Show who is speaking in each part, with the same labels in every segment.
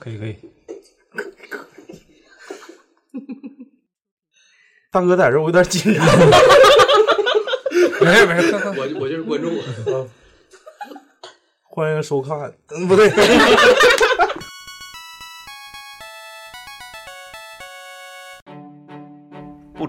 Speaker 1: 可以可以。大哥在这儿，我有点紧张。
Speaker 2: 没事没事，
Speaker 3: 我我就是关注我。
Speaker 1: 欢迎收看，嗯，不对。
Speaker 4: 不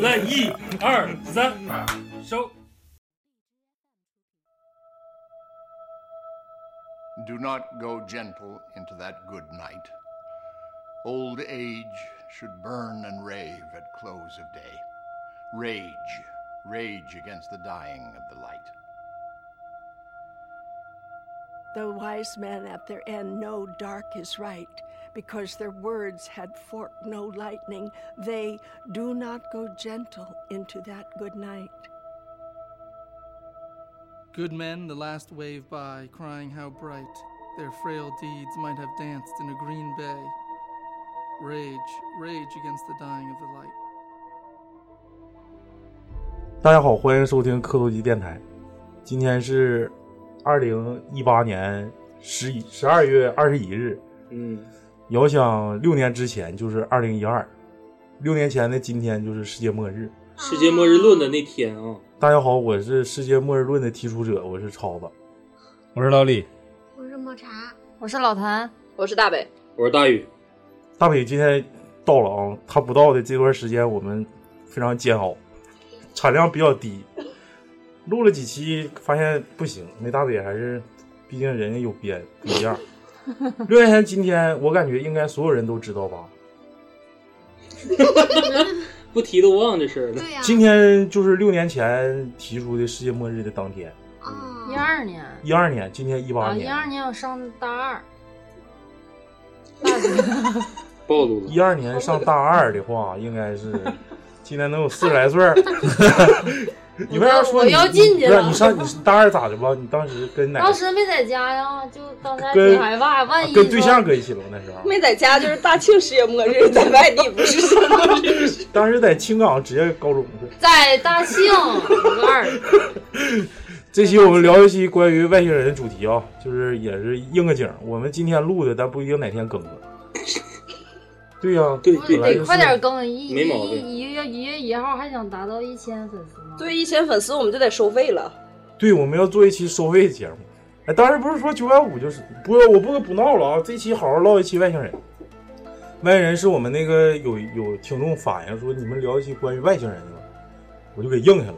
Speaker 5: 来一二三，收。
Speaker 6: Do not go gentle into that good night. Old age should burn and rave at close of day. Rage, rage against the dying of the light.
Speaker 7: The wise men at their end know dark is right, because their words had forked no lightning. They do not go gentle into that good night.
Speaker 8: Good men, the last wave by, crying how bright their frail deeds might have danced in a green bay. Rage, rage against the dying of the light.
Speaker 1: 大家好，欢迎收听磕头机电台。今天是二零一八年十一十二月二十一日。
Speaker 3: 嗯，
Speaker 1: 遥想六年之前，就是二零一二；六年前的今天，就是世界末日。
Speaker 3: 世界末日论的那天啊，
Speaker 1: 大家好，我是世界末日论的提出者，我是超子。
Speaker 2: 我是老李，
Speaker 9: 我是抹茶，
Speaker 10: 我是老谭，
Speaker 7: 我是大北，
Speaker 3: 我是大宇，
Speaker 1: 大北今天到了啊，他不到的这段时间我们非常煎熬，产量比较低，录了几期发现不行，那大北还是，毕竟人家有编不一 样。六年前今天，我感觉应该所有人都知道吧。
Speaker 3: 不提都忘这事儿了。
Speaker 9: 对呀、
Speaker 1: 今天就是六年前提出的世界末日的当天，
Speaker 9: 啊，
Speaker 10: 一 二年
Speaker 1: 一二年，今天一
Speaker 10: 嗯
Speaker 1: 八
Speaker 10: 啊，一
Speaker 1: 年，
Speaker 10: 二年我上大二，大几
Speaker 3: 暴露了，
Speaker 1: 一二年上大二 的话，应该是今年能有四十来岁儿。你为啥说
Speaker 10: 我
Speaker 1: 你
Speaker 10: 要进去
Speaker 1: 不
Speaker 10: 了
Speaker 1: 是你上你大二咋的吧？你当时跟哪个
Speaker 10: 当时没在家呀，就当时还
Speaker 1: 跟啊
Speaker 10: 挺害怕，万一
Speaker 1: 跟
Speaker 10: 说
Speaker 1: 对象搁一起了？那时候
Speaker 7: 没在家就是大庆世界末日，在外地不是世界末日。
Speaker 1: 当时在青港职业高中的。
Speaker 10: 在大庆五 二，
Speaker 1: 这期我们聊一期关于外星人的主题啊，就是也是应个景儿。我们今天录的，但不一定哪天更的。对呀、
Speaker 3: 对
Speaker 10: 我
Speaker 3: 对
Speaker 1: 来
Speaker 10: 得
Speaker 1: 就是
Speaker 10: 快点更一，
Speaker 3: 没毛病
Speaker 10: 一一月一月一号还想达到一千粉丝呢。
Speaker 7: 对一千粉丝我们就得收费了，
Speaker 1: 对，我们要做一期收费节目。哎，当时不是说九百五就是不，我不不闹了啊！这期好好唠一期外星人。外星人是我们那个有有听众反映说你们聊一期关于外星人的吧，我就给应下了。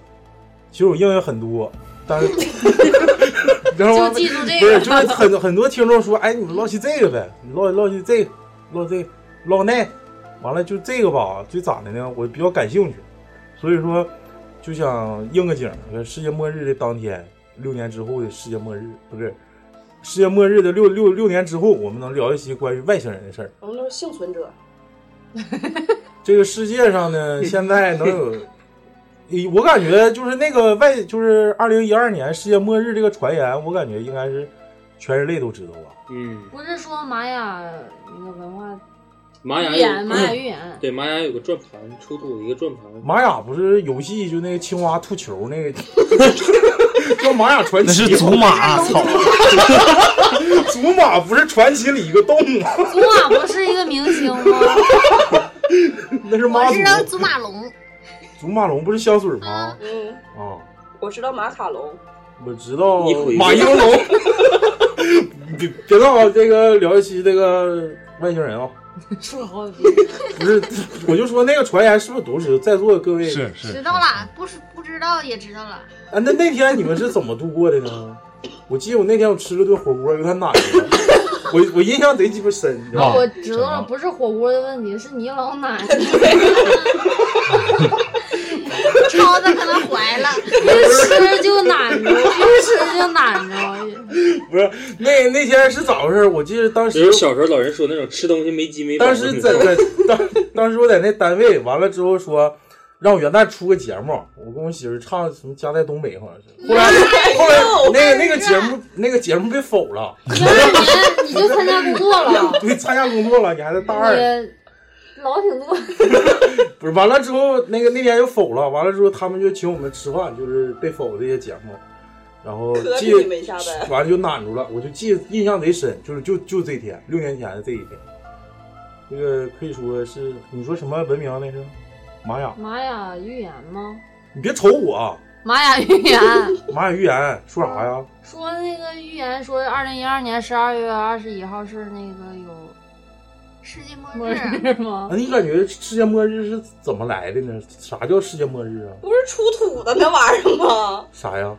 Speaker 1: 其实我应下很多，但 是然后
Speaker 10: 就记住这
Speaker 1: 不
Speaker 10: 个，
Speaker 1: 是，就是很很多听众说，哎，你们唠起这个呗，你唠唠起这个，唠这个，唠那，完了就这个吧，最咋的呢？我比较感兴趣，所以说就想应个景儿，世界末日的当天，六年之后的世界末日，不是世界末日的六六六年之后，我们能聊一期关于外星人的事儿。
Speaker 7: 我们都是幸存者。
Speaker 1: 这个世界上呢，现在能有， 诶我感觉就是那个外，就是二零一二年世界末日这个传言，我感觉应该是全人类都知道啊吧。
Speaker 3: 嗯，
Speaker 10: 不是说玛雅那个文化
Speaker 3: 玛雅
Speaker 10: 预言，玛雅
Speaker 3: 有嗯
Speaker 10: 预言，
Speaker 3: 对玛雅有个转盘，出土一个转盘，
Speaker 1: 玛雅不是游戏就那个青蛙吐球那 个，叫玛雅传
Speaker 2: 那
Speaker 1: 奇。
Speaker 2: 是祖玛，啊操！
Speaker 1: 祖玛不是传奇里一个洞吗？
Speaker 10: 祖玛不是一个明星吗？
Speaker 1: 那是
Speaker 9: 我
Speaker 1: 妈
Speaker 9: 是
Speaker 1: 祖。
Speaker 9: 扔祖马龙，
Speaker 1: 祖马龙不是香水吗？
Speaker 7: 嗯，
Speaker 1: 啊，
Speaker 7: 我知道马卡龙，
Speaker 1: 我知道
Speaker 3: 一回一。
Speaker 1: 马应 龙，别别闹啊！这个聊一期这个外星人啊，
Speaker 10: 说了好几
Speaker 1: 不是，我就说那个传言是不是都是在座的各位？
Speaker 2: 是是，
Speaker 9: 知道了，不是不知道也知道了。
Speaker 1: 啊，那那天你们是怎么度过的呢？我记得我那天我吃了顿火锅，有点奶了，我我印象贼鸡巴深，你知道吗？
Speaker 2: 啊
Speaker 10: 我知道了，
Speaker 2: 是
Speaker 10: 不是火锅的问题，是你老奶奶。
Speaker 7: 超
Speaker 9: 猫它可能怀了，
Speaker 11: 一吃就难着，一吃就难着。
Speaker 1: 不是那那天是咋回事？我记得当时
Speaker 3: 就是小时候老人说那种吃东西没鸡没宝。
Speaker 1: 当时在在当当时我在那单位完了之后说，让我元旦出个节目，我跟我媳妇唱什么《家在东北》好像是。后
Speaker 11: 哎
Speaker 1: 来后来那个那个节目那个节目被否了。
Speaker 11: 你就参加工作了，
Speaker 1: 对，参加工作了，你还在大二，
Speaker 11: 你老挺多。
Speaker 1: 不是完了之后那个那天又否了，完了之后他们就请我们吃饭，就是被否这些节目。然后
Speaker 12: 可
Speaker 1: 记
Speaker 12: 比没下呗
Speaker 1: 完了就难住了，我就记印象贼深，就是就就这天，六年前的这一天，这个可以说是你说什么文明啊那是？玛雅，
Speaker 11: 玛雅预言吗？
Speaker 1: 你别瞅我啊！
Speaker 11: 玛雅预言
Speaker 1: 玛雅预言说啥呀？
Speaker 11: 说那个预言说，二零一二年十二月二十一号是那个有
Speaker 9: 世界末
Speaker 11: 末
Speaker 9: 日啊
Speaker 11: 日吗？
Speaker 1: 那你感觉世界末日是怎么来的呢？啥叫世界末日啊？
Speaker 12: 不是出土的那玩意儿吗？
Speaker 1: 啥呀？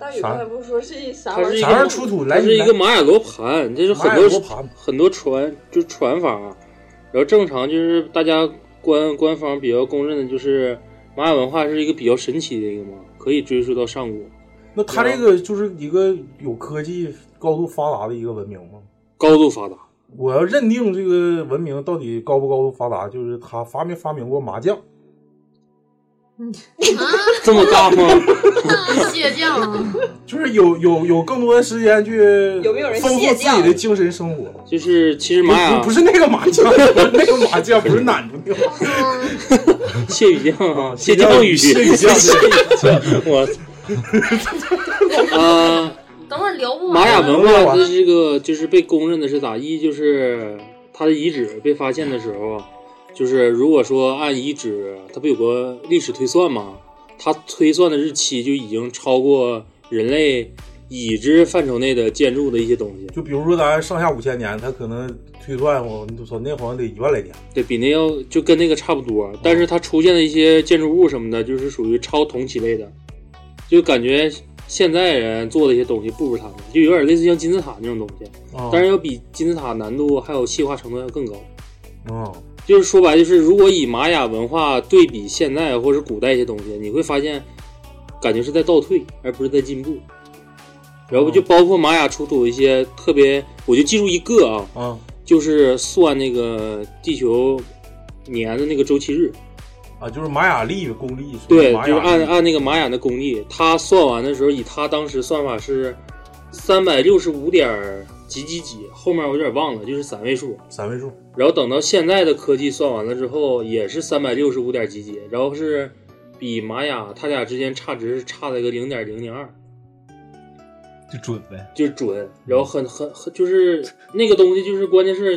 Speaker 12: 大宇
Speaker 1: 啥
Speaker 12: 刚才不是说是一 啥
Speaker 3: 它
Speaker 12: 玩
Speaker 3: 是
Speaker 12: 意
Speaker 3: 一
Speaker 1: 啥
Speaker 3: 个
Speaker 1: 玩意儿出土来
Speaker 3: 它是一
Speaker 1: 来
Speaker 3: 个玛雅罗盘，这是很
Speaker 1: 玛雅
Speaker 3: 多
Speaker 1: 罗盘
Speaker 3: 很多传就传法，然后正常就是大家官官方比较公认的就是玛雅文化是一个比较神奇的一个嘛，可以追溯到上古，
Speaker 1: 那它这个就是一个有科技高度发达的一个文明吗？
Speaker 3: 高度发达。
Speaker 1: 我要认定这个文明到底高不高度发达，就是它发没发明过麻将？
Speaker 3: 这么大吗？
Speaker 11: 蟹将，
Speaker 1: 就是有有有更多的时间去
Speaker 12: 有没有人
Speaker 1: 丰富
Speaker 12: 卸
Speaker 1: 自己
Speaker 12: 酱
Speaker 1: 的精神生活？
Speaker 3: 就是其实玛雅
Speaker 1: 不不是那个麻将， 那个麻将不是懒猪 那个
Speaker 3: 谢雨降啊，
Speaker 1: 谢
Speaker 3: 谢
Speaker 1: 降
Speaker 3: 降
Speaker 1: 雨
Speaker 3: 雨，
Speaker 1: 谢雨降
Speaker 3: 谢雨我啊，
Speaker 11: 呃等会儿聊不完。
Speaker 3: 玛雅文化的这个就是被公认的是咋一就是它的遗址被发现的时候啊，就是如果说按遗址，它不有个历史推算吗？它推算的日期就已经超过人类已知范畴内的建筑的一些东西，
Speaker 1: 就比如说咱上下五千年，它可能推断我你说那好像得一万来年。
Speaker 3: 对比那要就跟那个差不多，但是它出现的一些建筑物什么的，就是属于超同期类的，就感觉现在人做的一些东西不如他们，就有点类似像金字塔那种东西，
Speaker 1: 哦
Speaker 3: 嗯但是要比金字塔难度还有细化程度要更高。
Speaker 1: 哦，
Speaker 3: 就是说白了就是，如果以玛雅文化对比现在或者古代一些东西，你会发现，感觉是在倒退，而不是在进步。然后就包括玛雅出土一些特别，我就记住一个啊，
Speaker 1: 嗯，
Speaker 3: 就是算那个地球年的那个周期日，
Speaker 1: 啊，就是玛雅历、公历，
Speaker 3: 对，
Speaker 1: 玛
Speaker 3: 就是
Speaker 1: 雅
Speaker 3: 按
Speaker 1: 历
Speaker 3: 按那个玛雅的公历，他算完的时候，以他当时算法是三百六十五点几几几，后面我有点忘了，就是三位数。
Speaker 1: 三位数。
Speaker 3: 然后等到现在的科技算完了之后，也是三百六十五点几几，然后是比玛雅他俩之间差值是差了个零点零零二，
Speaker 2: 就准呗。
Speaker 3: 就是准。然后很很很就是那个东西，就是关键是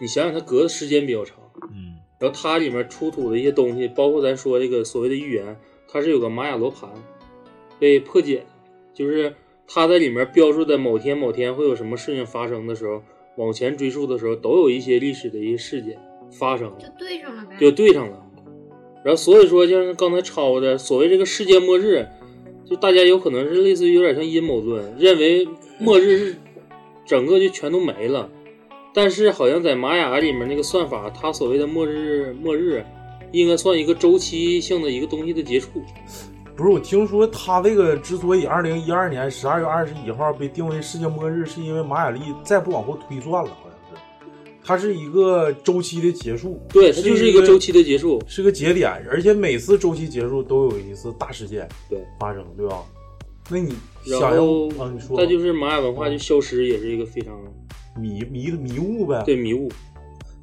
Speaker 3: 你想想，它隔的时间比较长，嗯。然后它里面出土的一些东西，包括咱说这个所谓的预言，它是有个玛雅罗盘被破解，就是它在里面标注的某天某天会有什么事情发生的时候，往前追溯的时候，都有一些历史的一些事件发生了。
Speaker 9: 对上了呗。
Speaker 3: 就对上了。然后所以说，就是刚才抄的，所谓这个世界末日，就大家有可能是类似于有点像阴谋论，认为末日是整个就全都没了。但是好像在玛雅里面那个算法，它所谓的末日末日，应该算一个周期性的一个东西的结束。
Speaker 1: 不是，我听说他这个之所以二零一二年十二月二十一号被定为世界末日，是因为玛雅历再不往后推算了，好像是，它是一个周期的结束。
Speaker 3: 对它就是一个周期的结束，
Speaker 1: 是个节点，而且每次周期结束都有一次大事件
Speaker 3: 对
Speaker 1: 发生，对吧？那你
Speaker 3: 然
Speaker 1: 想要
Speaker 3: 后
Speaker 1: 啊，你说
Speaker 3: 再就是玛雅文化就消失，也是一个非常
Speaker 1: 迷迷迷雾呗。
Speaker 3: 对，迷雾，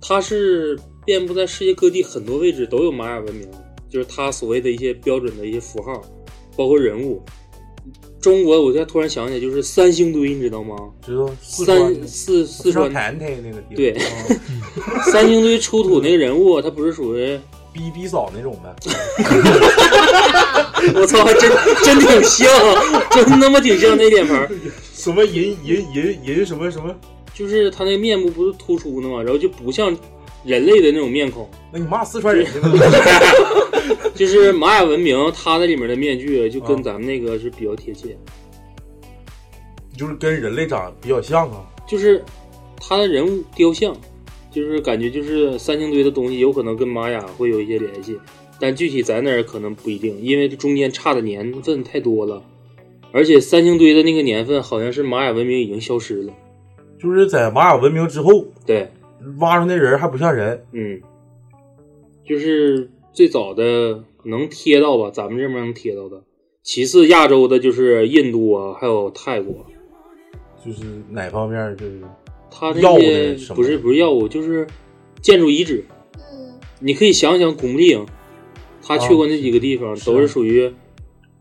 Speaker 3: 它是遍布在世界各地很多位置都有玛雅文明，就是它所谓的一些标准的一些符号，包括人物。中国，我现在突然想起来，就是三星堆，你知道吗？
Speaker 1: 知道四川
Speaker 3: 三四四川
Speaker 1: 台那个地方，啊
Speaker 3: 对，三星堆出土那个人物，他不是属于
Speaker 1: 逼逼嫂那种呗？
Speaker 3: 我操，还真真挺像，真他妈挺像那脸盘。
Speaker 1: 什么银银银银什么什么？
Speaker 3: 就是他那面部不是突出呢嘛，然后就不像人类的那种面孔。
Speaker 1: 那你骂四川人去吧。
Speaker 3: 就是玛雅文明，它那里面的面具就跟咱们那个是比较贴切，
Speaker 1: 就是跟人类长得比较像啊。
Speaker 3: 就是它的人物雕像，就是感觉就是三星堆的东西有可能跟玛雅会有一些联系，但具体在哪儿可能不一定，因为这中间差的年份太多了，而且三星堆的那个年份好像是玛雅文明已经消失了。
Speaker 1: 就是在玛雅文明之后，
Speaker 3: 对，
Speaker 1: 挖出那人还不像人，
Speaker 3: 嗯，就是最早的能贴到吧，咱们这边能贴到的。其次，亚洲的就是印度啊，还有泰国。
Speaker 1: 就是哪方面就是
Speaker 3: 它
Speaker 1: 药
Speaker 3: 那
Speaker 1: 物
Speaker 3: 些
Speaker 1: 的什么
Speaker 3: 不是不是药物，就是建筑遗址。你可以想想古墓丽影，他去过那几个地
Speaker 1: 啊
Speaker 3: 方，都是属于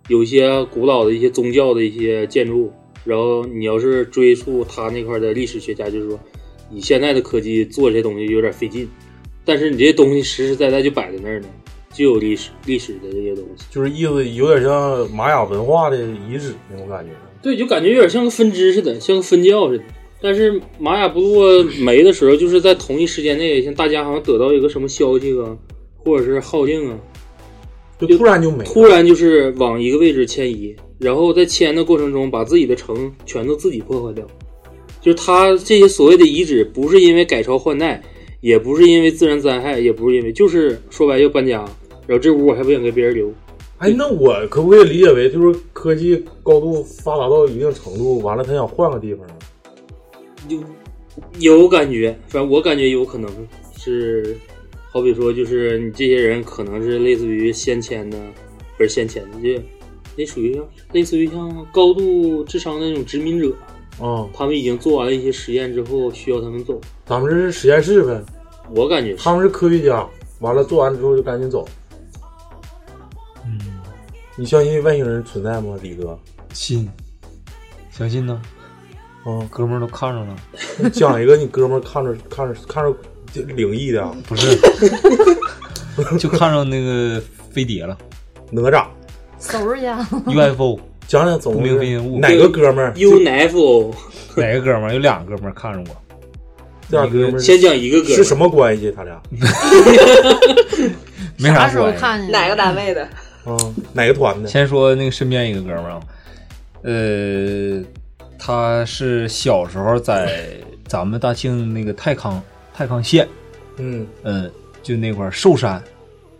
Speaker 3: 有一些古老的一些宗教的一些建筑。然后你要是追溯他那块的历史学家，就是说，以现在的科技做这些东西有点费劲，但是你这些东西实实在在就摆在那儿呢，就有历史历史的这些东西。
Speaker 1: 就是意思有点像玛雅文化的遗址那种感觉。
Speaker 3: 对，就感觉有点像个分支似的，像个分教似的。但是玛雅部落没的时候，就是在同一时间内，像大家好像得到一个什么消息啊，或者是号令啊，
Speaker 1: 就突然就没
Speaker 3: 突然就是往一个位置迁移，然后在迁的过程中，把自己的城全都自己破坏掉。就是他这些所谓的遗址，不是因为改朝换代，也不是因为自然灾害，也不是因为，就是说白就搬家，然后这屋我还不想给别人留，
Speaker 1: 哎，那我可不可以理解为，就是科技高度发达到一定程度，完了他想换个地方？
Speaker 3: 有有感觉，反正我感觉有可能是，好比说，就是你这些人可能是类似于先迁的，不是先迁的，这那属于像类似于像高度智商的那种殖民者，
Speaker 2: 嗯
Speaker 1: 啊、
Speaker 3: 他们已经做完了一些实验之后，需要他们走。
Speaker 1: 咱们这是实验室呗，
Speaker 3: 我感觉
Speaker 1: 他们是科学家，完了做完之后就赶紧走。嗯，你相信外星人存在吗，李哥？
Speaker 2: 信，相信呢。
Speaker 1: 哦，
Speaker 2: 哥们儿都看着了。
Speaker 1: 你讲一个你哥们儿看着看着看着这灵异的啊，
Speaker 2: 不是？ 就看着那个飞碟了
Speaker 1: 哪吒
Speaker 11: 收拾去啊。
Speaker 2: ，UFO，
Speaker 1: 讲讲总
Speaker 2: 不明飞行物。
Speaker 1: 哪个哥们儿
Speaker 3: ？UFO，
Speaker 2: 哪个哥们儿？有俩哥们儿看着我。
Speaker 1: 这俩哥们儿
Speaker 3: 先讲一个哥们儿
Speaker 1: 是什么关系？他俩
Speaker 2: 没啥关系。
Speaker 11: 看见
Speaker 12: 哪个单位的？
Speaker 1: 嗯，哪个团的？
Speaker 2: 先说那个身边一个哥们儿啊，呃，他是小时候在咱们大庆那个太康太康县，
Speaker 1: 嗯
Speaker 2: 嗯，就那块儿寿山，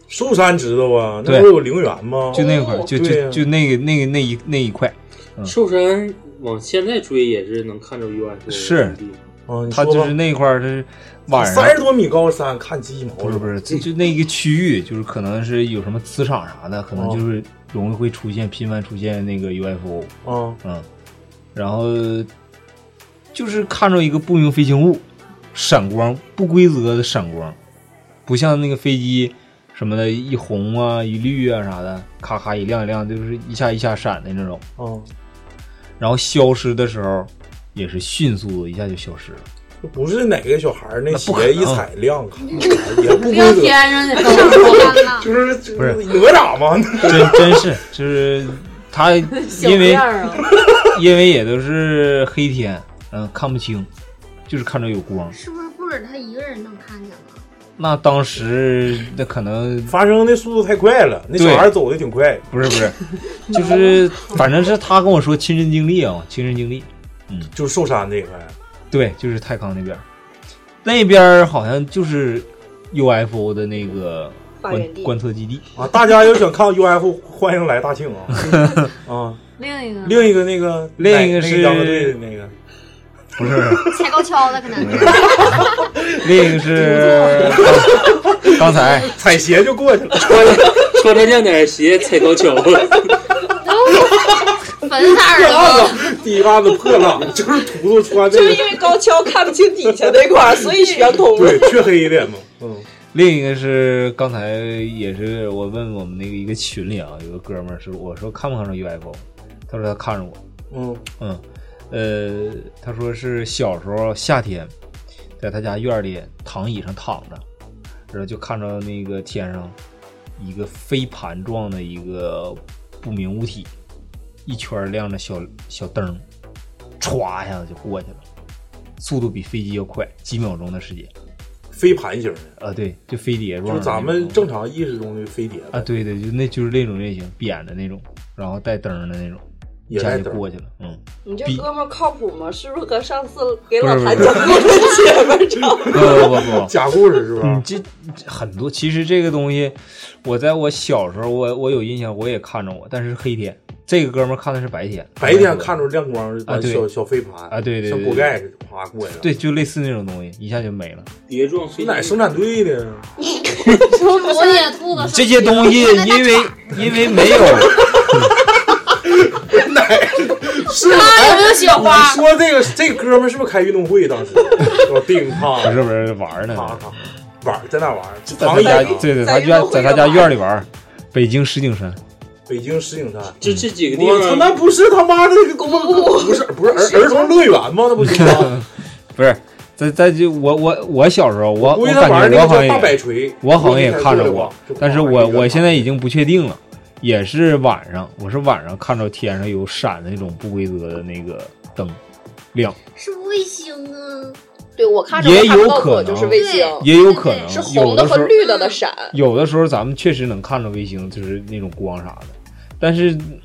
Speaker 1: 寿山知道啊，那
Speaker 2: 对
Speaker 1: 不是有陵园吗？
Speaker 2: 就那块儿，就
Speaker 1: 哦对
Speaker 2: 就
Speaker 1: 呀
Speaker 2: 就那个那个那一那一块，嗯
Speaker 3: 寿山往现在追也是能看着 UFO，
Speaker 2: 是
Speaker 1: 哦你，
Speaker 2: 他
Speaker 1: 说
Speaker 2: 就
Speaker 1: 吧
Speaker 2: 是那块儿，他是晚上
Speaker 1: 三十多嗯米高山看鸡毛，
Speaker 2: 不是不是，就就那个区域，就是可能是有什么磁场啥的，可能
Speaker 1: 哦
Speaker 2: 就是容易会出现频繁出现那个 UFO。
Speaker 1: 嗯
Speaker 2: 然后就是看着一个不明飞行物，闪光不规则的闪光，不像那个飞机什么的，一红啊一绿啊啥的，咔咔一亮一亮，就是一下一下闪的那种。
Speaker 1: 哦，
Speaker 2: 然后消失的时候也是迅速一下就消失了。
Speaker 1: 不是哪个小孩儿那
Speaker 2: 不可
Speaker 1: 鞋
Speaker 2: 能
Speaker 1: 一踩 亮，咔也不规
Speaker 11: 撂
Speaker 1: 则，
Speaker 11: 天上去了，上天了。
Speaker 1: 就是就
Speaker 2: 不是
Speaker 1: 哪吒吗？
Speaker 2: 真真是，就是他
Speaker 11: 小
Speaker 2: 因为
Speaker 11: 样儿啊
Speaker 2: 因为也都是黑天，嗯，看不清，就是看着有光。
Speaker 9: 是不是不止他一个人能看见了？
Speaker 2: 那当时那可能
Speaker 1: 发生的速度太快了，那小
Speaker 2: 对
Speaker 1: 孩儿走的挺快。
Speaker 2: 不是不是，就是 反正是他跟我说亲身经历啊，亲身经历，嗯，
Speaker 1: 就是寿山那块，
Speaker 2: 对，就是泰康那边儿，那边儿好像就是 UFO 的那个
Speaker 1: 发
Speaker 2: 观
Speaker 1: 源地
Speaker 2: 观测 基地
Speaker 1: 啊，大家要想看 UFO，欢迎来大庆啊！ 啊，
Speaker 11: 另一个，
Speaker 1: 另一个那个
Speaker 2: 另一个
Speaker 1: 哪
Speaker 2: 是
Speaker 1: 那秧歌队的那个，
Speaker 2: 不是，
Speaker 9: 踩高跷的可能。
Speaker 2: 另一个是刚才
Speaker 1: 踩鞋就过去了，
Speaker 3: 穿着亮点鞋踩高跷，
Speaker 11: 粉色儿的吗？
Speaker 1: 第一巴子破 浪，就是图图穿
Speaker 12: 就
Speaker 1: 这
Speaker 12: 是因
Speaker 1: 个，
Speaker 12: 为高跷看不清底下那块儿，所以悬空了
Speaker 1: 对，。黢黑一 点嘛。嗯，
Speaker 2: 另一个是刚才也是我问我们那个一个群里啊，有个哥们儿是我说看没看着 UFO，他说他看着我，
Speaker 1: 嗯
Speaker 2: 嗯，呃，他说是小时候夏天，在他家院儿里躺椅上躺着，然后就看着那个天上呃一个飞盘状的一个不明物体，一圈儿亮着小小灯儿，歘一下子就过去了，速度比飞机要快，几秒钟的时间。
Speaker 1: 飞盘型的，
Speaker 2: 啊，对，就飞碟
Speaker 1: 就
Speaker 2: 状的那种，
Speaker 1: 是咱们正常意识中的飞碟
Speaker 2: 啊，对对，就那就是那种类型，扁的那种，然后带灯儿的那种。
Speaker 1: 也
Speaker 2: 家
Speaker 1: 在
Speaker 2: 就
Speaker 1: 这儿
Speaker 2: 过去了。 嗯，
Speaker 7: 你这
Speaker 2: 比
Speaker 7: 哥们儿靠谱吗？是不是和上次给老
Speaker 2: 不是
Speaker 7: 谭
Speaker 2: 不是
Speaker 7: 讲故事姐们儿差不
Speaker 2: 不不不不，
Speaker 1: 假故事是吧？
Speaker 2: 嗯，这这很多其实这个东西，我在我小时候，我我有印象，我也看着过，但是是黑天。这个哥们儿看的是白天，
Speaker 1: 白天看着亮光儿，
Speaker 2: 啊对
Speaker 1: 小小飞盘
Speaker 2: 啊对对对
Speaker 1: 像锅盖似的啪过来了。
Speaker 2: 对，就类似那种东西，一下就没了。
Speaker 3: 碟状
Speaker 1: 是哪生产队的？
Speaker 9: 我也吐了。
Speaker 2: 这些东西因为因为没有，
Speaker 1: 是
Speaker 9: 他有没有雪花
Speaker 1: 你说这个这哥们儿是不是开运动会当时？老丁他
Speaker 2: 不是不是玩儿呢，
Speaker 1: 他他玩儿在那玩儿，
Speaker 2: 在
Speaker 1: 防
Speaker 2: 他
Speaker 1: 疫
Speaker 2: 家，对对，他院在他家院里玩儿，北京石景山。
Speaker 1: 北京石景山，
Speaker 3: 这这几个地
Speaker 1: 我操，
Speaker 3: 方，
Speaker 1: 那不是他妈的那个公不是不是儿儿童乐园吗？那不是吗？
Speaker 2: 不是，在在就我我我小时候，我
Speaker 1: 我估
Speaker 2: 我
Speaker 1: 计他玩
Speaker 2: 感觉
Speaker 1: 那个
Speaker 2: 我好像
Speaker 1: 叫大摆
Speaker 2: 也
Speaker 1: 锤
Speaker 2: 我好像也
Speaker 1: 我估计他
Speaker 2: 看
Speaker 1: 就
Speaker 2: 着
Speaker 1: 是
Speaker 2: 过
Speaker 1: 往就，
Speaker 2: 但是
Speaker 1: 往
Speaker 2: 我
Speaker 1: 那个
Speaker 2: 我现在已经不确定了，也是晚上，我是晚上看着天上有闪的那种不规则的那个灯亮，
Speaker 9: 是卫星啊，
Speaker 7: 对我看着
Speaker 2: 也
Speaker 7: 我看
Speaker 2: 有
Speaker 7: 不到
Speaker 2: 可
Speaker 7: 可就是
Speaker 2: 能
Speaker 7: 卫星，
Speaker 2: 也有可能
Speaker 7: 是红
Speaker 2: 有
Speaker 7: 的
Speaker 2: 的时
Speaker 7: 和
Speaker 2: 候
Speaker 7: 绿的 的闪。
Speaker 2: 有的时候咱们确实能看着卫星，就是那种光啥的，但是嗯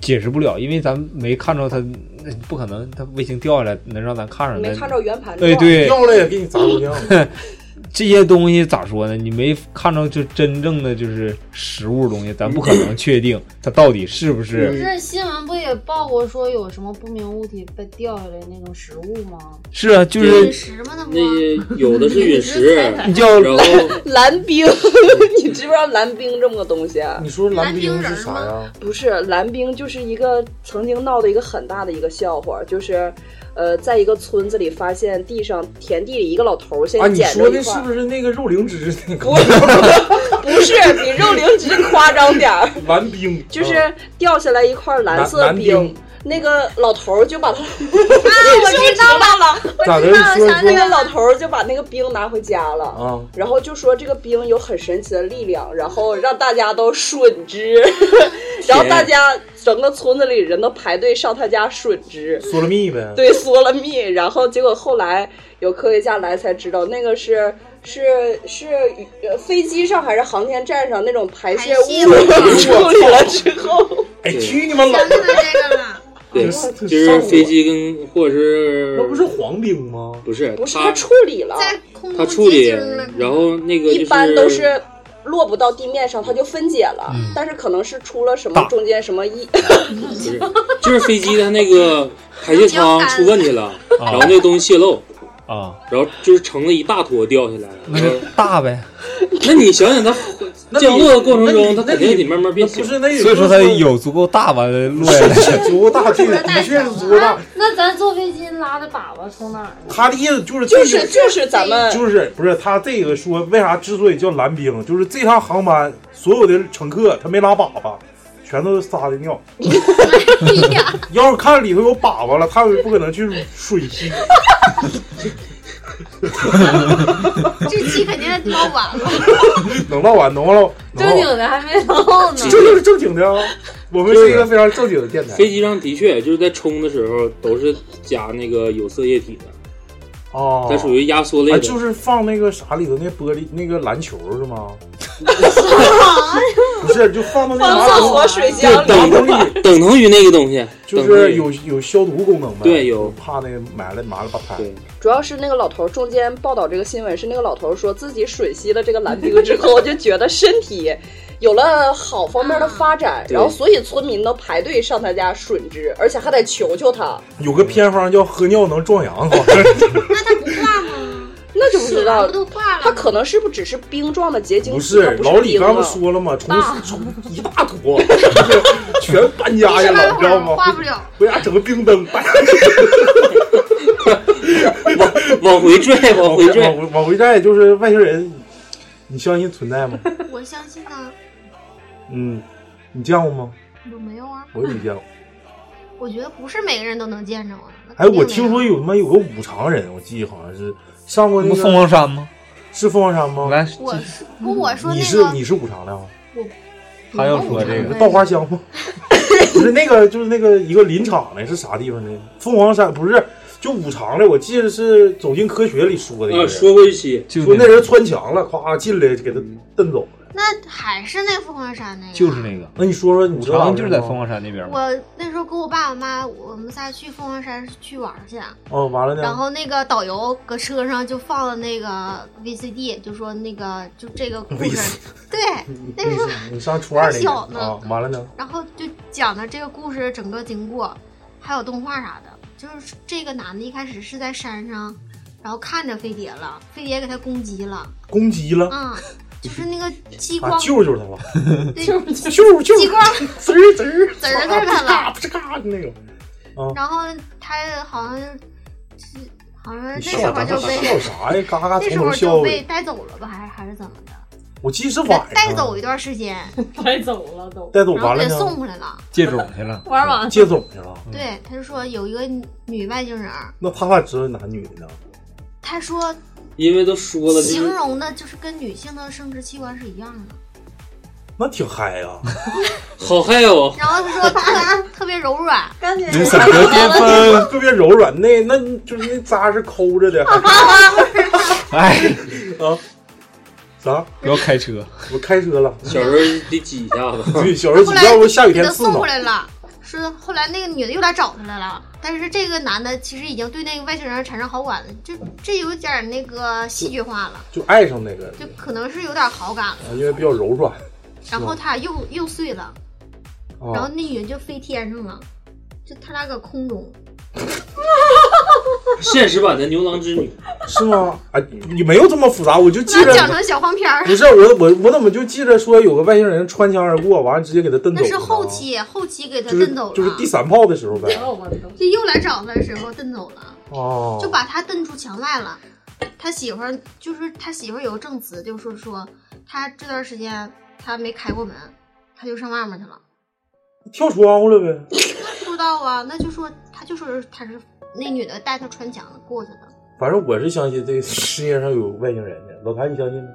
Speaker 2: 解释不了，因为咱们没看着它，那不可能它卫星掉下来能让咱看上。
Speaker 7: 没
Speaker 2: 咱
Speaker 7: 看着圆盘
Speaker 2: 哎，对，
Speaker 1: 掉了也给你砸过去。
Speaker 2: 这些东西咋说呢？你没看着就真正的就是实物的东西，咱不可能确定它到底是不
Speaker 13: 不
Speaker 1: 嗯
Speaker 2: 是
Speaker 13: 是新闻不也报过说有什么不明物体被掉下来那种食物吗？
Speaker 2: 是啊，就是
Speaker 3: 那有的是陨石，
Speaker 2: 你叫
Speaker 3: 然后
Speaker 7: 蓝冰， 你知不知道蓝冰这么个东西啊？
Speaker 1: 你说蓝冰是啥呀？
Speaker 7: 不是蓝冰，就是一个曾经闹的一个很大的一个笑话，就是，呃，在一个村子里发现地上田地里一个老头儿先
Speaker 1: 啊，你
Speaker 7: 捡
Speaker 1: 说
Speaker 7: 着
Speaker 1: 的
Speaker 7: 一块
Speaker 1: 是
Speaker 7: 儿，
Speaker 1: 不是那个肉灵芝那个
Speaker 7: 不是比肉灵芝夸张点儿，
Speaker 1: 蓝冰？啊
Speaker 7: 就是掉下来一块蓝色
Speaker 1: 蓝蓝冰
Speaker 7: 那个老头儿就把它，啊，
Speaker 9: 我知道
Speaker 7: 了，
Speaker 1: 咋的说说
Speaker 7: 那个老头儿就把那个冰拿回家了，
Speaker 1: 啊
Speaker 7: 然后就说这个冰有很神奇的力量，然后让大家都吮之，然后大家整个村子里人都排队上他家吮 之，
Speaker 1: 嗦了蜜呗。
Speaker 7: 对，缩了蜜，然后结果后来有科学家来才知道，那个是是是呃飞机上还是航天站上那种排泄物处理了之后，
Speaker 1: 哎，去你妈老！
Speaker 3: 对，
Speaker 1: 这
Speaker 3: 就是飞机跟或者是
Speaker 1: 那不是黄冰吗？
Speaker 3: 不是，
Speaker 7: 不是
Speaker 3: 它
Speaker 7: 他处理了，
Speaker 3: 它处理，
Speaker 13: 啊
Speaker 3: 然后那个就是
Speaker 7: 一般都是落不到地面上，它就分解了，但是可能是出了什么中间什么异，
Speaker 3: 就是飞机它那个排气舱出问题 了，
Speaker 1: 哦
Speaker 3: 然后那个东西泄漏，
Speaker 2: 啊，
Speaker 3: 然后就是成了一大坨掉下来了。
Speaker 2: 那就大呗，
Speaker 3: 那你想想它降落的过程中，它
Speaker 1: 那
Speaker 3: 肯
Speaker 1: 你
Speaker 3: 定得慢慢变小。
Speaker 1: 不是那
Speaker 2: 所以说它有足够大吧落下来。
Speaker 1: 足 够大，这个的确是足够
Speaker 7: 啊
Speaker 1: 大。
Speaker 13: 那咱坐飞机拉的粑粑从哪儿呢？
Speaker 1: 他的意思就是这个
Speaker 7: 就是就是咱们
Speaker 1: 就是不是他这个说为啥之所以叫蓝冰，就是这趟航班所有的乘客他没拉粑粑，全都是撒的 尿。
Speaker 7: 哎
Speaker 1: 要是看里头有粑粑了，他们不可能去水 吸。
Speaker 9: 这期肯定捞完了。
Speaker 1: 能唠完，能唠，能
Speaker 13: 正
Speaker 1: 唠
Speaker 13: 经
Speaker 1: 完。
Speaker 13: 的还没到呢
Speaker 1: 这。
Speaker 3: 嗯
Speaker 1: 就是正经 的啊，我们是一个非常正经的电台
Speaker 3: 飞机上的确就是在冲的时候都是加那个有色液体的，
Speaker 1: 哦。
Speaker 3: 它属于压缩类
Speaker 1: 啊，
Speaker 3: 的。
Speaker 1: 就是放那个啥里头那玻璃那个篮球是 吗？不是，就放到那
Speaker 7: 放
Speaker 1: 个马
Speaker 7: 厕所
Speaker 1: 桶，
Speaker 7: 水箱
Speaker 3: 就等同
Speaker 7: 里。
Speaker 3: 于等同于那个东西，
Speaker 1: 就
Speaker 3: 等同
Speaker 1: 是
Speaker 3: 于
Speaker 1: 有有消毒功能呗。
Speaker 3: 对有
Speaker 1: 怕那埋了麻了吧
Speaker 3: 对
Speaker 1: 唧。
Speaker 7: 主要是那个老头儿中间报道这个新闻是那个老头儿说自己吮吸了这个蓝冰之后，就觉得身体有了好方面的发展，
Speaker 3: 对
Speaker 7: 然后所以村民都排队上他家吮之，而且还得求求他，
Speaker 1: 有个偏方叫喝尿能壮阳，好像是
Speaker 7: 那就不知道
Speaker 9: 是啊都挂了
Speaker 7: 他可能是不是只是冰状的结晶
Speaker 1: 不
Speaker 7: 体，
Speaker 1: 是
Speaker 7: 它不是
Speaker 1: 老李
Speaker 7: 冰
Speaker 1: 刚
Speaker 7: 啊
Speaker 1: 不说了吗？从从一大坨，就是全搬家去 了，你知道吗？
Speaker 9: 画不了，
Speaker 1: 回家整个冰灯， 搬家
Speaker 3: 往往回拽，往回拽
Speaker 1: 往。回往回带，就是外星人，你相信存在吗？
Speaker 9: 我相信啊，
Speaker 1: 嗯，你见过吗？
Speaker 9: 有没有啊？
Speaker 1: 我也没见过。
Speaker 9: 我觉得不是每个人都能见着啊。那
Speaker 1: 哎，
Speaker 9: 肯定
Speaker 1: 我
Speaker 9: 没
Speaker 1: 听说有他妈有个五常人，我记得好像是上过那
Speaker 2: 不
Speaker 1: 个
Speaker 2: 凤凰山吗？
Speaker 1: 是凤凰山吗？
Speaker 2: 来，
Speaker 9: 我是不我说
Speaker 1: 你
Speaker 9: 那
Speaker 1: 是
Speaker 9: 个
Speaker 1: 你是五常的啊？
Speaker 2: 他要说这
Speaker 1: 你
Speaker 2: 个
Speaker 1: 是稻花香 吗？不是那个，就是那个一个林场的，是啥地方的？凤凰山不是，就五常的，我记得是《走进科学》里说的一个
Speaker 3: 啊，
Speaker 1: 人，
Speaker 3: 说过一期，
Speaker 2: 呃就
Speaker 1: 说那人穿墙了，咵进来就给他蹬走了。
Speaker 9: 那还是那凤凰山那个。
Speaker 2: 就是那个。
Speaker 1: 那你说说你
Speaker 2: 武
Speaker 1: 知道
Speaker 2: 长就是在
Speaker 1: 什么
Speaker 2: 凤凰山那边吗？
Speaker 9: 我那时候跟我爸我妈，我们仨去凤凰山去玩去，
Speaker 1: 哦，完了呢。
Speaker 9: 然后那个导游搁车上就放了那个 VCD，就说那个就这个故事，对，
Speaker 1: 你
Speaker 9: 那时候
Speaker 1: 你你上初二那
Speaker 9: 还
Speaker 1: 年
Speaker 9: 小呢
Speaker 1: 啊，完了呢，
Speaker 9: 然后就讲的这个故事整个经过，还有动画啥的。就是这个男的一开始是在山上，然后看着飞碟了，飞碟给他攻击了，
Speaker 1: 攻击了
Speaker 9: 嗯，就是那个激光，
Speaker 1: 啊，救救他吧，
Speaker 9: 对
Speaker 1: 救救救，
Speaker 9: 激光
Speaker 1: 滋儿滋儿
Speaker 9: 滋儿滋儿他了，
Speaker 1: 这嘎的那个，啊，
Speaker 9: 然后他好像是好像
Speaker 1: 你
Speaker 9: 那时
Speaker 1: 笑
Speaker 9: 候
Speaker 1: 啥
Speaker 9: 就被
Speaker 1: 笑啥呀？嘎嘎
Speaker 9: 那
Speaker 1: 从
Speaker 9: 时
Speaker 1: 头
Speaker 9: 候
Speaker 1: 笑
Speaker 9: 就
Speaker 1: 尾
Speaker 9: 被，带走了吧，还是还是怎么的？
Speaker 1: 我记得是晚上
Speaker 9: 带走一段时间，
Speaker 14: 带走了都，
Speaker 1: 带走
Speaker 9: 然后
Speaker 1: 完了嗯
Speaker 9: 给
Speaker 1: 呢，
Speaker 9: 送回来了。
Speaker 2: 借种去了，
Speaker 14: 玩完了
Speaker 1: 借种去了。
Speaker 9: 对，他就说有一个女外星人儿，
Speaker 1: 那他咋知道男女的呢？
Speaker 9: 他说
Speaker 3: 因为都说了，
Speaker 9: 形容的就是跟女性的生殖器官是一样的。
Speaker 1: 那挺嗨呀，
Speaker 3: 好嗨哦！
Speaker 9: 然后他说 特别特别柔软，
Speaker 12: 感觉
Speaker 1: 人生得巅峰，特别柔软，那那就是那渣是抠着的，
Speaker 2: 哎
Speaker 1: 啊，啥？
Speaker 2: 不要开车，
Speaker 1: 我开车了。
Speaker 3: 小时候得挤一下子。
Speaker 1: 对，小时候
Speaker 9: 后
Speaker 1: 你
Speaker 9: 来
Speaker 1: 要不下雨
Speaker 9: 给
Speaker 1: 天
Speaker 9: 他
Speaker 1: 刺
Speaker 9: 送
Speaker 1: 挠
Speaker 9: 回，来了。是后来那个女的又来找他来了，但是这个男的其实已经对那个外星人产生好感了，就这有点儿那个戏剧化了，
Speaker 1: 就爱上那个，
Speaker 9: 就可能是有点好感了。
Speaker 1: 啊因为比较柔软。
Speaker 9: 然后他俩又又碎了，
Speaker 1: 啊
Speaker 9: 然后那女的就飞天上了，就他俩搁空中。
Speaker 3: 现实版的牛郎织女，
Speaker 1: 是吗？啊，你没有这么复杂，我就记着
Speaker 9: 那。讲成小黄 片儿，
Speaker 1: 不是我我我怎么就记着说有个外星人穿墙而过，完了直接给他蹬走
Speaker 9: 那
Speaker 1: 了
Speaker 9: 是
Speaker 1: 呢？
Speaker 9: 后期后期给他
Speaker 1: 就是
Speaker 9: 蹬走了，
Speaker 1: 就是第三炮的时候呗。
Speaker 9: 就又来找他的时候蹬走了，
Speaker 1: 哦，
Speaker 9: 就把他蹬出墙外了。他媳妇儿就是他媳妇儿有个证词，就是说他这段时间他没开过门，他就上外面去了。
Speaker 1: 跳窗户了呗。
Speaker 9: 不知道啊，那就说他就说他是那女的带他穿墙过去的。
Speaker 1: 反正我是相信这个世界上有外星人的。老谭，你相信吗？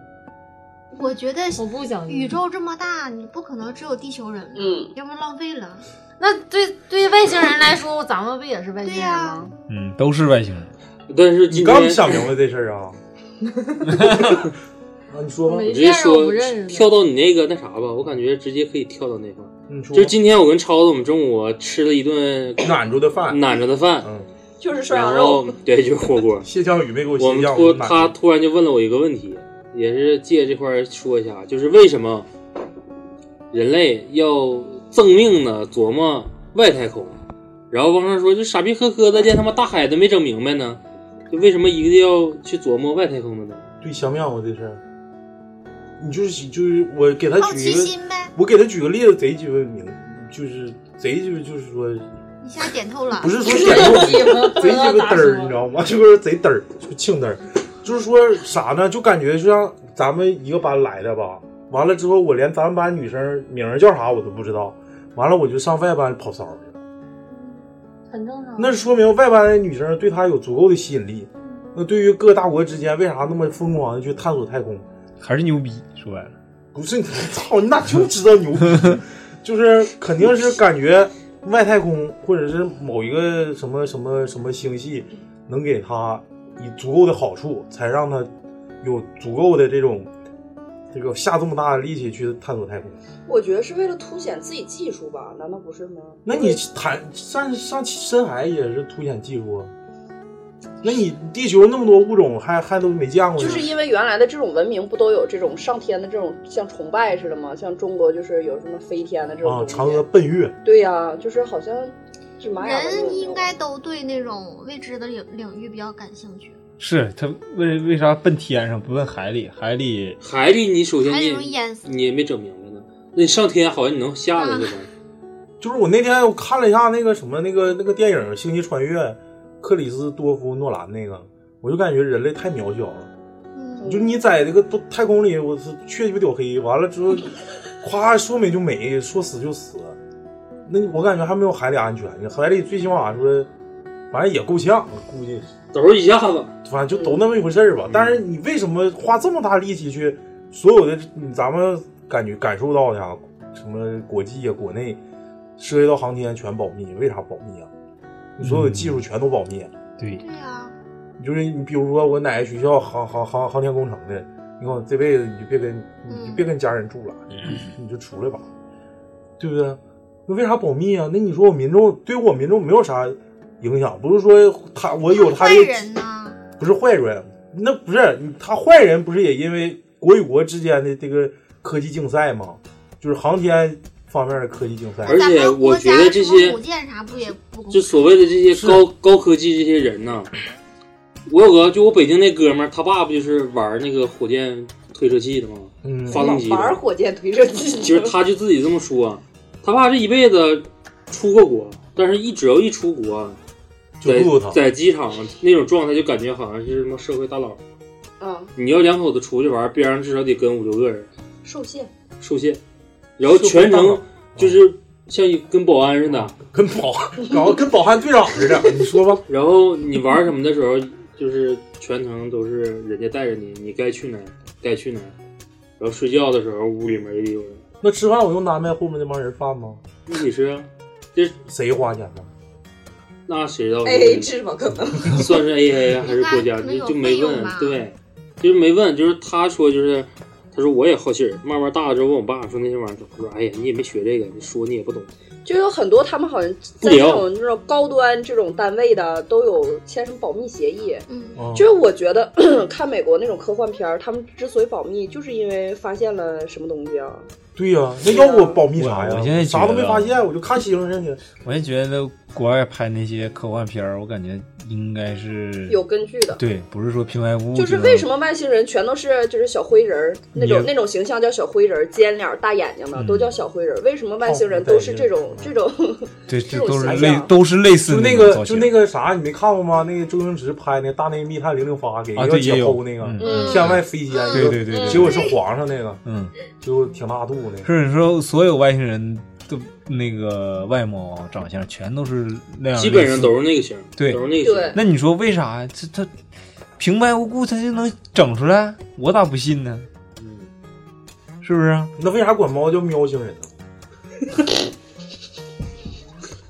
Speaker 9: 我觉得我不
Speaker 12: 嗯
Speaker 9: 想宇宙这么大，你不可能只有地球人，嗯，要不然浪费了。
Speaker 14: 那对对外星人来说，咱们不也是外星人吗？
Speaker 2: 嗯，都是外星人。
Speaker 3: 但是
Speaker 1: 你刚想明白这事儿 啊？啊，你说吧。
Speaker 3: 我直接说跳到你那个那啥吧，我感觉直接可以跳到那块儿。就是今天我跟超子，我们中午吃了一顿
Speaker 1: 懒着的饭，
Speaker 3: 懒着的饭，
Speaker 1: 嗯
Speaker 12: 就是涮羊
Speaker 3: 然
Speaker 12: 肉
Speaker 3: 后，对，就是 火锅。
Speaker 1: 谢江宇没给我
Speaker 3: 我
Speaker 1: 写
Speaker 3: 们
Speaker 1: 酱，
Speaker 3: 突
Speaker 1: 懒
Speaker 3: 他突然就问了我一个问题，也是借这块儿说一下，就是为什么人类要赠命呢？琢磨外太空，然后网上说就傻逼呵呵的，连他妈大海都没整明白呢，就为什么一定要去琢磨外太空的呢？
Speaker 1: 对，想不想我这事儿？你就是就是我给他
Speaker 9: 好
Speaker 1: 举
Speaker 9: 奇
Speaker 1: 一个
Speaker 9: 心呗，
Speaker 1: 我给他举个例子，贼鸡巴明，就是贼鸡巴就是说，
Speaker 9: 你现在点透了，
Speaker 1: 不是说显露贼鸡巴嘚儿，你知道吗？ 就是贼嘚儿，就庆嘚儿，就是说啥呢？就感觉就像咱们一个班来的吧，完了之后我连咱们班女生名儿叫啥我都不知道，完了我就上外班跑骚去了，
Speaker 14: 很正常。
Speaker 1: 那说明外班的女生对他有足够的吸引力。那对于各大国之间，为啥那么疯狂的去探索太空？
Speaker 2: 还是牛逼，说白了。
Speaker 1: 不是你操，你咋就知道牛 逼？就是肯定是感觉外太空或者是某一个什么什么什么星系，能给他以足够的好处，才让他有足够的这种这个下这么大的力气去探索太空。
Speaker 12: 我觉得是为了凸显自己技术吧？难道不是吗？
Speaker 1: 那你谈上上深海也是凸显技术啊？那你地球那么多物种还还都没见过呢，
Speaker 12: 就是因为原来的这种文明不都有这种上天的这种像崇拜似的吗？像中国就是有什么飞天的这
Speaker 1: 啊，
Speaker 12: 种
Speaker 3: 哦
Speaker 1: 嫦
Speaker 12: 东西。
Speaker 1: 娥奔月。
Speaker 12: 对呀、就是好像是玛雅文
Speaker 9: 人
Speaker 12: 明
Speaker 9: 应该都对那种未知的领领域比较感兴趣，
Speaker 2: 是他为为啥奔天上不奔海里？海里
Speaker 3: 海里你首先
Speaker 9: 还
Speaker 3: 你
Speaker 9: 容易淹死。
Speaker 3: 你也没整明白呢，那你上天好像你能下来似的。
Speaker 1: 就是我那天我看了一下那个什么那个那个电影《星际穿越》，克里斯多夫诺兰那个，我就感觉人类太渺小了。就你在这个都太空里，我是缺鸡巴屌黑，完了之后，夸说美就美，说死就死。那我感觉还没有海里安全呢，海里最起码说，反正也够呛，我估计
Speaker 3: 都是一下子，
Speaker 1: 反正就都那么一回事儿吧。但是你为什么花这么大力气去所有的咱们感觉感受到的啊，什么国际啊、国内，涉及到航天全保密，为啥保密啊？你所有的技术全都保密。
Speaker 2: 对。
Speaker 9: 对啊。
Speaker 1: 就是你比如说我哪个学校航航航航天工程的，你看我这辈子你就别跟你就别跟家人住了，你就出来吧，对不对？那为啥保密啊？那你说我民众对我民众没有啥影响，不是说他我有他
Speaker 9: 坏
Speaker 1: 的
Speaker 9: 人呢？
Speaker 1: 不是坏人，那不是你他坏人，不是也因为国与国之间的这个科技竞赛吗？就是航天方面的科技竞赛，
Speaker 3: 而且我觉得这些
Speaker 9: 古建啥不也不公
Speaker 3: 就所谓的这些高高科技这些人呐，我有个就我北京那哥们儿，他爸不就是玩那个火箭推射器的吗？
Speaker 1: 嗯
Speaker 3: 发动机的
Speaker 7: 玩火箭推射器，
Speaker 3: 其实他就自己这么说，他爸这一辈子出过国，但是一只要一出国，
Speaker 1: 就
Speaker 3: 在
Speaker 1: 不如他
Speaker 3: 在机场那种状态，就感觉好像是什么社会大佬。
Speaker 7: 嗯，
Speaker 3: 你要两口子出去玩，边上至少得跟五六个人
Speaker 7: 受限，
Speaker 3: 受限，然后
Speaker 1: 社
Speaker 3: 全
Speaker 1: 会大
Speaker 3: 程
Speaker 1: 佬嗯
Speaker 3: 就是像跟保安似的，
Speaker 1: 跟 保然后跟保安队长似的。你说吧，
Speaker 3: 然后你玩什么的时候， 就是全程都是人家带着你，你该去哪儿该去哪儿，然后睡觉的时候屋里面也得有人
Speaker 1: 那吃饭我用安排后面那帮人饭吗？
Speaker 3: 一起吃啊，这
Speaker 1: 谁花钱呢？
Speaker 3: 那谁知道
Speaker 7: A A 制吧，可能。
Speaker 3: 算是 A A 啊还是国家，
Speaker 7: 应该
Speaker 3: 就就
Speaker 7: 可能有费
Speaker 3: 没
Speaker 7: 用
Speaker 3: 问
Speaker 7: 吧，
Speaker 3: 对，就是没问，就是他说就是，他说我也好奇儿，慢慢大了之后问我爸说那些玩意儿，他说哎呀你也没学这个，你说你也不懂，
Speaker 7: 就有很多他们好像在这种这种高端这种单位的都有签什么保密协议。
Speaker 9: 嗯
Speaker 2: 嗯
Speaker 1: 啊
Speaker 3: 哦
Speaker 7: 就是我觉得 看美国那种科幻片儿，他们之所以保密，就是因为发现了什么东西啊。
Speaker 1: 对呀、那要我保密啥呀？
Speaker 2: 我我现在
Speaker 1: 啥都没
Speaker 2: 觉得啊
Speaker 1: 发现，我就看星星去了。
Speaker 2: 我也觉得国外拍那些科幻片儿，我感觉应该是
Speaker 7: 有根据的
Speaker 2: 对，不是说平白无故
Speaker 7: 就是
Speaker 2: 能
Speaker 7: 为什么外星人全都是就是小灰人儿那种
Speaker 2: 你
Speaker 7: 那种形象叫小灰人儿，尖脸儿大眼睛的、
Speaker 2: 嗯哦
Speaker 7: 都叫小灰人儿，为什么外星人都是这种、这种？
Speaker 2: 对，这
Speaker 7: 种
Speaker 2: 都是
Speaker 7: 想
Speaker 2: 类
Speaker 7: 象
Speaker 2: 都是类似
Speaker 1: 就那
Speaker 2: 种
Speaker 1: 个
Speaker 2: 造
Speaker 1: 就
Speaker 2: 型
Speaker 1: 那个啥，你没看过吗？那个周星驰拍那《大内密探零零发》，给一
Speaker 2: 啊
Speaker 1: 个
Speaker 2: 对也
Speaker 1: 解
Speaker 2: 有
Speaker 1: 剖那个嗯
Speaker 2: 嗯嗯
Speaker 1: 向外飞仙，
Speaker 2: 对对对对
Speaker 1: 结果是皇上那个，
Speaker 2: 嗯，
Speaker 1: 就挺大肚那个。
Speaker 2: 是说所有外星人都那个外貌长相全都是那
Speaker 1: 啊
Speaker 2: 样类似，
Speaker 3: 基本上都是那个型儿
Speaker 2: 对，
Speaker 3: 都是那个型儿对
Speaker 2: 那你说为啥呀这他平白无故他就能整出来？我咋不信呢？
Speaker 3: 嗯
Speaker 2: 是不是啊？
Speaker 1: 那为啥管猫叫喵星人呢？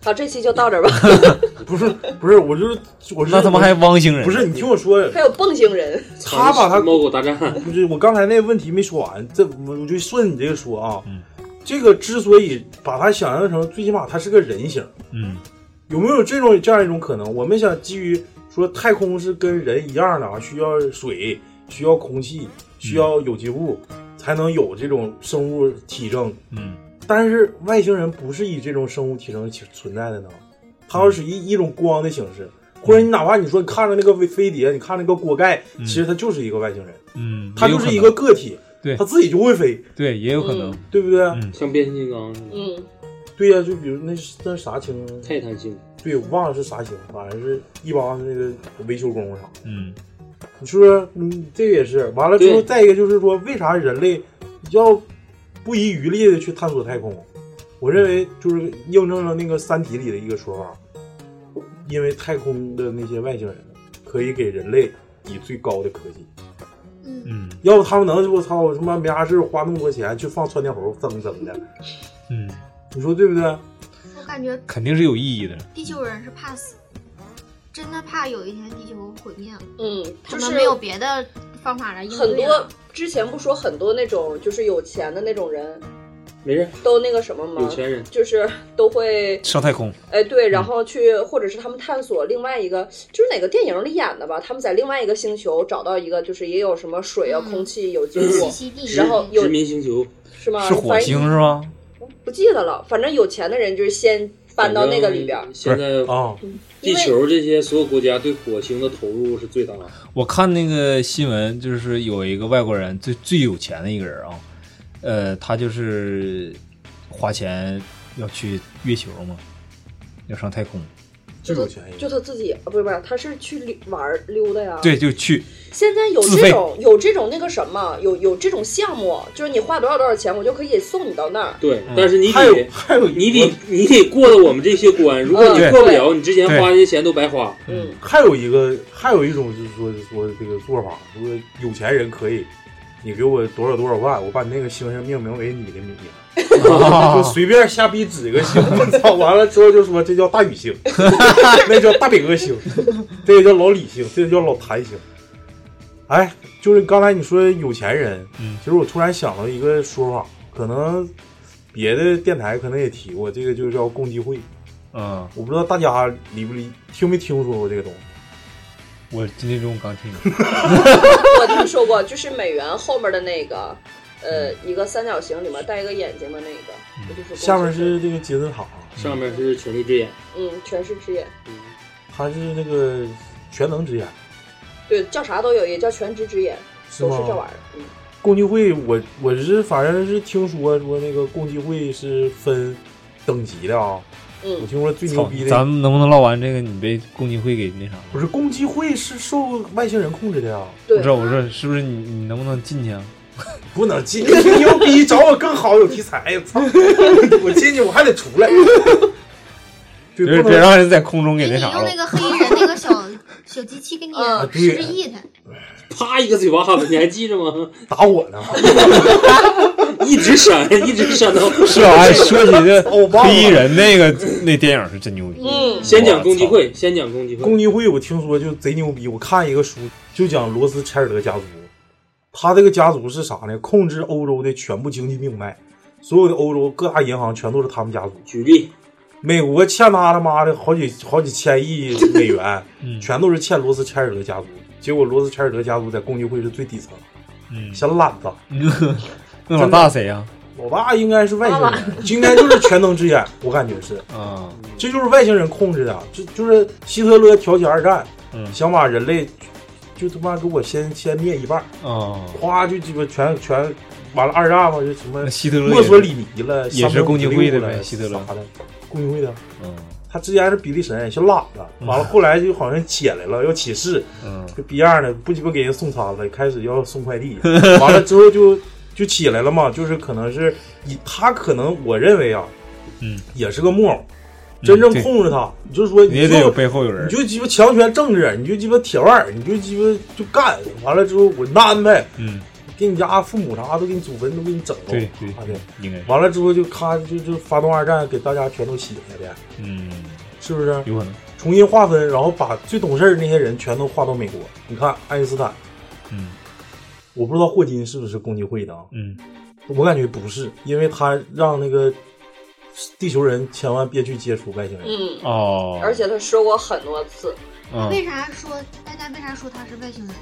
Speaker 7: 好，这期就到这儿吧。
Speaker 1: 不是不是，我就是我是
Speaker 2: 那他妈还汪星人
Speaker 1: 不是你听我说，
Speaker 7: 还有蹦星人，
Speaker 1: 他把他
Speaker 3: 猫狗大战，
Speaker 1: 不是我刚才那个问题没说完，这我我就顺你这个说啊，这个之所以把他想象成最起码他是个人形，
Speaker 2: 嗯，
Speaker 1: 有没有这种这样一种可能？我们想基于说太空是跟人一样的啊，需要水，需要空气，需要有机物，才能有这种生物体征。
Speaker 2: 嗯，
Speaker 1: 但是外星人不是以这种生物体征起存在的呢，它要是
Speaker 2: 嗯
Speaker 1: 以一种光的形式，或者你哪怕你说你看着那个飞飞碟，你看那个锅盖，
Speaker 2: 嗯
Speaker 1: 其实它就是一个外星人，
Speaker 2: 嗯，
Speaker 1: 它
Speaker 2: 也
Speaker 1: 就
Speaker 2: 有
Speaker 1: 是
Speaker 2: 可
Speaker 1: 一
Speaker 2: 能
Speaker 1: 个个体，
Speaker 2: 对嗯
Speaker 1: 它自己就会飞，
Speaker 2: 对，也有可能。
Speaker 1: 对不对？
Speaker 3: 像变形金刚似的，
Speaker 7: 嗯，
Speaker 1: 对呀、就比如那是那啥星，
Speaker 3: 泰坦星，
Speaker 1: 对我忘了是啥星，反正是一帮那个维修工啥的。
Speaker 2: 嗯，
Speaker 1: 你说，嗯，这个也是。完了之后，
Speaker 3: 对
Speaker 1: 再一个就是说，为啥人类要不遗余力的去探索太空？我认为就是印证了那个《三体》里的一个说法，因为太空的那些外星人可以给人类以最高的科技。
Speaker 2: 嗯，
Speaker 1: 要不他们能我操，我他妈没啥事花那么多钱去放窜天猴增增的，
Speaker 2: 嗯，
Speaker 1: 你说对不
Speaker 3: 啊
Speaker 1: 对？
Speaker 9: 我感觉
Speaker 2: 肯定是有意义的。
Speaker 9: 地球人是怕死，真的怕有一天地球毁灭了。
Speaker 7: 嗯，
Speaker 9: 他
Speaker 7: 就是
Speaker 9: 们没有别的方法来应对啊
Speaker 7: 很多
Speaker 9: 了
Speaker 7: 之前不说很多那种就是有钱的那种人
Speaker 3: 没事，
Speaker 7: 都那个什么吗？
Speaker 3: 有钱人
Speaker 7: 就是都会
Speaker 2: 上太空，
Speaker 7: 哎，对，然后去或者是他们探索另外一个，就是哪个电影里演的吧？他们在另外一个星球找到一个，就是也有什么水
Speaker 9: 嗯
Speaker 7: 啊、空气、有机物，然后有
Speaker 3: 殖民星球，
Speaker 7: 是
Speaker 1: 啊
Speaker 7: 吗？
Speaker 2: 是火
Speaker 7: 反正
Speaker 2: 星是吗？
Speaker 7: 不记得了，反正有钱的人就是先搬到那个里边儿。
Speaker 3: 现在
Speaker 1: 啊，
Speaker 3: 地球这些所有国家对火星的投入是最大的。
Speaker 2: 我看那个新闻，就是有一个外国人最最有钱的一个人啊，呃，他就是花钱要去月球嘛，要上太空，
Speaker 1: 啊最有钱
Speaker 7: 就他自己，啊不是不是，他是去溜玩儿溜达呀。
Speaker 2: 对，就去，
Speaker 7: 现在有
Speaker 2: 自
Speaker 7: 这
Speaker 2: 费
Speaker 7: 种有这种那个什么，有有这种项目，就是你花多少多少钱，我就可以送你到那儿。
Speaker 3: 对，
Speaker 1: 嗯
Speaker 3: 但是你
Speaker 1: 还有
Speaker 3: 得
Speaker 1: 还有
Speaker 3: 你得你得过了我们这些关，如果你
Speaker 1: 对
Speaker 3: 过不了，你之前
Speaker 1: 对
Speaker 3: 花那些钱都白花。
Speaker 7: 嗯，
Speaker 1: 还有一个，还有一种就是说说这个做法，说有钱人可以，你给我多少多少万，我把你那个星星命名为你的名，就随便瞎逼指个星，我操！完了之后就说这叫大宇星， 那叫大饼哥星，这个叫老李星，这个叫老谭星，哎，就是刚才你说有钱人，
Speaker 2: 嗯
Speaker 1: 其实我突然想到一个说法，可能别的电台可能也提过，这个就叫共济会。
Speaker 2: 嗯，
Speaker 1: 我不知道大家理不理听没听说过这个东西。
Speaker 2: 我今天中午刚听。
Speaker 12: 我听说过，就是美元后面的那个，
Speaker 2: 嗯
Speaker 12: 呃，一个三角形里面带一个眼睛的那个，不就是
Speaker 1: 下面是这个金字塔，啊
Speaker 3: 上面是权力之眼，
Speaker 12: 嗯，全是之眼，
Speaker 1: 它是那个全能之眼，
Speaker 12: 对，叫啥都有，也叫全知之眼，
Speaker 1: 是
Speaker 12: 都
Speaker 1: 吗
Speaker 12: 是这玩意儿。嗯，
Speaker 1: 共济会我我是反正是听说说那个共济会是分等级的啊。
Speaker 12: 嗯
Speaker 1: 我听说最牛逼的，
Speaker 2: 咱们能不能唠完这个？你被共济会给那啥了？
Speaker 1: 不是共济会是受外星人控制的呀、
Speaker 2: 不知道，我说是不是你你能不能进去啊？
Speaker 1: 不能进，牛逼，找我更好有题材。操， 我进去我还得出来，
Speaker 2: 别
Speaker 1: 不能
Speaker 2: 别让人在空中给那
Speaker 9: 你
Speaker 2: 啥
Speaker 9: 用
Speaker 2: 了
Speaker 9: 那。个黑衣人那个小小机器
Speaker 7: 嗯
Speaker 9: 给你
Speaker 3: 啊
Speaker 1: 对
Speaker 9: 示意他，
Speaker 3: 啪一个嘴巴子，你还记着吗？
Speaker 1: 打我呢！
Speaker 3: 一直闪，一直 闪到。
Speaker 2: 是啊，哎说起这
Speaker 1: 我忘了
Speaker 2: 黑衣人那个那电影是真牛逼。
Speaker 3: 嗯，先讲共济会，先讲共济会。
Speaker 1: 共济会我听说就贼牛逼，我看一个书就讲罗斯柴尔德家族，他这个家族是啥呢？控制欧洲的全部经济命脉，所有的欧洲各大银行全都是他们家族。
Speaker 3: 举例，
Speaker 1: 美国欠他他妈的好几好几千亿美元，
Speaker 2: 嗯
Speaker 1: 全都是欠罗斯柴尔德家族。结果罗斯柴尔德家族在共济会是最底层，
Speaker 2: 嗯，
Speaker 1: 小懒子。
Speaker 2: 那老大谁啊呀？
Speaker 1: 老大应该是外星人，应该就是全能之眼，我感觉是
Speaker 2: 啊，
Speaker 1: 这就是外星人控制的，这就是希特勒挑起二战，
Speaker 2: 嗯
Speaker 1: 想把人类就他妈给我先先灭一半儿，
Speaker 2: 啊，
Speaker 1: 夸就鸡巴全全完了二战嘛，就什么
Speaker 2: 希特勒也
Speaker 1: 墨索里尼了，
Speaker 2: 也
Speaker 1: 山
Speaker 2: 是
Speaker 1: 本
Speaker 2: 共济
Speaker 1: 五
Speaker 2: 会的
Speaker 1: 六了
Speaker 2: 呗，希特勒
Speaker 1: 啥的，共济会的，
Speaker 2: 嗯，
Speaker 1: 他之前是比利神，小喇子，
Speaker 2: 嗯
Speaker 1: 完了后来就好像起来了，要起事，
Speaker 2: 嗯，
Speaker 1: 就逼样的，不鸡巴给人送餐了，开始要送快递，完了之后就就起来了嘛，就是可能是以他可能我认为啊，
Speaker 2: 嗯，
Speaker 1: 也是个木偶，真正控制他，你就说你
Speaker 2: 也
Speaker 1: 就
Speaker 2: 得有背后有人
Speaker 1: 你。就鸡巴强权政治，你就鸡巴铁腕儿，你就鸡巴就干，完了之后滚蛋呗，
Speaker 2: 嗯，
Speaker 1: 给你家父母啥都给你祖坟都给你整了，
Speaker 2: 对对
Speaker 1: 妈的，
Speaker 2: 应该是
Speaker 1: 完了之后就咔就就发动二战，给大家全都洗了呗，
Speaker 2: 嗯，
Speaker 1: 是不是？
Speaker 2: 有可能。
Speaker 1: 重新划分，然后把最懂事儿的那些人全都划到美国。你看爱因斯坦，
Speaker 2: 嗯，
Speaker 1: 我不知道霍金是不是共济会的啊？
Speaker 2: 嗯，
Speaker 1: 我感觉不是，因为他让那个地球人千万别去接触外星人。
Speaker 12: 嗯
Speaker 2: 哦
Speaker 12: 而且他说过很多次，
Speaker 2: 嗯
Speaker 9: 为啥说大家为啥说他是外星人呢？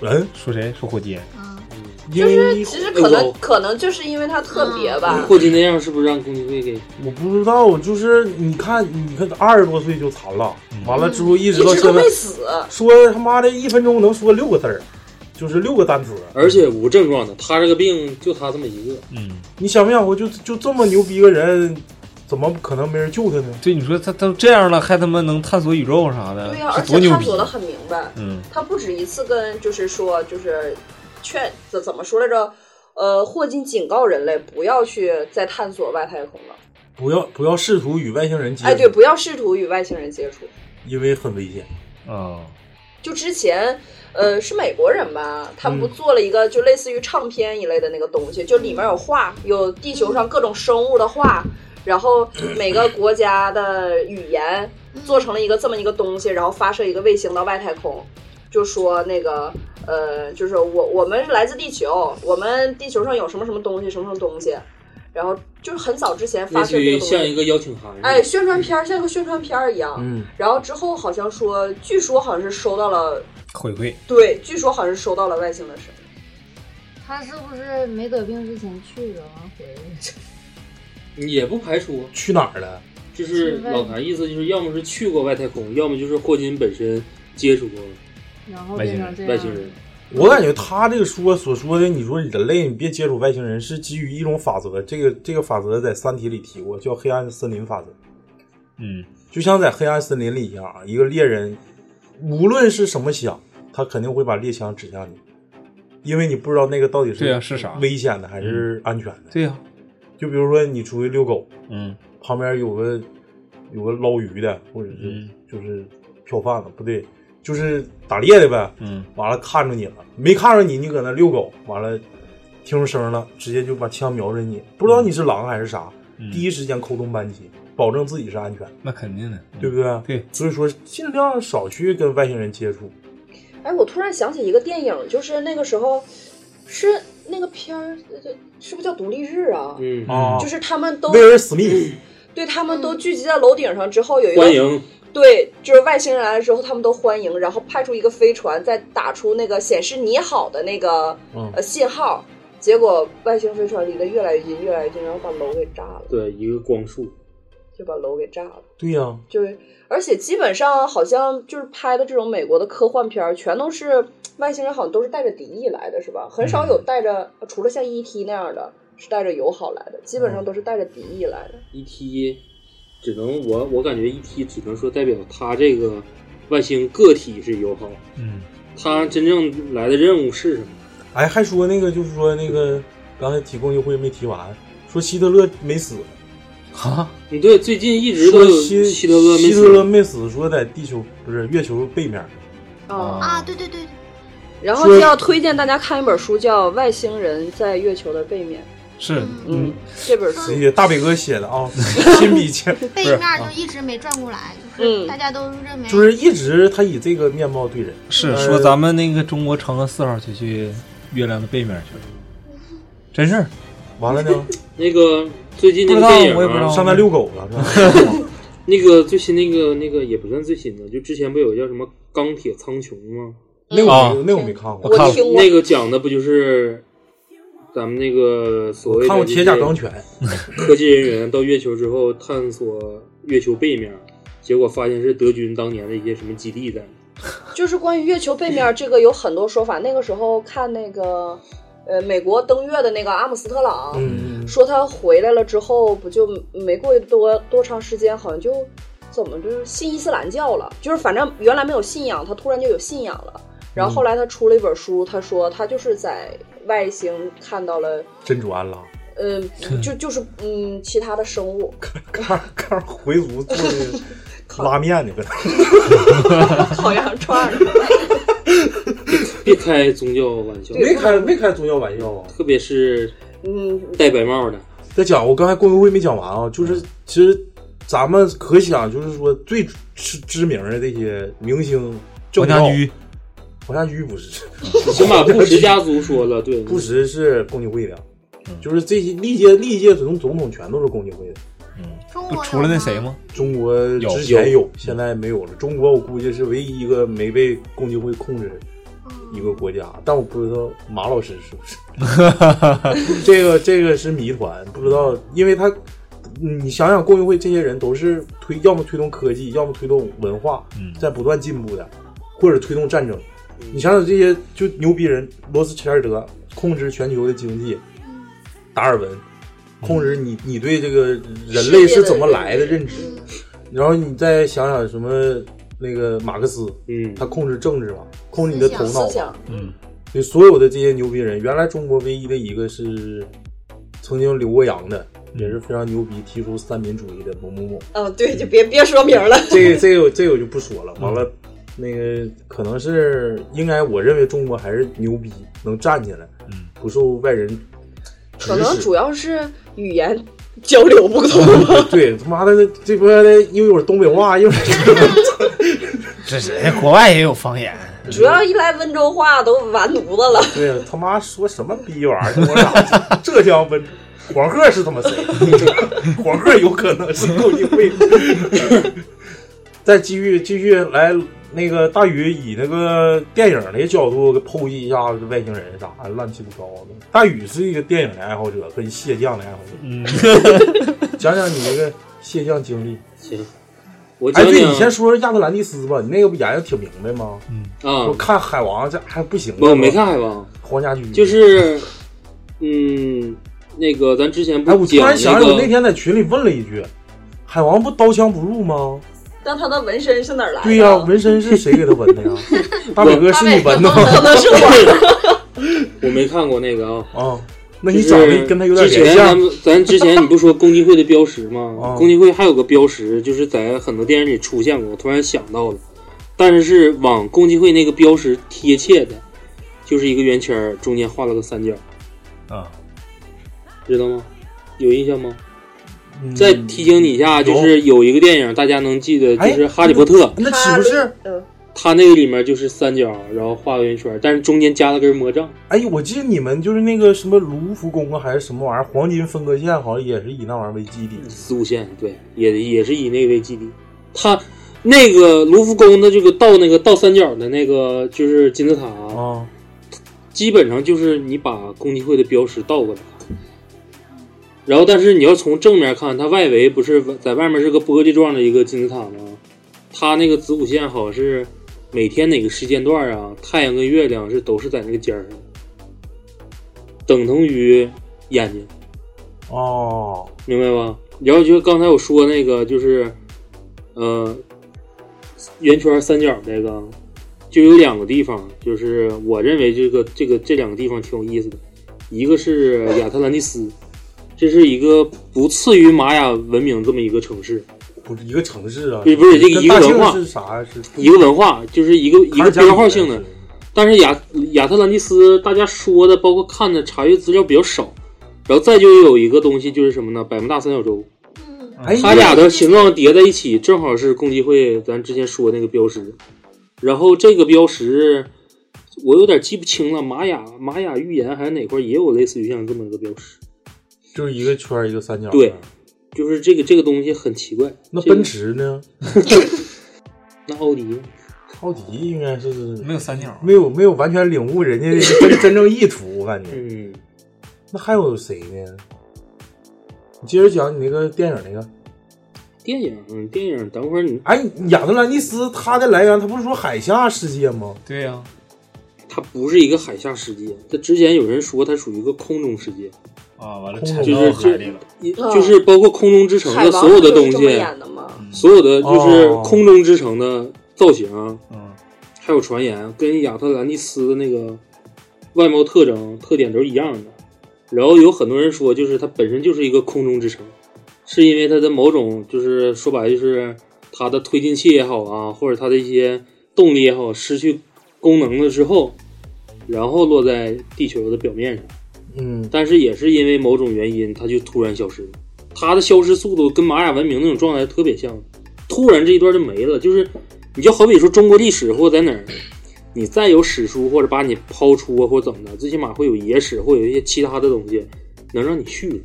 Speaker 1: 人
Speaker 2: 说谁？说霍金。
Speaker 9: 啊，
Speaker 12: 嗯就是其实可
Speaker 3: 哎
Speaker 12: 能
Speaker 3: 呦
Speaker 12: 可能就是因为他特别
Speaker 7: 啊
Speaker 2: 嗯
Speaker 12: 吧，
Speaker 3: 嗯霍金那样是不是让共济会给？
Speaker 1: 我不知道，就是你看，你看二十多岁就残了，完了之后一直到
Speaker 12: 嗯一直
Speaker 1: 现
Speaker 12: 都
Speaker 1: 在
Speaker 12: 没，死，
Speaker 1: 说他妈的一分钟能说六个字儿，就是六个单词。
Speaker 3: 而且无症状的，他这个病就他这么一个。
Speaker 2: 嗯，
Speaker 1: 你想没想过，就就这么牛逼个人，怎么可能没人救他呢？
Speaker 2: 对，你说他都这样了，还他妈能探索宇宙啥的，
Speaker 12: 对呀、
Speaker 2: 是
Speaker 12: 而
Speaker 2: 多
Speaker 12: 且
Speaker 2: 牛
Speaker 12: 探
Speaker 2: 逼
Speaker 12: 索！
Speaker 3: 啊
Speaker 12: 的很明白。
Speaker 2: 嗯，
Speaker 12: 他不止一次跟就是说就是劝怎怎么说来着？呃，霍金警告人类不要去再探索外太空了。
Speaker 1: 不要不要试图与外星人接触，
Speaker 12: 哎，对，不要试图与外星人接触。
Speaker 1: 因为很危险。
Speaker 2: 啊，
Speaker 12: 就之前，呃，是美国人吧？他们不
Speaker 1: 嗯
Speaker 12: 做了一个就类似于唱片一类的那个东西，就里面有画，有地球上各种生物的画，然后每个国家的语言做成了一个这么一个东西，然后发射一个卫星到外太空。就说那个，呃，就是我我们是来自地球，我们地球上有什么什么东西，什么什么东西，然后就是很早之前发
Speaker 3: 类
Speaker 12: 射
Speaker 3: 似
Speaker 12: 这
Speaker 3: 于
Speaker 12: 个东西，
Speaker 3: 像一个邀嗯请函。
Speaker 12: 哎，宣传片儿像个宣传片儿一样。
Speaker 3: 嗯
Speaker 12: 然后之后好像说，据说好像是收到了，
Speaker 2: 回馈
Speaker 12: 对，据说好像是收到了外星的声音。
Speaker 14: 他是不是没得病之前去的，完回来？
Speaker 3: 也不排除
Speaker 1: 去哪儿了？
Speaker 3: 就是老谭意思就是，要么是去过外太空，要么就是霍金本身接触过
Speaker 14: 然后变成这样。
Speaker 3: 外星人。
Speaker 1: 我感觉他这个说所说的，你说人类你别接触外星人，是基于一种法则。这个这个法则在《三体》里提过，叫黑暗森林法则。
Speaker 2: 嗯，
Speaker 1: 就像在黑暗森林里一样，啊一个猎人无论是什么想，他肯定会把猎枪指向你，因为你不知道那个到底
Speaker 2: 对
Speaker 1: 是
Speaker 2: 啊是啥
Speaker 1: 危险的还是安全的。
Speaker 2: 对呀、啊
Speaker 1: 就比如说你出去遛狗，
Speaker 2: 嗯，
Speaker 1: 旁边有个有个捞鱼的，或者是
Speaker 2: 嗯
Speaker 1: 就是票贩子，不对，就是打猎的呗。
Speaker 2: 嗯，
Speaker 1: 完了看着你了，没看着你，你搁那遛狗，完了听出声了，直接就把枪瞄准你，不知道你是狼还是啥，
Speaker 2: 嗯
Speaker 1: 第一时间扣动扳机，保证自己是安全，
Speaker 2: 那肯定的。嗯
Speaker 1: 对不对？
Speaker 2: 对，
Speaker 1: 所以说尽量少去跟外星人接触。
Speaker 12: 哎，我突然想起一个电影，就是那个时候是那个片儿，呃是不是叫《独立日》啊？
Speaker 3: 嗯
Speaker 1: 啊
Speaker 2: 哦
Speaker 12: 就是他们都
Speaker 1: 威尔史密
Speaker 12: 对他们都聚集在楼顶上之后，有一个
Speaker 3: 欢迎
Speaker 12: 对，就是外星人来了之后，他们都欢迎，然后派出一个飞船，再打出那个显示你好的那个、
Speaker 3: 嗯
Speaker 12: 呃信号，结果外星飞船离得越来越近，越来越近，然后把楼给炸了，
Speaker 3: 对，一个光束，
Speaker 12: 就把楼给炸了。
Speaker 1: 对呀、
Speaker 12: 就是，而且基本上好像就是拍的这种美国的科幻片儿，全都是外星人，好像都是带着敌意来的，是吧？很少有带着，除了像 E.T. 那样的，是带着友好来的，基本上都是带着敌意来的。
Speaker 3: E.T. ，E 只能我我感觉 E.T. 只能说代表他这个外星个体是友好，
Speaker 2: 嗯，
Speaker 3: 他真正来的任务是什么？
Speaker 1: 哎，还说那个就是说那个刚才提共济会没提完，说希特勒没死，
Speaker 2: 哈，
Speaker 3: 你嗯对最近一直
Speaker 1: 说
Speaker 3: 都
Speaker 1: 希
Speaker 3: 希特勒没
Speaker 1: 希
Speaker 3: 死
Speaker 1: 特勒没死，说在地球不是月球背面，
Speaker 12: 啊
Speaker 9: 啊，对对对，
Speaker 12: 然后
Speaker 1: 说
Speaker 12: 就要推荐大家看一本书，叫《外星人在月球的背面》。
Speaker 2: 是
Speaker 12: 嗯，这本书，
Speaker 1: 谁大北哥写的啊，亲笔签，不
Speaker 9: 背
Speaker 1: 是啊嗯
Speaker 9: 面就一直没转过来，就是
Speaker 12: 嗯
Speaker 9: 大家都认为
Speaker 1: 就是一直他以这个面貌对人，
Speaker 2: 是
Speaker 1: 呃
Speaker 2: 说咱们那个中国嫦娥四号就去月亮的背面去了，真事儿。
Speaker 1: 完了呢，
Speaker 3: 那个最近那
Speaker 2: 不
Speaker 3: 个
Speaker 2: 知道
Speaker 3: 电影、啊，
Speaker 2: 我也不知道
Speaker 1: 上那遛狗了是吧？
Speaker 3: 那个最新那个那个也不算最新的，就之前不有叫什么《钢铁苍穹》吗？
Speaker 1: 那我
Speaker 2: 啊
Speaker 1: 没那我没看过，
Speaker 2: 我看了
Speaker 3: 那个讲的不就是咱们那个所谓的
Speaker 1: 看过
Speaker 3: 这些
Speaker 1: 铁甲钢拳
Speaker 3: 科技人员到月球之后探索月球背面，结果发现是德军当年的一些什么基地在。
Speaker 12: 就是关于月球背面这个有很多说法。那个时候看那个，呃，美国登月的那个阿姆斯特朗，
Speaker 1: 嗯
Speaker 12: 说他回来了之后，不就没过多多长时间，好像就怎么就是信伊斯兰教了，就是反正原来没有信仰，他突然就有信仰了。然后后来他出了一本书，他说他就是在外星看到了，
Speaker 1: 真主安拉，
Speaker 12: 嗯、就就是嗯其他的生物，
Speaker 1: 看看回族做的拉面呢，搁那
Speaker 12: 烤羊串儿。
Speaker 3: 别开宗教玩笑，
Speaker 1: 没开没开宗教玩笑啊。
Speaker 3: 特别是
Speaker 12: 嗯
Speaker 3: 戴白帽的，
Speaker 1: 再讲，我刚才共济会没讲完啊，就是其实咱们可想就是说最知知名的这些明星，
Speaker 2: 黄
Speaker 1: 郑
Speaker 2: 家
Speaker 1: 照
Speaker 2: 驹，
Speaker 1: 黄家驹不 是，
Speaker 3: 请把布什家族说了，对，
Speaker 1: 布什是共济会的，
Speaker 2: 嗯
Speaker 1: 就是这些历届历届总总统全都是共济会的。
Speaker 2: 不
Speaker 9: 啊
Speaker 2: 除了那谁吗？
Speaker 1: 中国之前有，现在没有了。中国我估计是唯一一个没被共济会控制的
Speaker 9: 嗯
Speaker 1: 一个国家，但我不知道马老师是不 是。这个这个是谜团，不知道，因为他，嗯你想想共济会这些人都是推，要么推动科技，要么推动文化，在不断进步的，或者推动战争。你想想这些就牛逼人，罗斯柴尔德控制全球的经济，达尔文控制你你对这个人类是怎么来的认知，
Speaker 9: 嗯
Speaker 1: 然后你再想想什么那个马克思，
Speaker 3: 嗯，
Speaker 1: 他控制政治嘛，控制你的头脑
Speaker 12: 思
Speaker 1: 嘛
Speaker 12: 想，
Speaker 2: 嗯，
Speaker 1: 你所有的这些牛逼人，原来中国唯一的一个是曾经留过洋的，也是非常牛逼，提出三民主义的某某某，
Speaker 12: 嗯、对，就别别说名了。
Speaker 1: 这个这个这个我就不说了。完了，那个可能是应该，我认为中国还是牛逼，能站起来，不受外人 指使。
Speaker 12: 可能主要是语言交流不通吧。
Speaker 1: 对他妈的这波的，一会儿东北话，一会儿
Speaker 2: 这是哎国外也有方言，
Speaker 12: 主要一来温州话都完犊子了。
Speaker 1: 对他妈说什么逼玩意儿，我操！浙江温黄鹤是他妈谁？ 黄鹤有可能是共济会。再继续继续来，那个大宇以那个电影的角度剖析一下这外星人啥的乱七八糟的。大宇是一个电影的爱好者，跟蟹将的爱好者。
Speaker 2: 嗯，
Speaker 1: 讲讲你那个蟹将经历。
Speaker 3: 行，我
Speaker 1: 哎，
Speaker 3: 讲
Speaker 1: 对
Speaker 3: 讲
Speaker 1: 你先说亚特兰蒂斯吧，你那个不研究挺明白吗？嗯
Speaker 3: 啊
Speaker 1: 我看海王这还不行呢，
Speaker 3: 我没看海王，
Speaker 1: 黄家驹
Speaker 3: 就是，嗯，那个咱之前
Speaker 1: 哎，我
Speaker 3: 不
Speaker 1: 突
Speaker 3: 讲
Speaker 1: 然想起
Speaker 3: 个
Speaker 1: 我那天在群里问了一句：“海王不刀枪不入吗
Speaker 12: 但他的纹身是哪儿来？”的？
Speaker 1: 对呀、纹身是谁给他纹的呀？哎大伟哥是你纹的吗？
Speaker 12: 可能是
Speaker 3: 我没看过那个啊。
Speaker 1: 啊，那你长得跟他有点
Speaker 3: 之前
Speaker 1: 联
Speaker 3: 咱们
Speaker 1: 像。哦
Speaker 3: 咱之前你不说共济会的标识 吗？共济会还有个标识，就是在很多电影里出现过，我突然想到了，但是是往共济会那个标识贴切的，就是一个圆圈儿，中间画了个三角，
Speaker 2: 啊，
Speaker 3: 知道吗？有印象吗？
Speaker 1: 嗯
Speaker 3: 再
Speaker 1: 哎
Speaker 3: 提醒你一下，就是有一个电影大家能记得，就是《哈利波特》
Speaker 1: 那岂不是
Speaker 3: 它那个里面就是三角，然后画个圆圈，但是中间加了根魔杖。
Speaker 1: 哎，我记得你们就是那个什么卢浮宫啊，还是什么玩意儿，黄金分割线好像也是以那玩意儿为基底。
Speaker 3: 丝无线对，也也是以那个为基底。它那个卢浮宫的这个倒那个倒三角的那个就是金字塔
Speaker 1: 哦
Speaker 3: 啊，基本上就是你把共济会的标识倒过来看。然后，但是你要从正面看，它外围不是在外面是个玻璃状的一个金字塔吗？它那个子午线好像是每天哪个时间段啊，太阳跟月亮是都是在那个尖儿上，等同于眼睛。
Speaker 1: 哦，
Speaker 3: 明白吧？然后就刚才我说那个，就是，呃，圆圈三角这个，就有两个地方，就是我认为这个这个这两个地方挺有意思的，一个是亚特兰蒂斯，这是一个不次于玛雅文明这么一个城市，
Speaker 1: 不是一个城市啊，
Speaker 3: 不是不是这
Speaker 1: 跟
Speaker 3: 一个
Speaker 1: 大庆
Speaker 3: 文化
Speaker 1: 是啥呀？是
Speaker 3: 一个文化，就是一个一
Speaker 1: 卡尔
Speaker 3: 个
Speaker 1: 加里
Speaker 3: 标号性的。但是亚亚特兰蒂斯大家说的，包括看的查阅资料比较少，然后再就有一个东西就是什么呢？百慕大三角洲，
Speaker 9: 嗯
Speaker 1: 哎
Speaker 3: 它俩的形状叠在一起，正好是共济会咱之前说那个标识。然后这个标识我有点记不清了，玛雅玛雅预言还是哪块儿也有类似于像这么一个标识。
Speaker 1: 就是一个圈儿一个三角。
Speaker 3: 对，就是这个这个东西很奇怪。
Speaker 1: 那
Speaker 3: 这个
Speaker 1: 奔驰呢？
Speaker 3: 那奥迪，
Speaker 1: 奥迪应该是没
Speaker 2: 有三角，
Speaker 1: 没有没有完全领悟人家 的真真正意图，我感觉。
Speaker 3: 嗯，
Speaker 1: 那还有谁呢？你接着讲你那个电影那个。
Speaker 3: 电影，嗯，电影，等会儿你
Speaker 1: 哎，亚特兰蒂斯它的来源，它不是说海下世界吗？
Speaker 2: 对呀、
Speaker 3: 它不是一个海下世界，它之前有人说它属于一个空中世界，
Speaker 2: 啊，完了
Speaker 3: 就
Speaker 2: 沉
Speaker 3: 是
Speaker 2: 到海
Speaker 3: 这
Speaker 2: 里了。
Speaker 3: 就是包括空中之城的所有的东西，所有的就是
Speaker 1: 哦
Speaker 3: 空中之城的造型，啊
Speaker 2: 嗯，
Speaker 3: 还有传言，跟亚特兰蒂斯的那个外貌特征特点都是一样的。然后有很多人说，就是它本身就是一个空中之城，是因为它的某种，就是说白了就是它的推进器也好啊，或者它的一些动力也好，失去功能了之后，然后落在地球的表面上。
Speaker 1: 嗯，
Speaker 3: 但是也是因为某种原因，它就突然消失了。它的消失速度跟玛雅文明那种状态特别像，突然这一段就没了。就是你就好比说中国历史或者在哪儿，你再有史书或者把你抛出啊或者怎么的，最起码会有野史或有一些其他的东西能让你续了，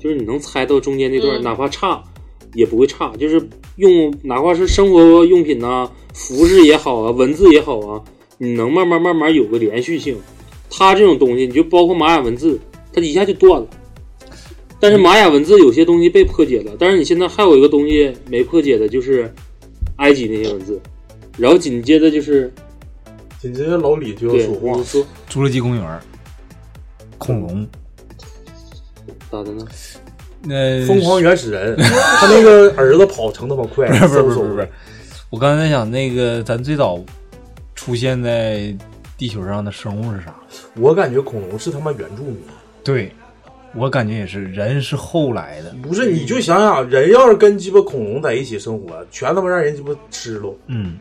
Speaker 3: 就是你能猜到中间那段，
Speaker 5: 嗯
Speaker 3: 哪怕差也不会差。就是用哪怕是生活用品呐、服饰也好啊，文字也好啊，你能慢慢慢慢有个连续性。它这种东西，你就包括玛雅文字，它一下就断了。但是玛雅文字有些东西被破解了，但是你现在还有一个东西没破解的，就是埃及那些文字，然后紧接着就是
Speaker 1: 紧接着老李就
Speaker 3: 对
Speaker 1: 要说话，
Speaker 3: 你说
Speaker 2: 侏罗纪公园，恐龙，
Speaker 3: 咋的呢？
Speaker 2: 那
Speaker 1: 疯狂原始人， 他那个儿子跑程他妈快，
Speaker 2: 不是不是
Speaker 1: 嗖
Speaker 2: 不
Speaker 1: 嗖
Speaker 2: 是不是，我刚才在想那个咱最早出现在地球上的生物是啥？
Speaker 1: 我感觉恐龙是他妈原住民，
Speaker 2: 对，我感觉也是，人是后来的。
Speaker 1: 不是你就想想，人要是跟鸡巴恐龙在一起生活，全他妈让人鸡巴吃喽。
Speaker 2: 嗯，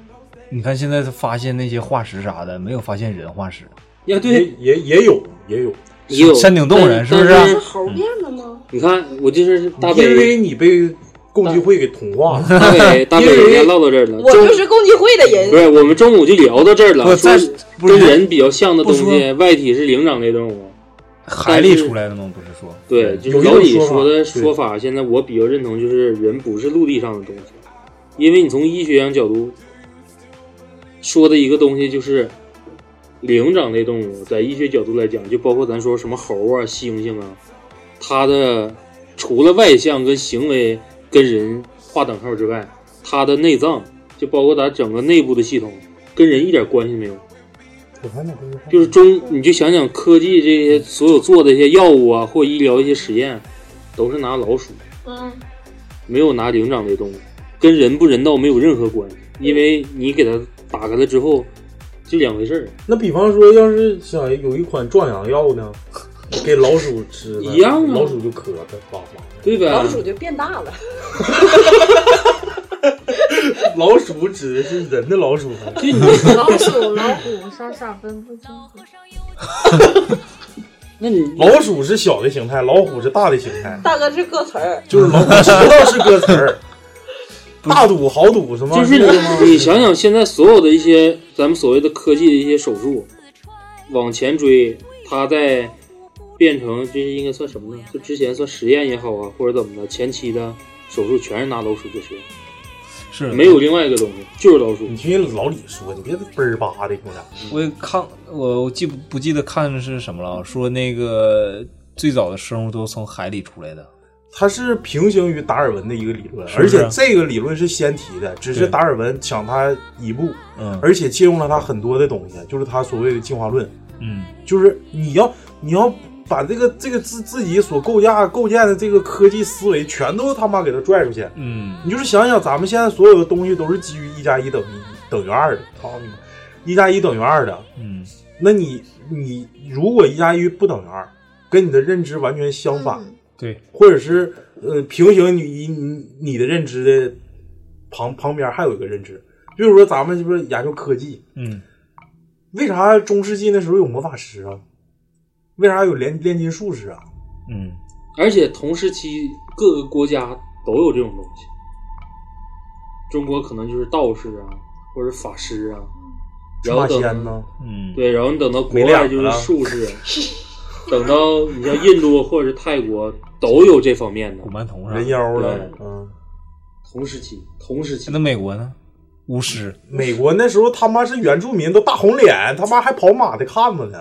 Speaker 2: 你看现在他发现那些化石啥的，没有发现人化石。
Speaker 3: 呀，对，
Speaker 1: 也也有也有
Speaker 2: 也有山顶洞人是不啊是
Speaker 3: 但
Speaker 12: 是猴变的吗？
Speaker 3: 你看我就是大北，
Speaker 1: 因为你被共济会给同化了。
Speaker 3: 大 北大北人家唠到这儿了，
Speaker 12: 我
Speaker 3: 中
Speaker 12: 就是共济会的人
Speaker 3: 不。是我们中午就聊到这儿
Speaker 2: 不
Speaker 3: 了，
Speaker 2: 是
Speaker 3: 说
Speaker 2: 但
Speaker 3: 是
Speaker 2: 不是
Speaker 3: 跟人比较像的东
Speaker 2: 不
Speaker 3: 西，
Speaker 2: 说
Speaker 3: 外体是灵长类动物，
Speaker 2: 海里出来的吗？不是说嗯
Speaker 3: 对，就
Speaker 2: 有
Speaker 3: 是
Speaker 2: 一
Speaker 3: 老李
Speaker 2: 种说法
Speaker 3: 说的
Speaker 2: 对
Speaker 3: 说法，现在我比较认同，就是人不是陆地上的东西，因为你从医学上角度说的一个东西就是灵长类动物，在医学角度来讲，就包括咱说什么猴啊、猩猩啊，它的除了外向跟行为跟人划等号之外，它的内脏就包括咱整个内部的系统，跟人一点关系没有。
Speaker 1: 我看那个
Speaker 3: 就是中，你就想想科技这些所有做的一些药物啊，或医疗一些实验，都是拿老鼠，
Speaker 12: 嗯，
Speaker 3: 没有拿灵长类动物，跟人不人道没有任何关系，因为你给它打开了之后，就两回事儿，
Speaker 1: 那比方说，要是想有一款壮阳药呢， 给老鼠吃呢
Speaker 3: 一样啊
Speaker 1: 老鼠就咳它，哇哇。
Speaker 3: 对呗？
Speaker 12: 老鼠就变大了，
Speaker 1: 老鼠指的是人的老鼠吗？
Speaker 14: 老鼠、老虎，傻傻分不清楚。
Speaker 3: 那你
Speaker 1: 老鼠是小的形态，老虎是大的形态，
Speaker 12: 大哥是个词儿，
Speaker 1: 就是老虎知道是歌词儿，大赌豪赌什么？
Speaker 3: 就是你，你想想现在所有的一些咱们所谓的科技的一些手术，往前追，它在变成这应该算什么呢？就之前算实验也好啊，或者怎么的，前期的手术全是拿老鼠做实验，
Speaker 2: 是
Speaker 3: 没有另外一个东西，就是老鼠。
Speaker 1: 你听老李说，你别倍儿巴的，我
Speaker 2: 我看我我记不不记得看是什么了？说那个最早的生物都从海里出来的，
Speaker 1: 它是平行于达尔文的一个理论，
Speaker 2: 是不
Speaker 1: 而
Speaker 2: 是
Speaker 1: 且这个理论是先提的，只是
Speaker 2: 对
Speaker 1: 达尔文抢他一步，
Speaker 2: 嗯
Speaker 1: 而且借用了他很多的东西，就是他所谓的进化论，
Speaker 2: 嗯，
Speaker 1: 就是你要你要把这个这个自自己所构架构建的这个科技思维全都他妈给它拽出去，
Speaker 2: 嗯，
Speaker 1: 你就是想想咱们现在所有的东西都是基于一加一等于等于二的，操你妈，一加一等于二的，
Speaker 2: 嗯，
Speaker 1: 那你你如果一加一不等于二，跟你的认知完全相
Speaker 9: 嗯
Speaker 1: 反，
Speaker 2: 对，
Speaker 1: 或者是呃平行你你你的认知的旁旁边还有一个认知，比如说咱们是不是研究科技，
Speaker 2: 嗯，
Speaker 1: 为啥中世纪那时候有魔法师啊？为啥有炼炼金术士啊？
Speaker 2: 嗯，
Speaker 3: 而且同时期各个国家都有这种东西，中国可能就是道士啊，或者法师啊，然后
Speaker 1: 芝
Speaker 3: 等
Speaker 1: 麻仙呢？
Speaker 2: 嗯，
Speaker 3: 对，然后你等到国
Speaker 1: 没啊
Speaker 3: 外
Speaker 1: 俩
Speaker 3: 就是
Speaker 1: 了
Speaker 3: 术士，等到你像印度或者是泰国都有这方 面的。古
Speaker 2: 曼童
Speaker 1: 人妖了
Speaker 3: 对，
Speaker 1: 嗯，
Speaker 3: 同时期，同时期。
Speaker 2: 那美国呢？巫师，
Speaker 1: 美国那时候他妈是原住民，都大红脸，他妈还跑马的看子呢。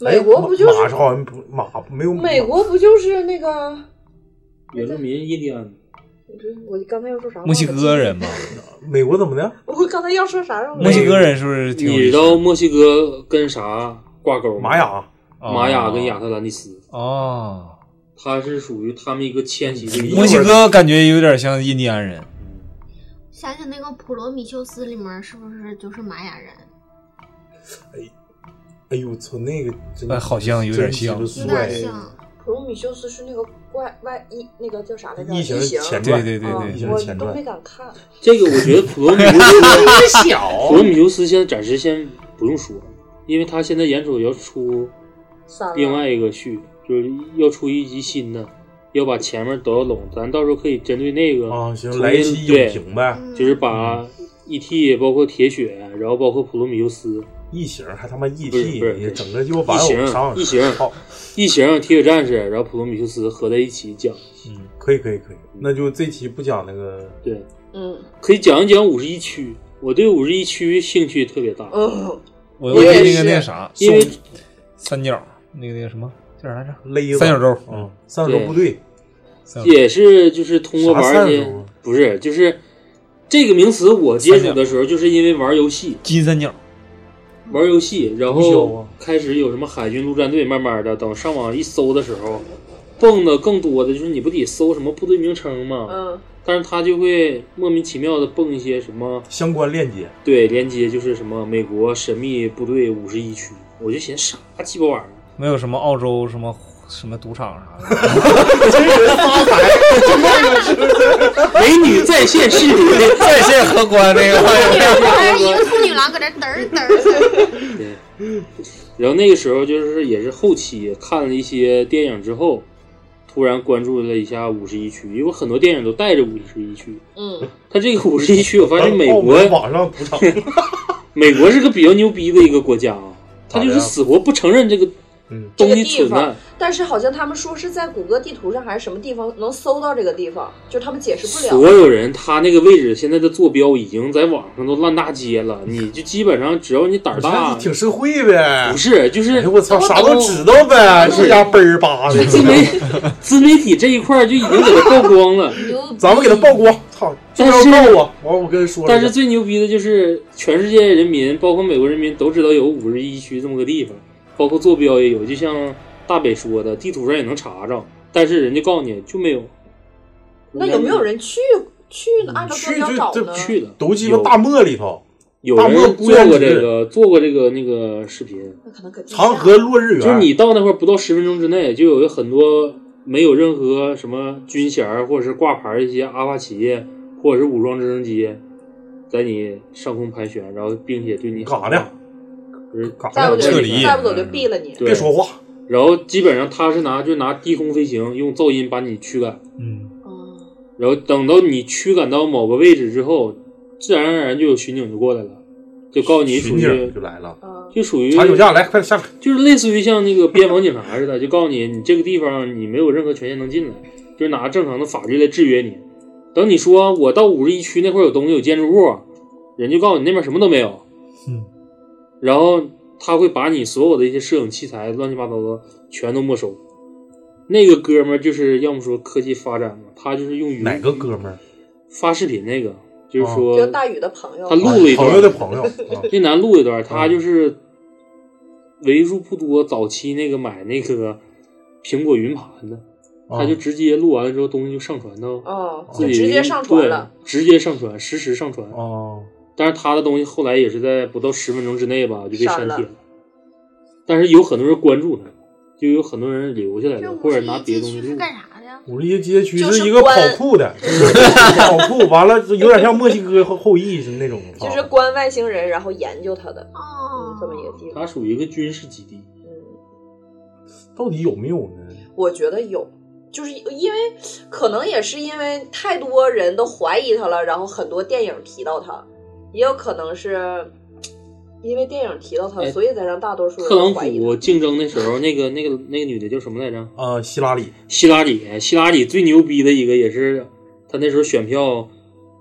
Speaker 12: 美国不就是
Speaker 1: 哎马马好像不马没有
Speaker 12: 美国不就是那个？
Speaker 3: 原住民印第安，
Speaker 12: 我这我刚才要说
Speaker 3: 嗯
Speaker 12: 啥？
Speaker 2: 墨西哥人嘛，
Speaker 1: 美国怎么的？
Speaker 12: 我刚才要说啥让我
Speaker 2: 墨西哥人是不 是挺有
Speaker 3: 你
Speaker 2: 历史？
Speaker 3: 知道墨西哥跟啥挂钩吗？
Speaker 1: 玛雅，
Speaker 3: 玛
Speaker 2: 啊
Speaker 3: 雅跟亚特兰蒂斯，
Speaker 2: 哦，
Speaker 3: 它是属于他们一个迁徙的一个。
Speaker 2: 墨西哥感觉有点像印第安人，
Speaker 9: 想想那个《普罗米修斯》里面是不是就是玛雅人？
Speaker 1: 哎呦我操，那个真
Speaker 2: 哎好像有点像
Speaker 1: 真鸡巴帅
Speaker 12: 普罗米修斯是那个怪外一那个叫啥来着？
Speaker 1: 异形
Speaker 12: 形
Speaker 1: 的前传对对对
Speaker 12: 啊
Speaker 1: 对异形的前
Speaker 12: 我
Speaker 1: 传
Speaker 12: 都没敢看。
Speaker 3: 这个我觉得普罗米修 斯
Speaker 12: 小
Speaker 2: 啊
Speaker 3: 普罗米修斯现在暂时先不用说，因为他现在眼瞅要出
Speaker 12: 三了
Speaker 3: 另外一个续，就是要出一集新的，要把前面都要拢，咱到时候可以针对那个
Speaker 1: 啊行
Speaker 3: 重新
Speaker 1: 来一期
Speaker 3: 对
Speaker 1: 影评呗
Speaker 9: 嗯
Speaker 3: 就是把 E.T. 包括铁血，然后包括普罗米修斯，
Speaker 1: 异形还他妈 E.T.
Speaker 3: 不是不是
Speaker 1: 你整个就完
Speaker 3: 异
Speaker 1: 我
Speaker 3: 形
Speaker 1: 上
Speaker 3: 异形
Speaker 1: 好，
Speaker 3: 异形铁血战士，然后普罗米修斯合在一起讲，
Speaker 2: 嗯，
Speaker 1: 可以可以可以，那就这期不讲那个
Speaker 3: 对，
Speaker 12: 嗯，
Speaker 3: 可以讲一讲五十一区，我对五十一区兴趣特别大，
Speaker 12: 嗯，
Speaker 2: 我我对那个那个啥，
Speaker 3: 因为
Speaker 2: 宋三角那个那个什么叫啥来着？
Speaker 1: 勒子
Speaker 2: 三角洲，
Speaker 1: 嗯，三角洲部队，三角洲
Speaker 3: 也是就是通过玩
Speaker 1: 嗯啥
Speaker 3: 儿
Speaker 1: 三
Speaker 3: 一些
Speaker 1: 角洲啊，
Speaker 3: 不是就是这个名词我接触的时候，就是因为玩儿游戏，
Speaker 2: 金三角，
Speaker 3: 玩儿游戏，然
Speaker 2: 无
Speaker 3: 后
Speaker 2: 效啊
Speaker 3: 开始有什么海军陆战队，慢慢的等上网一搜的时候，蹦的更多的就是你不得搜什么部队名称吗？
Speaker 12: 嗯，
Speaker 3: 但是他就会莫名其妙的蹦一些什么
Speaker 1: 相关链接，
Speaker 3: 对连接，就是什么美国神秘部队五十一区，我就寻思啥鸡巴玩意儿。
Speaker 2: 没有什么澳洲什么什么赌场啥的。
Speaker 3: 美女在线视频，
Speaker 2: 在线荷官那
Speaker 9: 哎一个处女郎搁这嘚儿嘚儿嘚儿。
Speaker 3: 然后那个时候就是也是后期看了一些电影之后，突然关注了一下五十一区，因为很多电影都带着五十一区。
Speaker 12: 嗯，
Speaker 3: 它这个五十一区，我发现美
Speaker 1: 澳
Speaker 3: 国
Speaker 1: 门哦网上 赌场
Speaker 3: 美国是个比较牛逼的一个国家啊，它就是死活不承认这个
Speaker 1: 嗯
Speaker 12: 这
Speaker 3: 东
Speaker 12: 个
Speaker 3: 西
Speaker 12: 地
Speaker 3: 存在
Speaker 12: 方。，但是好像他们说是在谷歌地图上还是什么地方能搜到这个地方，就是他们解释不了。
Speaker 3: 所有人他那个位置现在的坐标已经在网上都烂大街了，你就基本上只要你胆儿大，
Speaker 1: 挺社会呗，哎
Speaker 3: 不是就是
Speaker 1: 我操啥都知道呗，这家倍儿巴的，
Speaker 3: 自媒 自媒体这一块儿就已经给它曝光了。
Speaker 1: 咱们给他曝光，操，就
Speaker 3: 但
Speaker 1: 要
Speaker 3: 是
Speaker 1: 告啊我，完我跟人说了，
Speaker 3: 但是最牛逼的就是全世界人民，包括美国人民都知道有五十一区这么个地方，包括坐标也有，就像大北说的，地图上也能查着，但是人家告诉你就没有。
Speaker 12: 那有没有人去去呢？按照坐
Speaker 1: 去
Speaker 12: 标找
Speaker 1: 就
Speaker 12: 呢？
Speaker 1: 就
Speaker 3: 去了
Speaker 1: 都鸡巴大漠里头，
Speaker 3: 有
Speaker 1: 大漠
Speaker 3: 人
Speaker 1: 孤
Speaker 3: 做
Speaker 1: 烟
Speaker 3: 过这
Speaker 1: 直，
Speaker 3: 个做过这个那个视频，
Speaker 12: 那可能可
Speaker 1: 长河落日圆，
Speaker 3: 就是你到那块儿不到十分钟之内，就有很多没有任何什么军衔儿或者是挂牌儿的一些阿帕奇或者是武装直升机，在你上空盘旋，然后并且对你
Speaker 1: 干啥呢？
Speaker 12: 再不走就再不走就毙了你。
Speaker 3: 对
Speaker 1: 别说话。
Speaker 3: 然后基本上他是拿就拿低空飞行用噪音把你驱赶，
Speaker 2: 嗯，
Speaker 3: 然后等到你驱赶到某个位置之后，自然而然就有巡警就过来了，就告诉你属
Speaker 1: 巡
Speaker 3: 于
Speaker 1: 警就来了，
Speaker 12: 嗯
Speaker 3: 就属于
Speaker 1: 查酒驾来，快点下来。
Speaker 3: 就是类似于像那个边防警察似的，就告诉你你这个地方你没有任何权限能进来，就是拿正常的法律来制约你。等你说我到五十一区那块儿有东西有建筑物，人就告诉你那边什么都没有，
Speaker 2: 嗯，
Speaker 3: 然后他会把你所有的一些摄影器材乱七八糟的全都没收。那个哥们儿就是要么说科技发展嘛，他就是用于
Speaker 1: 哪个哥们儿？
Speaker 3: 发视频那个，就是
Speaker 12: 哦就
Speaker 3: 说、
Speaker 12: 是大宇的朋友，
Speaker 3: 他录了一段，
Speaker 1: 朋友的朋友，嗯
Speaker 3: 那男录一段，他就是为数不多早期那个买那个苹果云盘的，
Speaker 1: 哦
Speaker 3: 他就直接录完了之后，东西就上传到
Speaker 12: 哦
Speaker 3: 自己
Speaker 12: 直接上传了，
Speaker 3: 对直接上传，实时上传。
Speaker 1: 哦，
Speaker 3: 但是他的东西后来也是在不到十分钟之内吧就被
Speaker 12: 删
Speaker 3: 删
Speaker 12: 了
Speaker 3: 帖了，但是有很多人关注他，就有很多人留下来
Speaker 9: 这
Speaker 3: 了，
Speaker 9: 五
Speaker 3: 或者
Speaker 9: 十
Speaker 3: 拿
Speaker 9: 一街
Speaker 3: 别的东西
Speaker 9: 区
Speaker 3: 录
Speaker 9: 是。干啥的呀？
Speaker 1: 五十一街区
Speaker 12: 就是
Speaker 1: 一个跑
Speaker 12: 关
Speaker 1: 酷的， 跑酷完了有点像墨西哥后后裔是那种，
Speaker 12: 就是观外星人，然后研究他的，
Speaker 9: 哦
Speaker 12: 嗯，这么一个地
Speaker 3: 他
Speaker 12: 方。嗯
Speaker 3: 属于一个军事基地，
Speaker 1: 到底有没有呢？
Speaker 12: 我觉得有，就是因为可能也是因为太多人都怀疑他了，然后很多电影提到他，也有可能是因为电影提到他，
Speaker 3: 哎
Speaker 12: 所以才让大多数
Speaker 3: 特朗
Speaker 12: 人怀疑他。
Speaker 3: 普竞争的时候，那个那个那个女的叫什么来着？
Speaker 1: 呃，希拉里，
Speaker 3: 希拉里，哎希拉里最牛逼的一个也是，她那时候选票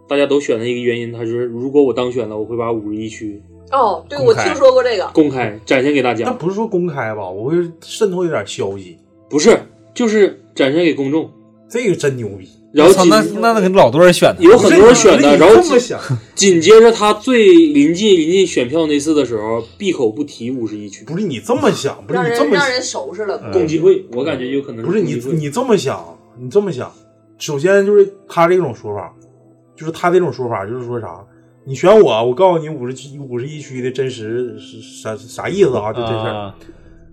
Speaker 3: 大家都选的一个原因，她就是如果我当选了，我会把五十一区
Speaker 12: 哦，对，
Speaker 1: 公
Speaker 12: 我
Speaker 1: 开
Speaker 12: 听说过这个。
Speaker 3: 公开展现给大
Speaker 1: 那
Speaker 3: 家，
Speaker 1: 不是说公开吧？我会渗透一点消息，
Speaker 3: 不是，就是展现给公众。
Speaker 1: 这个真牛逼。
Speaker 3: 然后
Speaker 2: 操，那
Speaker 3: 紧
Speaker 2: 那那老多人选他，
Speaker 3: 有很多人选的，
Speaker 1: 不是你
Speaker 3: 然后
Speaker 1: 你这么
Speaker 3: 紧
Speaker 1: 想，
Speaker 3: 紧接着他最临近临近选票那次的时候，闭口不提五十一区
Speaker 1: 不是你这么想，不是
Speaker 12: 让
Speaker 1: 你
Speaker 12: 人
Speaker 1: 这么嗯
Speaker 12: 让
Speaker 1: 想，
Speaker 12: 人收拾了都，
Speaker 3: 共济会，我感觉有可能
Speaker 1: 不是你你这么想，你这么想，首先就是他这种说法，就是他这种说法就是说啥？你选我，我告诉你五十区五十一区的真实是啥啥意思啊？就这事儿。
Speaker 2: 啊，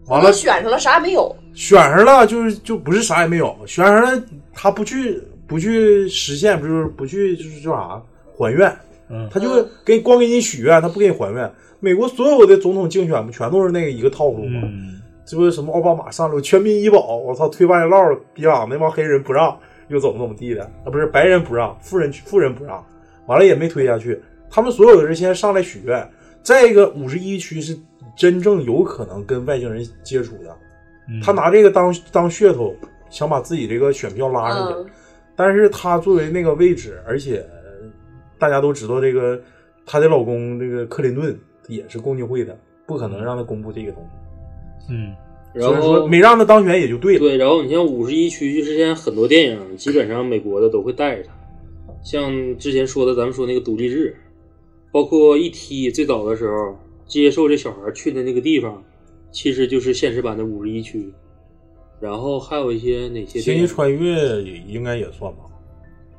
Speaker 1: 完了
Speaker 12: 都选上了啥也没有，
Speaker 1: 选上了就是就不是啥也没有，选上了他不去不去实现，不就是不去就是叫啥还愿，
Speaker 2: 嗯
Speaker 1: 他就给光给你许愿，他不给你还愿。美国所有的总统竞选不全都是那个一个套路吗？
Speaker 2: 嗯，
Speaker 1: 这不是什么奥巴马上路全民医保，我操，推半截道儿，逼养那帮黑人不让，又怎么怎么地的啊？不是白人不让，富人富人不让，完了也没推下去。他们所有的人先上来许愿，再一个五十一区是真正有可能跟外星人接触的，
Speaker 2: 嗯
Speaker 1: 他拿这个当当噱头，想把自己这个选票拉上去。
Speaker 12: 嗯，
Speaker 1: 但是她作为那个位置，而且呃大家都知道这个她的老公这个克林顿也是共济会的，不可能让她公布这个东西，
Speaker 2: 嗯，
Speaker 3: 然
Speaker 1: 所以说
Speaker 3: 后
Speaker 1: 没让她当选也就对了。
Speaker 3: 对，然后你像五十一区，就是现在很多电影基本上美国的都会带着它，像之前说的，咱们说那个独立日，包括 E.T. 最早的时候接受这小孩去的那个地方，其实就是现实版的五十一区。然后还有一些哪些
Speaker 1: 星
Speaker 3: 电
Speaker 1: 际
Speaker 3: 影？
Speaker 1: 穿越也应该也算吧。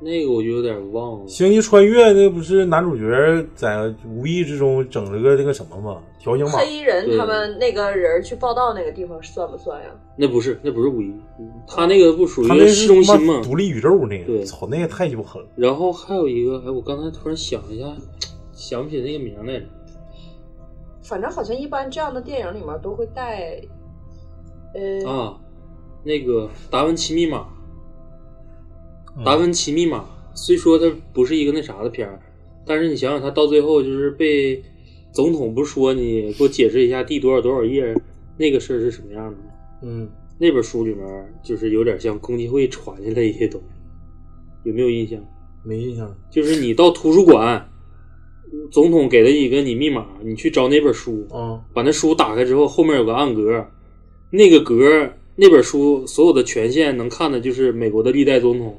Speaker 3: 那个我就有点忘了。
Speaker 1: 星际穿越那不是男主角在无意之中整了个那个什么吗？条形码。
Speaker 12: 黑人
Speaker 3: 对
Speaker 12: 他们那个人去报道那个地方算不算呀？
Speaker 3: 那不是，那不是五一，他那个不属
Speaker 1: 他那
Speaker 3: 于市
Speaker 1: 是
Speaker 3: 中
Speaker 1: 他
Speaker 3: 心
Speaker 1: 妈
Speaker 3: 嘛？
Speaker 1: 独立宇宙那个，
Speaker 3: 对
Speaker 1: 操，那个太鸡巴狠了。
Speaker 3: 然后还有一个，哎，我刚才突然想一下，想不起那个名儿来着。
Speaker 12: 反正好像一般这样的电影里面都会带，呃，
Speaker 3: 啊，那个《达芬奇密码》，
Speaker 2: 嗯
Speaker 3: 《达芬奇密码》虽说它不是一个那啥的片儿，但是你想想，它到最后就是被总统不是说你给我解释一下第多少多少页那个事儿是什么样的吗？
Speaker 1: 嗯，
Speaker 3: 那本书里面就是有点像共济会传下来一些东西，有没有印象？
Speaker 1: 没印象。
Speaker 3: 就是你到图书馆，总统给了你一个你密码，你去找哪本书，
Speaker 1: 啊
Speaker 3: 把那书打开之后，后面有个暗格，那个格那本书所有的权限能看的就是美国的历代总统。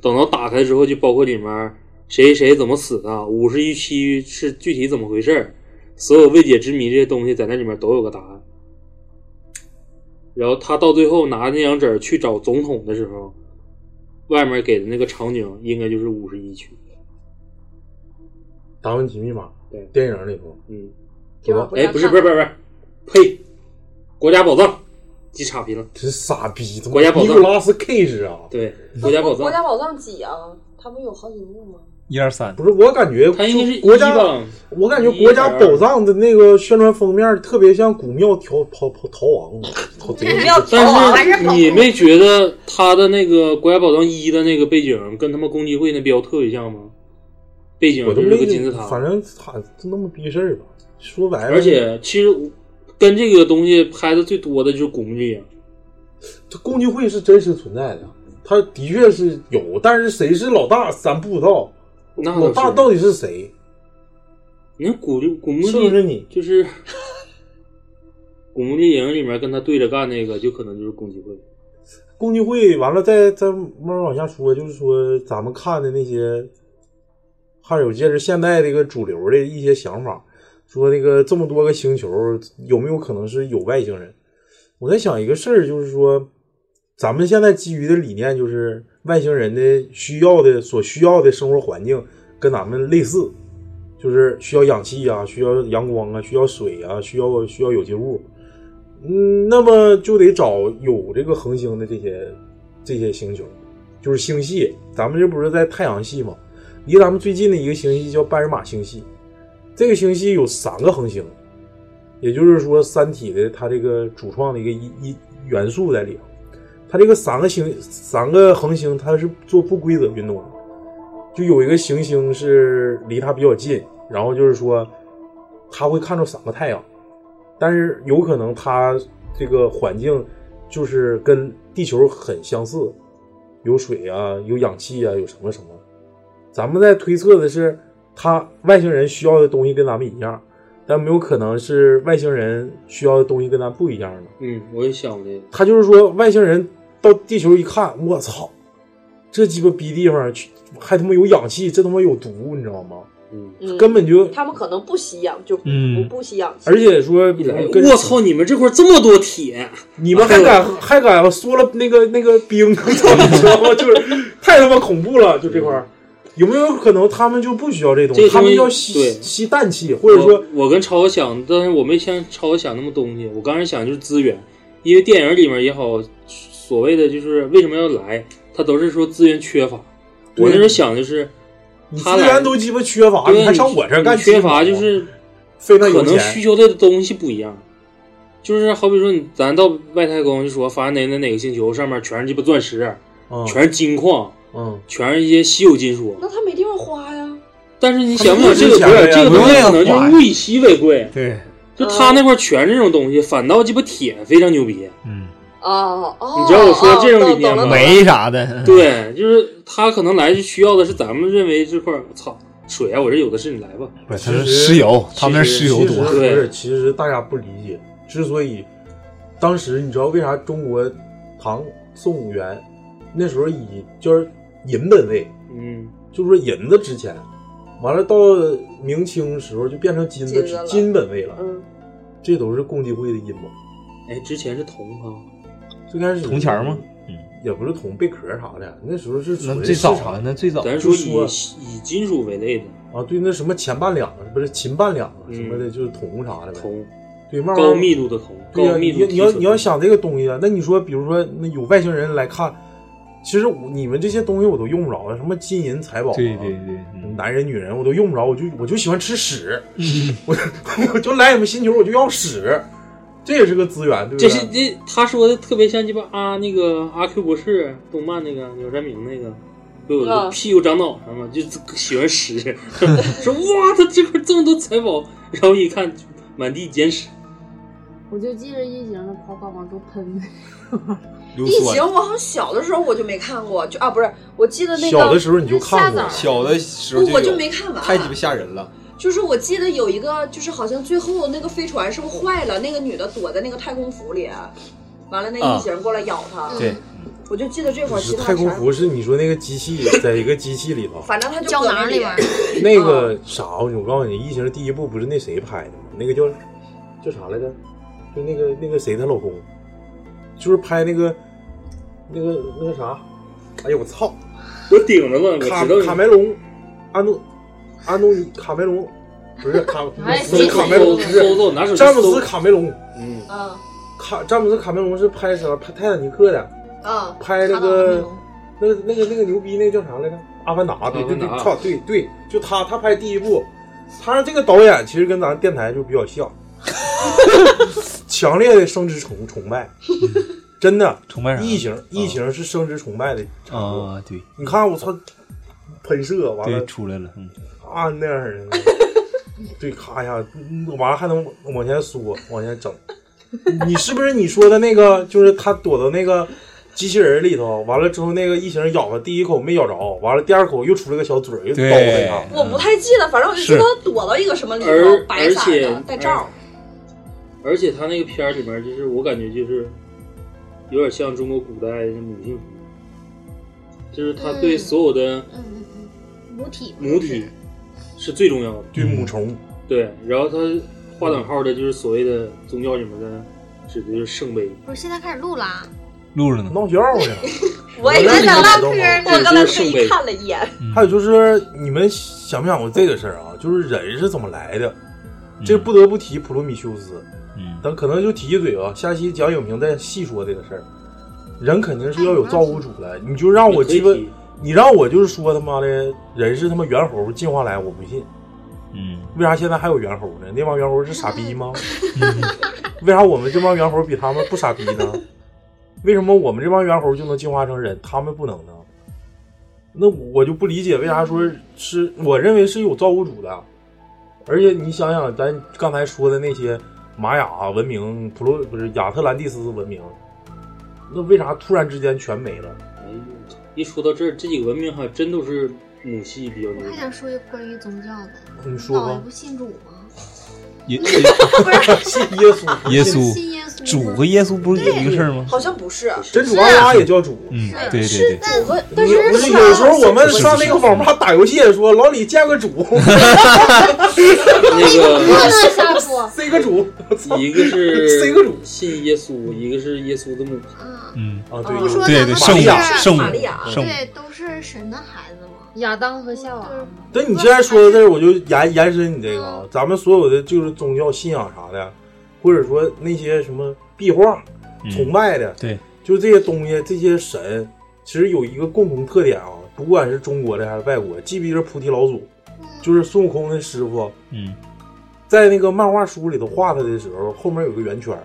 Speaker 3: 等到打开之后，就包括里面谁谁怎么死的，五十一期是具体怎么回事儿，所有未解之谜这些东西在那里面都有个答案。然后他到最后拿那张纸儿去找总统的时候，外面给的那个场景应该就是五十一区。
Speaker 1: 达芬奇密码
Speaker 3: 对，
Speaker 1: 电影里头，
Speaker 3: 嗯，
Speaker 12: 今晚
Speaker 3: 哎，
Speaker 12: 要
Speaker 3: 不是
Speaker 12: 看
Speaker 3: 不是不是不是，呸！国家宝藏，记差评了。
Speaker 1: 真傻逼！他妈
Speaker 3: 国家宝藏
Speaker 1: 尼古拉斯 Cage 啊，
Speaker 3: 对，国家宝
Speaker 12: 国
Speaker 3: 藏
Speaker 12: 家宝藏几啊？他不有好几部吗？
Speaker 2: 一二三，
Speaker 1: 不是，我感觉
Speaker 3: 它应该是
Speaker 1: 国家
Speaker 3: 一吧，
Speaker 1: 我感觉国家
Speaker 3: 一还是二
Speaker 1: 宝藏的那个宣传封面特别像古庙逃逃逃逃亡，逃贼
Speaker 12: 古庙
Speaker 3: 但哦是你没觉得他的那个《国家宝藏一》的那个背景跟他们共济会那标特别像吗？背景
Speaker 1: 我都
Speaker 3: 就是
Speaker 1: 没
Speaker 3: 这个金字塔，
Speaker 1: 反正他就那么逼事儿吧。说白了，
Speaker 3: 而且其实我跟这个东西拍的最多的就是古墓丽影，啊
Speaker 1: 这共济会是真实存在的，他的确是有，但是谁是老大咱不知道，
Speaker 3: 那
Speaker 1: 老大到底是谁？
Speaker 3: 你看古古墓丽
Speaker 1: 是不是你？
Speaker 3: 就是 古墓丽影里面跟他对着干那个，就可能就是共济会。
Speaker 1: 共济会完了再，再慢慢往下说，就是说咱们看的那些还有就是现在这个主流的一些想法，说那个这么多个星球有没有可能是有外星人？我在想一个事儿，就是说咱们现在基于的理念就是外星人的需要的所需要的生活环境跟咱们类似，就是需要氧气啊，需要阳光啊，需要水啊，需要需要有机物。嗯，那么就得找有这个恒星的这些这些星球，就是星系。咱们这不是在太阳系吗？离咱们最近的一个星系叫半人马星系，这个星系有三个恒星，也就是说，《三体》的它这个主创的一个一一元素在里头。它这个三个星三个恒星，它是做不规则运动的，就有一个行星是离它比较近，然后就是说，它会看到三个太阳。但是有可能它这个环境就是跟地球很相似，有水啊，有氧气啊，有什么什么。咱们在推测的是，它外星人需要的东西跟咱们一样，但没有可能是外星人需要的东西跟咱不一样的。
Speaker 3: 嗯，我也想这个。
Speaker 1: 他就是说，外星人到地球一看，我操，这鸡巴逼地方去还他妈有氧气，这他妈有毒，你知道吗？
Speaker 12: 嗯，
Speaker 1: 根本就
Speaker 12: 他们可能不吸氧，就不
Speaker 1: 嗯
Speaker 12: 不吸氧气。
Speaker 1: 而且说，跟
Speaker 3: 我操，你们这块这么多铁，
Speaker 1: 你们还敢还敢说了那个那个冰， 你知道吗？就是太他妈恐怖了，就这块儿。有没有可能他们就不需要这东
Speaker 3: 这
Speaker 1: 西？
Speaker 3: 东西
Speaker 1: 他们要吸
Speaker 3: 对
Speaker 1: 吸氮气，或者说
Speaker 3: 我我跟超哥想，但是我没像超哥想那么东西。我刚才想就是资源，因为电影里面也好，所谓的就是为什么要来，他都是说资源缺乏。
Speaker 1: 对
Speaker 3: 我那时候想就是，
Speaker 1: 你
Speaker 3: 他
Speaker 1: 资
Speaker 3: 来
Speaker 1: 源都鸡巴缺乏，
Speaker 3: 对
Speaker 1: 你
Speaker 3: 啊
Speaker 1: 还上我这儿干啊
Speaker 3: 你缺乏
Speaker 1: 鸡
Speaker 3: 就
Speaker 1: 毛
Speaker 3: 是
Speaker 1: 费那
Speaker 3: 可
Speaker 1: 油
Speaker 3: 能
Speaker 1: 钱
Speaker 3: 需求的东西不一样。就是好比说你咱到外太空就说，发现哪哪哪个星球上面全是鸡巴钻石，
Speaker 1: 嗯
Speaker 3: 全是金矿，
Speaker 1: 嗯，
Speaker 3: 全是一些稀有金属。
Speaker 12: 那他没地方花呀。
Speaker 3: 但是你想不想这个
Speaker 1: 他们不是
Speaker 3: 东西？这个东西可
Speaker 1: 不
Speaker 3: 能就
Speaker 1: 用
Speaker 3: 是物以稀为贵。
Speaker 2: 对，
Speaker 1: 嗯
Speaker 3: 就他那块全是这种东西，反倒鸡巴铁非常牛逼。
Speaker 2: 嗯
Speaker 12: 哦哦，
Speaker 3: 你知道我说这种理念吗？
Speaker 2: 没啥的，
Speaker 1: 嗯
Speaker 3: 对，就是他可能来是需要的是咱们认为这块儿，操，水啊，我这有的是，你来吧。
Speaker 2: 不是他是石油，他们那石油
Speaker 1: 其实
Speaker 2: 多，
Speaker 1: 不是，其实大家不理解，之所以当时你知道为啥中国唐宋元那时候以就是银本位，
Speaker 3: 嗯，
Speaker 1: 就是说银子值钱，完了到明清时候就变成金子
Speaker 3: 金子了
Speaker 1: 金本位了，
Speaker 12: 嗯，
Speaker 1: 这都是共济会的阴谋。
Speaker 3: 哎，之前是铜哈，
Speaker 1: 哦最开始
Speaker 2: 铜钱儿吗？
Speaker 1: 也不是铜贝壳啥的，那时候是
Speaker 2: 那
Speaker 1: 纯
Speaker 2: 最早
Speaker 1: 嗯市场
Speaker 2: 那最早
Speaker 3: 咱
Speaker 1: 就说
Speaker 3: 说以以金属为类的，
Speaker 1: 啊，对，那什么钱半两啊，不是秦半两啊，
Speaker 2: 嗯
Speaker 1: 什么的，就是铜啥的呗。
Speaker 3: 铜，
Speaker 1: 对，慢慢
Speaker 3: 高密度的铜
Speaker 1: 对呀、
Speaker 3: 高密
Speaker 1: 你
Speaker 3: 度
Speaker 1: 要你要
Speaker 3: 提纯
Speaker 1: 你要想这个东西啊，那你说，比如说，那有外星人来看，其实我你们这些东西我都用不着，什么金银财宝、啊，
Speaker 2: 对对对，
Speaker 1: 男人女人我都用不着，我就我就喜欢吃屎，
Speaker 12: 嗯
Speaker 1: 我我就来你们星球我就要屎，这也是个资源，对不
Speaker 3: 这
Speaker 1: 对？
Speaker 3: 是这他说的特别像鸡巴啊那个阿 Q 博士动漫那个鸟山明那个，不有
Speaker 1: 嗯
Speaker 12: 啊
Speaker 3: 个屁股长脑上嘛，就喜欢屎， 说哇他这块这么多财宝，然后一看满地捡屎，
Speaker 14: 我就记着异形的跑跑往出喷，
Speaker 12: 异形我好像小的时候我就没看过，就啊不是，我记得那个
Speaker 15: 小的时候你就看过，
Speaker 12: 小
Speaker 15: 小的时候
Speaker 12: 不我
Speaker 15: 有
Speaker 12: 就没看完
Speaker 15: 太鸡巴吓人了。
Speaker 12: 就是我记得有一个，就是好像最后那个飞船是不是坏了？那个女的躲在那个太空服里，完了那
Speaker 1: 啊
Speaker 12: 异形过来咬她。
Speaker 1: 对，
Speaker 12: 我就记得这会儿，
Speaker 1: 是
Speaker 12: 其他
Speaker 1: 太空
Speaker 12: 啥，
Speaker 1: 服是你说那个机器，在一个机器里头，
Speaker 12: 反正她就
Speaker 9: 胶囊里边
Speaker 12: 边
Speaker 9: 儿。
Speaker 1: 那
Speaker 3: 嗯
Speaker 1: 个啥，我告诉你，《异形》第一部不是那谁拍的吗？那个叫叫啥来着？就那个那个谁，她老公，就是拍那个那个那个啥，哎呦我操！
Speaker 3: 我顶着呢，我
Speaker 1: 卡
Speaker 3: 知道你
Speaker 1: 卡梅隆，安东安东尼卡梅隆，不是卡，
Speaker 3: 哎
Speaker 1: 不是
Speaker 3: 搜
Speaker 1: 卡梅隆，
Speaker 3: 搜
Speaker 1: 不是
Speaker 3: 搜搜拿手机
Speaker 1: 詹姆
Speaker 3: 搜
Speaker 1: 斯卡梅隆，
Speaker 3: 嗯
Speaker 12: 嗯
Speaker 1: 卡詹姆斯卡梅隆是拍啥？拍《泰坦尼克》的，
Speaker 12: 嗯，
Speaker 1: 拍那个那个那个那个牛逼那个叫啥来着？阿凡达》对对
Speaker 3: 阿凡
Speaker 1: 对，
Speaker 3: 达
Speaker 1: 操对对，就他他拍第一部，他这个导演其实跟咱电台就比较像， 强烈的生之崇崇 拜，真的
Speaker 2: 崇拜啥
Speaker 1: 异形异形是生之崇拜的产物。
Speaker 2: 嗯啊，对，
Speaker 1: 你看我操，喷射完了
Speaker 2: 对，出来了，嗯，
Speaker 1: 啊那样儿的，对，咔一下，嗯完了还能往前缩，往前整。你是不是你说的那个？就是他躲到那个机器人里头，完了之后那个异形咬他第一口没咬着，完了第二口又出了个小嘴儿，又叨
Speaker 2: 对
Speaker 1: 了一下。
Speaker 12: 我不太记得，反正我就知道他躲到一个什么里头
Speaker 3: 而，
Speaker 12: 白色
Speaker 3: 而
Speaker 12: 的
Speaker 3: 且
Speaker 12: 带罩。
Speaker 3: 而且他那个片儿里面，就是我感觉就是有点像中国古代的母性，就是他对
Speaker 9: 嗯
Speaker 3: 所有的
Speaker 9: 母体
Speaker 3: 母体是最重要的，
Speaker 1: 对母虫，
Speaker 3: 对，然后他划等号的就是所谓的宗教里面的指的就是圣杯，
Speaker 9: 不是现在开始录了啊，
Speaker 2: 录
Speaker 3: 嗯
Speaker 2: 着呢，
Speaker 1: 闹笑呢。
Speaker 12: 我
Speaker 1: 也
Speaker 12: 也
Speaker 1: 是
Speaker 12: 是
Speaker 1: 想
Speaker 12: 想
Speaker 1: 唠
Speaker 12: 唠
Speaker 1: 嗑呢
Speaker 12: 嗑呢，
Speaker 1: 我
Speaker 12: 我
Speaker 1: 刚
Speaker 12: 刚
Speaker 1: 才特
Speaker 12: 才特
Speaker 1: 意
Speaker 12: 意
Speaker 1: 看
Speaker 12: 看了一眼，
Speaker 2: 嗯
Speaker 1: 还有就是，你们想没想过这个事儿啊？就是人是怎么来的？这
Speaker 3: 嗯
Speaker 1: 不得不提普罗米修斯。
Speaker 2: 嗯，
Speaker 1: 但可能就提一嘴啊，下期讲影评再细说这个事儿。人肯定是要有造物主的，你就让我鸡巴
Speaker 3: 你可以提，
Speaker 1: 你让我就是说他妈的人是他妈猿猴进化来，我不信。
Speaker 2: 嗯，
Speaker 1: 为啥现在还有猿猴呢？那帮猿猴是傻逼吗？为啥我们这帮猿猴比他们不傻逼呢？为什么我们这帮猿猴就能进化成人，他们不能呢？那我就不理解为啥说是我认为是有造物主的，而且你想想咱刚才说的那些玛雅文明、普罗不是亚特兰蒂斯文明，那为啥突然之间全没了？
Speaker 3: 哎呦，一说到这儿，这几个文明还真都是母系比较
Speaker 9: 我
Speaker 3: 牛
Speaker 9: 还。想说一个关于宗教的，
Speaker 1: 你说
Speaker 9: 老爷
Speaker 1: 吧
Speaker 9: 不，信主吗？
Speaker 2: 耶
Speaker 1: 信 耶稣，
Speaker 2: 耶稣
Speaker 9: 信耶稣，
Speaker 2: 主和耶稣不是一个事儿吗？
Speaker 12: 好像不是，
Speaker 1: 真主阿拉也叫主。
Speaker 2: 嗯，对对对，
Speaker 12: 但我
Speaker 1: 不
Speaker 12: 但
Speaker 1: 是，
Speaker 12: 是啊
Speaker 1: 不是有时候我们上那个网吧打游戏也说老李建个主，
Speaker 3: 那个
Speaker 14: 那瞎说，
Speaker 1: 塞个主，
Speaker 3: 一 个
Speaker 1: 塞个
Speaker 3: 是
Speaker 1: 主
Speaker 3: 信耶稣，一个是耶稣的母亲。
Speaker 2: 嗯
Speaker 3: 哦
Speaker 1: 啊
Speaker 9: 不
Speaker 1: 对
Speaker 9: 说
Speaker 2: 对
Speaker 9: 咱
Speaker 2: 对
Speaker 9: 们
Speaker 2: 圣母
Speaker 9: 不是
Speaker 2: 圣母
Speaker 12: 玛利亚
Speaker 1: 嗯
Speaker 2: 圣母
Speaker 9: 对，都是神的孩子嘛。
Speaker 14: 亚当和夏娃嘛，
Speaker 1: 但你现在说到这儿，我就延延伸你这个啊，咱们所有的就是宗教信仰啥的，或者说那些什么壁画、崇拜的，
Speaker 2: 嗯对，
Speaker 1: 就这些东西，这些神其实有一个共同特点啊，不管是中国的还是外国，记不记得菩提老祖，就是孙悟空的师傅，
Speaker 2: 嗯
Speaker 1: 在那个漫画书里头画他的时候，后面有个圆圈儿。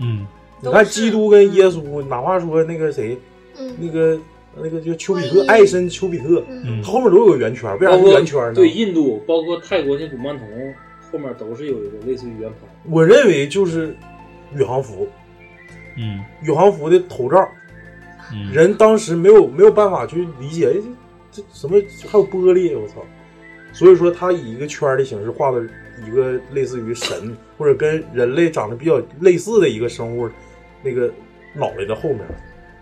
Speaker 2: 嗯
Speaker 1: 你看基督跟耶稣，哪怕说那个谁，
Speaker 9: 嗯
Speaker 1: 那个那个就丘比特，爱神丘比特，他后面都有个圆圈儿，为啥
Speaker 3: 包
Speaker 1: 是
Speaker 3: 括
Speaker 1: 圆圈儿呢？
Speaker 3: 哦对印度，包括泰国那古曼童后面都是有一个类似于圆盘。
Speaker 1: 我认为就是宇航服，
Speaker 2: 嗯
Speaker 1: 宇航服的头罩，
Speaker 2: 嗯
Speaker 1: 人当时没有没有办法去理解，哎这这什么还有玻璃，啊我操！所以说，他以一个圈儿的形式画的一个类似于神或者跟人类长得比较类似的一个生物，那个脑袋的后面，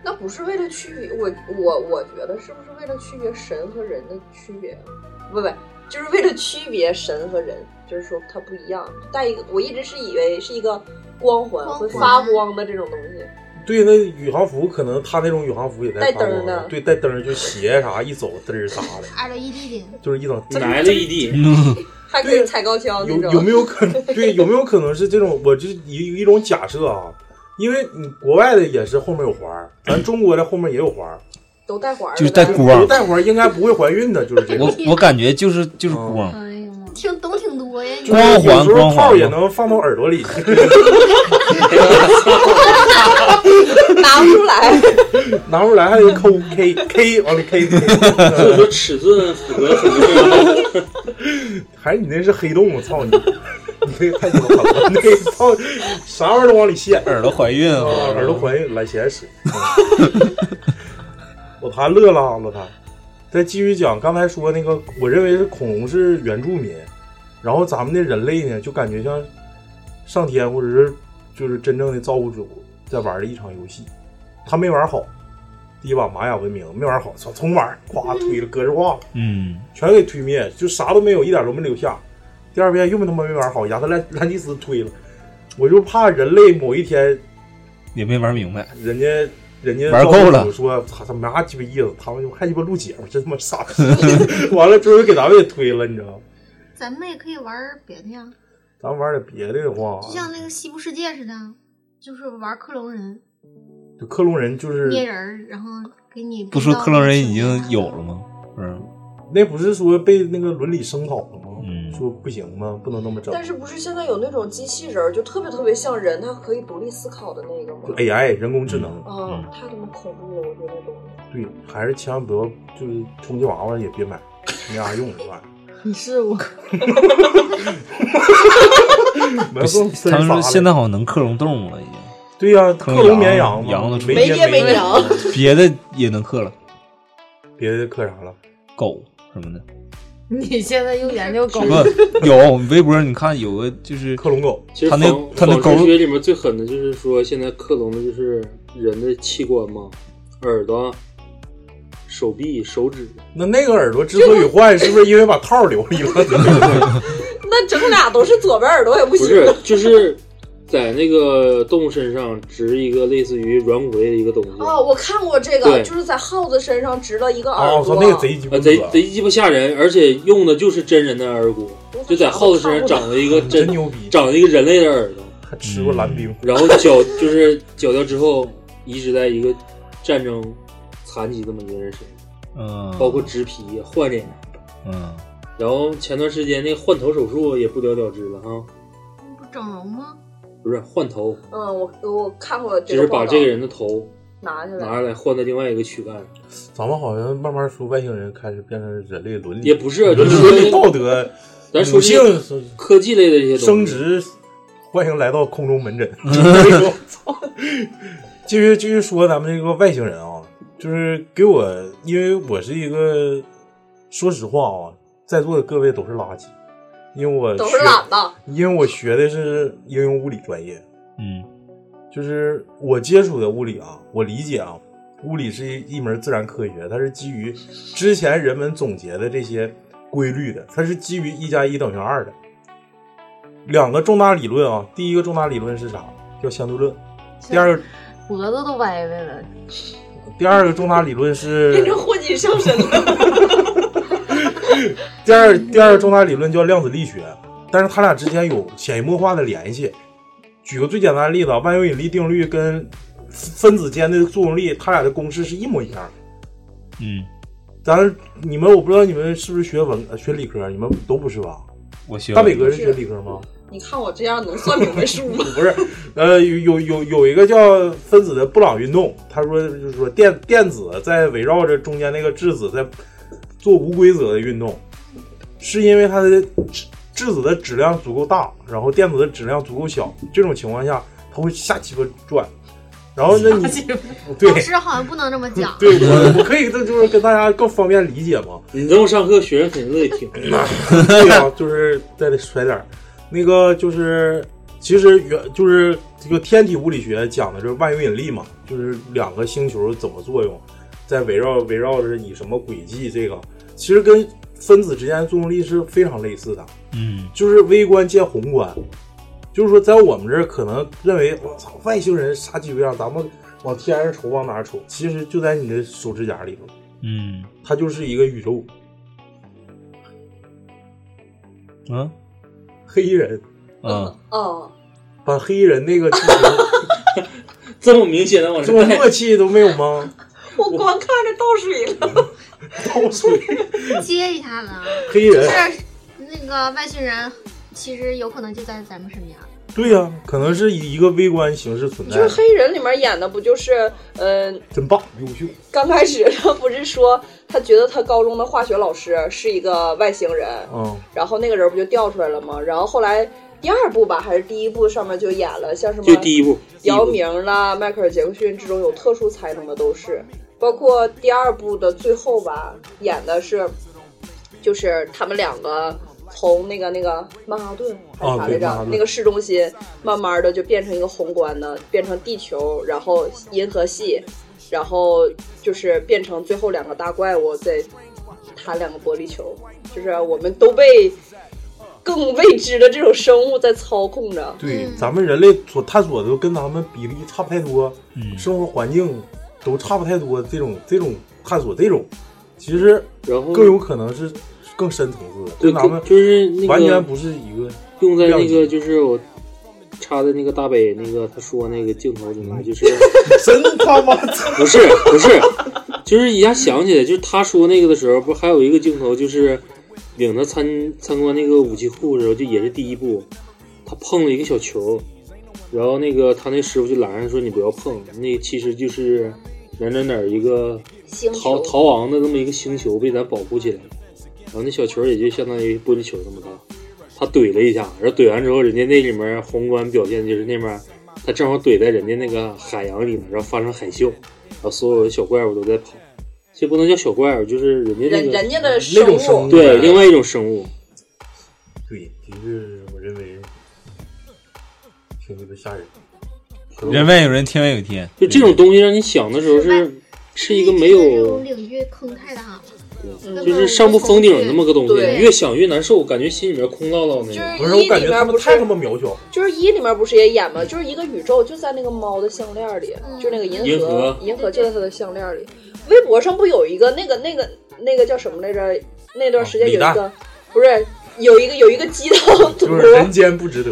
Speaker 12: 那不是为了区别，我我我觉得是不是为了区别神和人的区别？啊不不，就是为了区别神和人，就是说它不一样。带一个，我一直是以为是一个光环
Speaker 9: 光环
Speaker 12: 会发光的这种东西。
Speaker 1: 对，那宇航服可能他那种宇航服也带
Speaker 12: 带
Speaker 1: 发光
Speaker 12: 灯儿的
Speaker 1: 对，带灯儿就鞋啥一走嘚儿啥的，
Speaker 9: LED 的，
Speaker 1: 就是一整
Speaker 3: 你来了一地，
Speaker 12: 还可以踩高跷那
Speaker 1: 有
Speaker 12: 种。
Speaker 1: 有没有可 能？对，有没有可能是这种？我这一一种假设啊，因为你国外的也是后面有环儿，咱中国的后面也有环儿，
Speaker 12: 都带环儿的呗？
Speaker 2: 就是带光
Speaker 1: 不带环儿应该不会怀孕的，就是这种。
Speaker 2: 我我感觉就是就是光，
Speaker 1: 嗯
Speaker 9: 哎呀妈，听懂挺多呀，你
Speaker 1: 就是
Speaker 2: 光环
Speaker 1: 有时候
Speaker 2: 光环
Speaker 1: 套也能放到耳朵里，
Speaker 12: 拿不出来。
Speaker 1: 拿出来还得抠 K K 往里 K，
Speaker 3: 所以说尺寸符合很重要。
Speaker 1: 还是你那是黑洞，我操你！ 你这个太鸡巴狠了， 那个操啥玩意儿都往里陷。
Speaker 2: 耳朵怀孕啊，
Speaker 1: 啊，耳朵怀孕，来闲 使。老谭乐了啊，老谭。再继续讲，刚才说那个，我认为是恐龙是原住民，然后咱们的人类呢，就感觉像上天或者是就是真正的造物主在玩的一场游戏，他没玩好。第一把玛雅文明没玩好，操，重玩，咵推了格式化，
Speaker 2: 嗯
Speaker 1: 全给推灭，就啥都没有，一点都没留下。第二遍又他妈没玩好，亚特 兰兰蒂斯推了，我就怕人类某一天
Speaker 2: 也没玩明白，
Speaker 1: 人家人家
Speaker 2: 玩够了
Speaker 1: 我说操他妈鸡巴意思，他们就还鸡巴录节目，真他妈傻逼。 完了之后给咱们也推了，你知道吗？
Speaker 9: 咱们也可以玩别的呀，
Speaker 1: 咱们玩点别的的话
Speaker 9: 就，像那个西部世界似的，就是玩克隆人、
Speaker 1: 就克隆人就是
Speaker 9: 捏人儿，然后给你
Speaker 2: 不说克隆人已经有了吗？嗯，
Speaker 1: 那不是说被那个伦理声讨了吗？
Speaker 2: 嗯
Speaker 1: 说不行吗？不能那么整。
Speaker 12: 但是不是现在有那种机器人儿，就特别特别像人，它可以独立思考的那个吗
Speaker 1: 就？AI 人工智
Speaker 2: 嗯
Speaker 1: 能，
Speaker 12: 啊，太他妈恐怖了，我觉得那东西。
Speaker 1: 对，还是千万不要就是充气娃娃也别买，没啥用 这玩意
Speaker 11: 你是我，
Speaker 1: 儿。没事，
Speaker 2: 他们
Speaker 1: 啥
Speaker 2: 说现在好像能克隆动物了，已经。
Speaker 1: 对呀、
Speaker 2: 克
Speaker 1: 克隆绵
Speaker 2: 羊
Speaker 1: 羊
Speaker 2: 嘛，
Speaker 1: 嘛
Speaker 2: 羊都出
Speaker 1: 没爹没娘
Speaker 2: 别的也能克了，
Speaker 1: 别的克啥了？
Speaker 2: 狗什么的，
Speaker 11: 你现在又研究狗了，
Speaker 2: 不有微博你看有个就是
Speaker 1: 克隆狗，
Speaker 3: 其实
Speaker 2: 他
Speaker 3: 仿
Speaker 2: 那他那
Speaker 3: 仿
Speaker 2: 狗
Speaker 3: 生学里面最狠的就是说，现在克隆的就是人的器官嘛，耳朵、手臂、手指。
Speaker 1: 那那个耳朵之所以坏，是不是因为把套留里 了？
Speaker 12: 那整俩都是左边耳朵也不
Speaker 3: 不
Speaker 12: 行。
Speaker 3: 是，就是在那个动物身上植一个类似于软骨类的一个东西。
Speaker 12: 哦，我看过这个，
Speaker 3: 对
Speaker 12: 就是在耗子身上植了一个耳
Speaker 3: 啊，
Speaker 1: 哦
Speaker 12: 朵。
Speaker 3: 我操，巴贼贼鸡巴吓人，而且用的就是真人的耳骨，就在耗子身上长了一个真牛逼，长了一个人类的耳朵，
Speaker 1: 还吃过蓝冰，
Speaker 3: 然后绞就是绞掉之后移植在一个战争残疾这么一个人身
Speaker 2: 嗯
Speaker 3: 上，包括植皮、换脸，
Speaker 2: 嗯，
Speaker 3: 然后前段时间那个换头手术也不了了之了哈，
Speaker 9: 不整容吗？
Speaker 3: 不是换头，
Speaker 12: 嗯，我我看过
Speaker 3: 只
Speaker 12: 这
Speaker 3: 是
Speaker 12: 个
Speaker 3: 把
Speaker 12: 报道。
Speaker 3: 这个人的头
Speaker 12: 拿下来，
Speaker 3: 拿下来换到另外一个躯干。
Speaker 1: 咱们好像慢慢说外星人开始变成人类伦理，
Speaker 3: 也不是就是
Speaker 1: 伦理
Speaker 3: 说
Speaker 1: 道德，
Speaker 3: 咱说
Speaker 1: 女性
Speaker 3: 这些科技类的这些
Speaker 1: 升
Speaker 3: 东西
Speaker 1: 职，欢迎来到空中门诊。
Speaker 3: 嗯
Speaker 1: 我操 继续继续说咱们这个外星人啊，就是给我，因为我是一个，说实话啊，在座的各位都是垃圾，因为我
Speaker 12: 都是
Speaker 1: 学
Speaker 12: 懒的，
Speaker 1: 因为我学的是应用物理专业，
Speaker 2: 嗯，
Speaker 1: 就是我接触的物理啊，我理解啊，物理是一一门自然科学，它是基于之前人们总结的这些规律的，它是基于一加一等于二的。两个重大理论啊，第一个重大理论是啥？叫相对论。第二个
Speaker 11: 脖子都歪歪了。
Speaker 1: 第二个重大理论是
Speaker 12: 变成货金上身了。
Speaker 1: 第二第二个重大理论叫量子力学，但是它俩之间有潜移默化的联系。举个最简单的例子啊，万有引力定律跟分子间的作用力，它俩的公式是一模一样的。
Speaker 2: 嗯，
Speaker 1: 咱你们我不知道你们是不是学文呃学理科，你们都不是吧？
Speaker 2: 我学
Speaker 1: 大北哥
Speaker 2: 文
Speaker 1: 是学理科吗？
Speaker 12: 你看我这样能算明白数吗？
Speaker 1: 不是，呃，有有有有一个叫分子的布朗运动，他说就是说电电子在围绕着中间那个质子在做无规则的运动，是因为它的质质子的质量足够大，然后电子的质量足够小，这种情况下它会瞎鸡巴转，然后那你对。
Speaker 9: 老师好像不能这么讲
Speaker 1: 对我我可以这就是跟大家更方便理解嘛。
Speaker 3: 你这么上课，学生肯定乐意听。
Speaker 1: 对啊，就是再得甩点儿。那个就是，其实原就是这个天体物理学讲的就是万有引力嘛，就是两个星球怎么作用，在围绕围绕着以什么轨迹，这个其实跟分子之间的作用力是非常类似的。
Speaker 2: 嗯，
Speaker 1: 就是微观见宏观，就是说在我们这儿可能认为我操外星人啥鸡巴样，咱们往天上瞅往哪儿瞅，其实就在你的手指甲里头，
Speaker 2: 嗯
Speaker 1: 它就是一个宇宙。
Speaker 2: 啊
Speaker 1: 黑衣人，
Speaker 2: 啊，
Speaker 12: 哦，
Speaker 1: 把黑衣人那个剧情
Speaker 3: 这么明显的 往
Speaker 1: 这么默契都没有 吗？
Speaker 12: 我光看着倒水了。
Speaker 1: 倒水，
Speaker 9: 接一下呢，
Speaker 1: 黑人
Speaker 9: 就是那个外星人，其实有可能就在咱们身边。
Speaker 1: 对呀、可能是以一个微观形式存在
Speaker 12: 就是。黑人里面演的不就是，嗯、
Speaker 1: 真棒，优秀。
Speaker 12: 刚开始他不是说他觉得他高中的化学老师是一个外星人，
Speaker 1: 嗯，
Speaker 12: 然后那个人不就调出来了吗？然后后来第二部吧，还是第一部上面就演了，像什么
Speaker 3: 就第一步，
Speaker 12: 姚明啦、迈克尔·杰克逊这种有特殊才能的都是，包括第二部的最后吧，演的是就是他们两个从那个那个曼哈顿还是
Speaker 16: 哦
Speaker 12: 啥
Speaker 16: 对
Speaker 12: 来着、
Speaker 16: 曼哈顿
Speaker 12: 那个市中心，慢慢的就变成一个宏观的，变成地球，然后银河系，然后就是变成最后两个大怪物在弹两个玻璃球，就是我们都被。更未知的这种生物在操控着，
Speaker 1: 对，咱们人类所探索的都跟咱们比例差不太多，
Speaker 2: 嗯
Speaker 1: 生活环境都差不太多。这种这种探索，这种其实更有可能是更深层次的，
Speaker 3: 对
Speaker 1: 跟咱们
Speaker 3: 就是那个
Speaker 1: 完全不是一个
Speaker 3: 用在那
Speaker 1: 量级
Speaker 3: 个就是我插的那个大北 那个他说那个镜头里面，就是
Speaker 1: 真他妈
Speaker 3: 不是不是，就是一下想起来，就是他说那个的时候，不是还有一个镜头，就是领他参参观那个武器库的时候，就也是第一步，他碰了一个小球，然后那个他那师傅就拦着说你不要碰，那其实就是哪哪哪儿一个
Speaker 12: 星球
Speaker 3: 逃逃亡的那么一个星球被咱保护起来了，然后那小球也就相当于玻璃球那么大，他怼了一下，然后怼完之后，人家那里面宏观表现就是那边他正好怼在人家那个海洋里面，然后发生海啸，然后所有的小怪物都在跑，这不能叫小怪物，就是人家那
Speaker 12: 人
Speaker 3: 个
Speaker 12: 人家的嗯生物，
Speaker 3: 对另外一种生物，
Speaker 1: 对，的确是我认为挺鸡巴吓人。可能
Speaker 2: 人外有人，天外有天。
Speaker 3: 就这种东西让你想的时候是
Speaker 12: 嗯
Speaker 3: 是一个
Speaker 9: 这
Speaker 3: 没有
Speaker 9: 种领域坑太大了，
Speaker 3: 就是上不封顶那么个东西，
Speaker 12: 对
Speaker 3: 越想越难受，感觉心里面空落落那
Speaker 12: 就
Speaker 3: 种。
Speaker 12: 是一里面不是，
Speaker 1: 妈渺小。
Speaker 12: 就是一里面不是也演吗？就是一个宇宙就在那个猫的项链里，就那个银河，
Speaker 3: 银
Speaker 12: 银
Speaker 3: 河
Speaker 12: 就在它的项链里。微博上不有一个那个那个那个叫什么来着？那段时间有一
Speaker 1: 李
Speaker 12: 个、
Speaker 1: 诞
Speaker 12: 不是有一个有一个 鸡汤图，
Speaker 1: 就是人间不值得。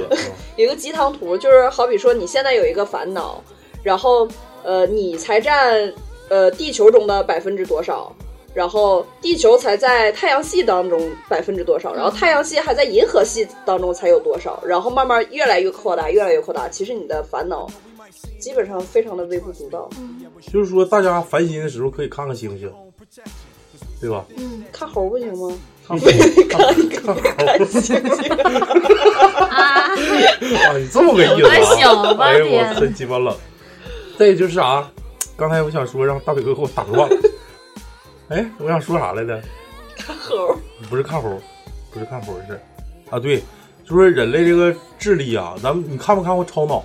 Speaker 12: 有一个鸡汤图，就是好比说你现在有一个烦恼，然后呃你才占呃地球中的百分之多少，然后地球才在太阳系当中百分之多少，然后太阳系还在银河系当中才有多少，然后慢慢越来越扩大，越来越扩大，其实你的烦恼基本上非常的微不足道。
Speaker 1: 就是说，大家烦心的时候可以看看星星，对 吧？
Speaker 12: 嗯，看猴不行吗？
Speaker 1: 看猴，
Speaker 12: 看星星。
Speaker 1: 啊，你这么个意思
Speaker 12: 我
Speaker 1: 啊
Speaker 12: 小？吧
Speaker 1: 哎呀，
Speaker 12: 天
Speaker 1: 我真鸡巴冷。再有就是啥、刚才我想说让大腿哥给我打断了。哎，我想说啥来着？
Speaker 12: 看猴，
Speaker 1: 不是看猴，不是看猴的事儿啊，对，就是人类这个智力啊，咱们你看没看过超脑？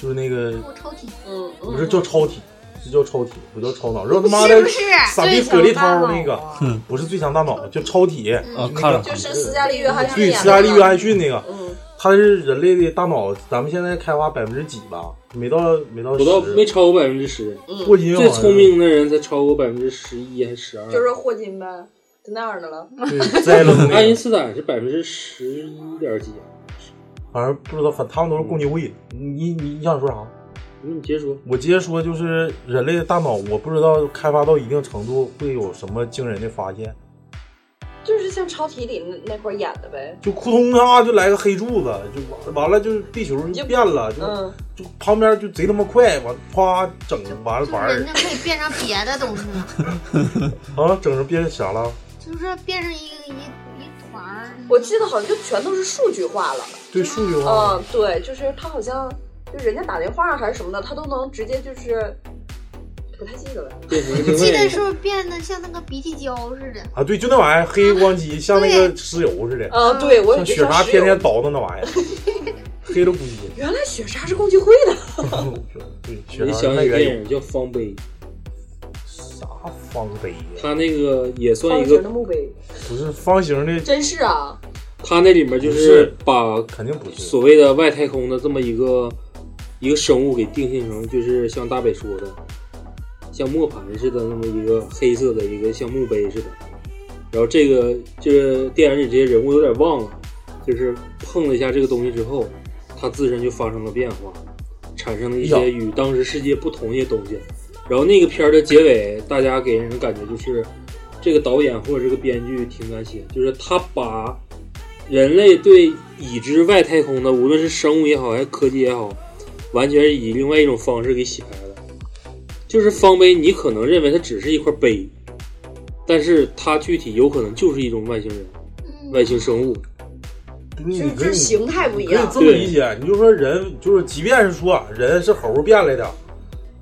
Speaker 1: 就是那个
Speaker 9: 我抽屉，
Speaker 12: 嗯，
Speaker 1: 不是叫超体，是叫超体，不叫超脑。然后他妈的
Speaker 9: 是不是
Speaker 1: 傻逼葛丽涛那个，不是最强大脑，就超体
Speaker 2: 啊看了
Speaker 12: 嗯就是斯嘉丽约翰逊
Speaker 1: 对，
Speaker 12: 演的嗯
Speaker 1: 斯嘉丽
Speaker 12: 那
Speaker 1: 约
Speaker 12: 个
Speaker 1: 翰逊那个，他是人类的大脑，咱们现在开发百分之几吧？没到没到
Speaker 3: 不到
Speaker 1: 10
Speaker 3: 没超过百分之十，
Speaker 1: 霍金好
Speaker 3: 最
Speaker 1: 像
Speaker 3: 聪明的人才超过百分之十一还是十二，
Speaker 12: 就是霍金呗，嗯就那样的了。
Speaker 1: 摘了那个
Speaker 3: 爱因斯坦是百分之十一点几，啊
Speaker 1: 反正不知道，反他们都是共济会。你你你想说啥？
Speaker 3: 你接 着说。
Speaker 1: 我接着说，就是人类的大脑，我不知道开发到一定程度会有什么惊人的发现，
Speaker 12: 就是像超体里那那块儿演的呗。
Speaker 1: 就扑通一下就来个黑柱子，就完完了，就是地球就变了，就、
Speaker 12: 嗯，
Speaker 1: 就旁边就贼他妈快，完啪整完了玩
Speaker 9: 人
Speaker 1: 儿
Speaker 9: 家可以变成别的东西了，
Speaker 1: 啊，整成变成啥了？
Speaker 9: 就是说变成一个一一团儿。
Speaker 12: 我记得好像就全都是数据化了。
Speaker 1: 对啊数据化，
Speaker 12: 嗯，对，就是他好像就人家打电话还是什么的，他都能直接就是不太记得了。
Speaker 3: 变成
Speaker 9: 我
Speaker 1: 另
Speaker 9: 记
Speaker 1: 外
Speaker 9: 得
Speaker 1: 一
Speaker 9: 是不是变得像那个鼻涕胶似 的？
Speaker 1: 啊，对，就那玩意儿，黑光机像那个石油似的，
Speaker 12: 啊对我
Speaker 1: 像
Speaker 12: 也觉
Speaker 1: 雪
Speaker 12: 得像
Speaker 1: 莎
Speaker 12: 石
Speaker 1: 天天
Speaker 12: 油
Speaker 1: 倒腾那玩意儿，黑了咕叽。
Speaker 12: 原来雪莎是共济会的，
Speaker 1: 对，雪
Speaker 3: 你
Speaker 1: 莎
Speaker 3: 想
Speaker 1: 太
Speaker 3: 起
Speaker 1: 原
Speaker 3: 电
Speaker 1: 有
Speaker 3: 影叫《方碑》，
Speaker 1: 啥方碑呀？
Speaker 3: 他那个也算
Speaker 12: 方
Speaker 3: 一
Speaker 12: 形的
Speaker 3: 个，
Speaker 12: 墓碑，
Speaker 1: 不是方形的，
Speaker 12: 真是啊，
Speaker 3: 他那里面就
Speaker 1: 不是
Speaker 3: 把
Speaker 1: 肯定不是
Speaker 3: 所谓的外太空的这么一个一个生物给定性成，就是像大北说的，像磨盘似的那么一个黑色的一个像墓碑似的。然后这个就是电影里这些人物有点忘了，就是碰了一下这个东西之后，它自身就发生了变化，产生了一
Speaker 1: 哎呀
Speaker 3: 些与当时世界不同的东西。然后那个片儿的结尾，大家给人的感觉就是，这个导演或者这个编剧挺敢写，就是他把人类对已知外太空的，无论是生物也好，还是科技也好，完全是以另外一种方式给写开了。就是方碑，你可能认为它只是一块碑，但是它具体有可能就是一种外星人、外星生物。
Speaker 1: 你可
Speaker 12: 就是
Speaker 1: 以
Speaker 12: 形态不一
Speaker 1: 可以
Speaker 12: 样。
Speaker 1: 这么理解，你就说人就是，即便是说人是猴变来的，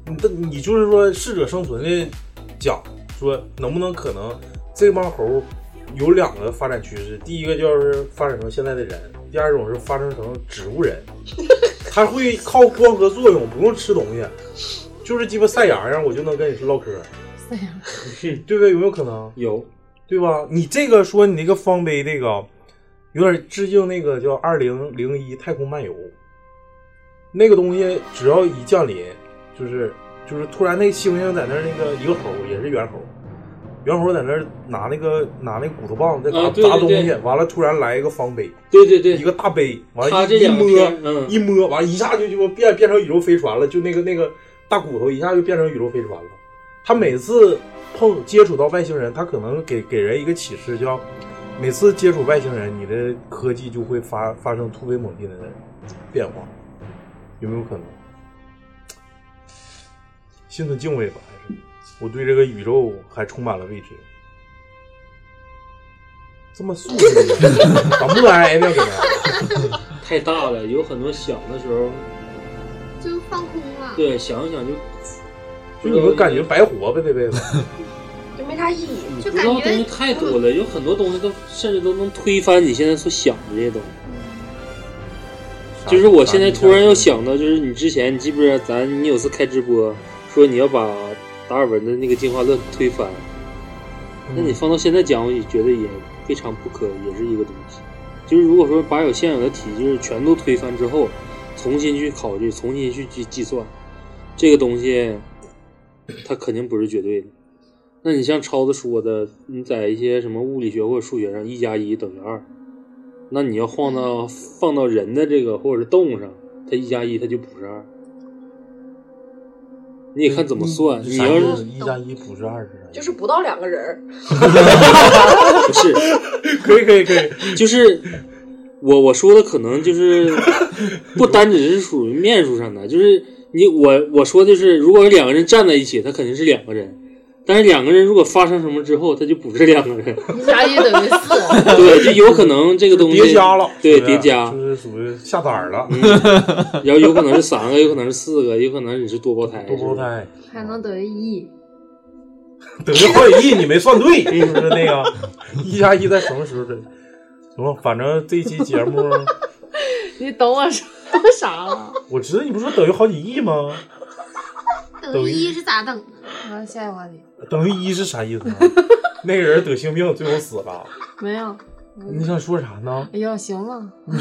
Speaker 1: 你的你就是说适者生存的讲，说能不能可能这帮猴有两个发展趋势，第一个就是发展成现在的人，第二种是发展成植物 人，他会靠光合作用不用吃东西，就是鸡巴晒洋洋，我就能跟你唠嗑。对不对？有没有可能？
Speaker 3: 有，
Speaker 1: 对吧？你这个说你那个方杯这个，有点致敬那个叫《二零零一太空漫游》，那个东西只要一降临，就是就是突然那猩猩在那儿那个一个猴也是猿猴，猿猴在那儿拿那个拿那个骨头棒在
Speaker 3: 啊
Speaker 1: 砸
Speaker 3: 对对
Speaker 1: 砸东西
Speaker 3: 对，
Speaker 1: 完了突然来一个方杯，
Speaker 3: 对对对，
Speaker 1: 一个大杯，完
Speaker 3: 他
Speaker 1: 了
Speaker 3: 这
Speaker 1: 一一
Speaker 3: 两
Speaker 1: 摸
Speaker 3: 天嗯
Speaker 1: 一摸，完了一下就就变变成宇宙飞船了，就那个那个大骨头一下就变成宇宙飞船了。他每次碰接触到外星人，他可能给给人一个启示，叫每次接触外星人，你的科技就会发发生突飞猛进的变化，有没有可能？心存敬畏吧，还是我对这个宇宙还充满了未知。这么素质呢，咋不挨呢？搁那
Speaker 3: 太大了，有很多想的时候，
Speaker 9: 就放空了。
Speaker 3: 对，想一想就
Speaker 1: 就你们感觉白活呗，这辈子。
Speaker 12: 就没啥意义，
Speaker 3: 你不知道东西太多了，有很多东西都甚至都能推翻你现在所想的这些东西。 就是我现在突然又想到，就是你之前，你记不记得咱你有次开直播说你要把达尔文的那个进化论推翻？那
Speaker 1: 嗯
Speaker 3: 你放到现在讲，我也觉得也未尝不可，也是一个东西。就是如果说把有现有的体制全都推翻之后，重新去考虑，重新去去计算，这个东西它肯定不是绝对的。那你像超子说的，你在一些什么物理学或者数学上，一加一等于二，那你要放到放到人的这个或者是动物上，它一加一它就不是二。你也看怎么算，
Speaker 1: 嗯
Speaker 3: 你
Speaker 1: 啥
Speaker 3: 要
Speaker 1: 意
Speaker 3: 是
Speaker 1: 思嗯一加一不是二是啥？
Speaker 12: 就是不到两个人儿。
Speaker 3: 不是，
Speaker 1: 可以可以可以，
Speaker 3: 就是我我说的可 能就是不单只是属于面数上的，就是你我我说的是，如果有两个人站在一起，他肯定是两个人，但是两个人如果发生什么之后，他就不是两个 人，
Speaker 14: 一加一等于四，
Speaker 3: 对，就有可能这个东西
Speaker 1: 叠加了，
Speaker 3: 对，
Speaker 1: 是不是
Speaker 3: 叠加，嗯
Speaker 1: 就是属于下单儿了，
Speaker 3: 然后有可能是三个，有可能是四个，有可能你是多胞胎，
Speaker 1: 多胞胎
Speaker 14: 还能等于一。
Speaker 1: 得了好几亿，你没算 对，就是那个一加一在什么时候真？行，反正这期节目，
Speaker 14: 你懂我说啥了？
Speaker 1: 我知道你不是说等于好几亿吗？
Speaker 9: 等于一是咋等的？
Speaker 14: 啊，下一个话题
Speaker 1: 等于一是啥意 思啊？那个人得性病最后死了，
Speaker 14: 没有。
Speaker 1: 你想说啥呢？
Speaker 14: 哎呦，行了，
Speaker 2: 嗯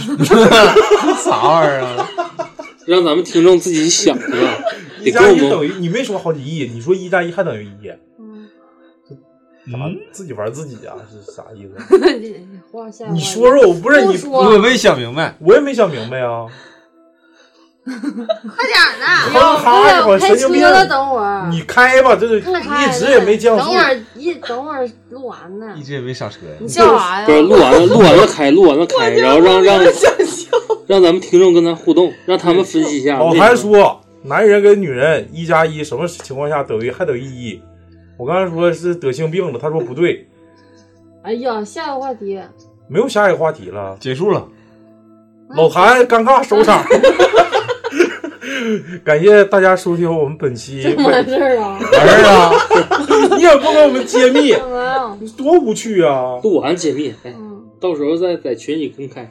Speaker 1: 啥玩意儿啊？
Speaker 3: 让咱们听众自己想去 吧，
Speaker 1: 一
Speaker 3: 得
Speaker 1: 加
Speaker 3: 跟
Speaker 1: 一
Speaker 3: 我
Speaker 1: 等
Speaker 3: 们
Speaker 1: 于你没说好几亿，你说一加一还等于一，
Speaker 14: 嗯，
Speaker 1: 咋
Speaker 2: 嗯
Speaker 1: 自己玩自己啊？是啥意思？
Speaker 14: 你 话下一个话题
Speaker 1: 你说说，我不是你，
Speaker 14: 说我
Speaker 1: 没想明白，我也没想明白啊。
Speaker 9: 快点儿
Speaker 14: 哎
Speaker 9: 的！
Speaker 14: 呦
Speaker 1: 哈哈
Speaker 14: 哎呦
Speaker 1: 我
Speaker 14: 开
Speaker 1: 神经
Speaker 14: 车
Speaker 1: 病
Speaker 14: 了，等会儿。
Speaker 1: 你开吧，这是
Speaker 14: 开
Speaker 1: 一直也没降
Speaker 14: 等
Speaker 1: 速
Speaker 14: 会，儿一等会儿录完呢，
Speaker 2: 一直也没刹车呀。
Speaker 14: 你笑啥
Speaker 1: 啊
Speaker 14: 呀？
Speaker 3: 不是录完了，录完了开，录完了开，然后让让让咱们听众跟咱互动，让他们分析一下。
Speaker 1: 我哦还说男人跟女人一加一什么情况下等于还等于一？我刚才说是得性病了，他说不对，
Speaker 14: 哎呀，下一个话题，
Speaker 1: 没有下一个话题了，
Speaker 2: 结束了。
Speaker 14: 嗯
Speaker 1: 老谭尴尬收场， 感谢大家收听我们本 期
Speaker 14: 这么
Speaker 1: 外
Speaker 14: 完事儿了？
Speaker 1: 完事儿啊！你也不给我们揭秘，
Speaker 14: 没
Speaker 1: 多无趣啊！
Speaker 3: 录完解密，哎，到时候再在群里公开。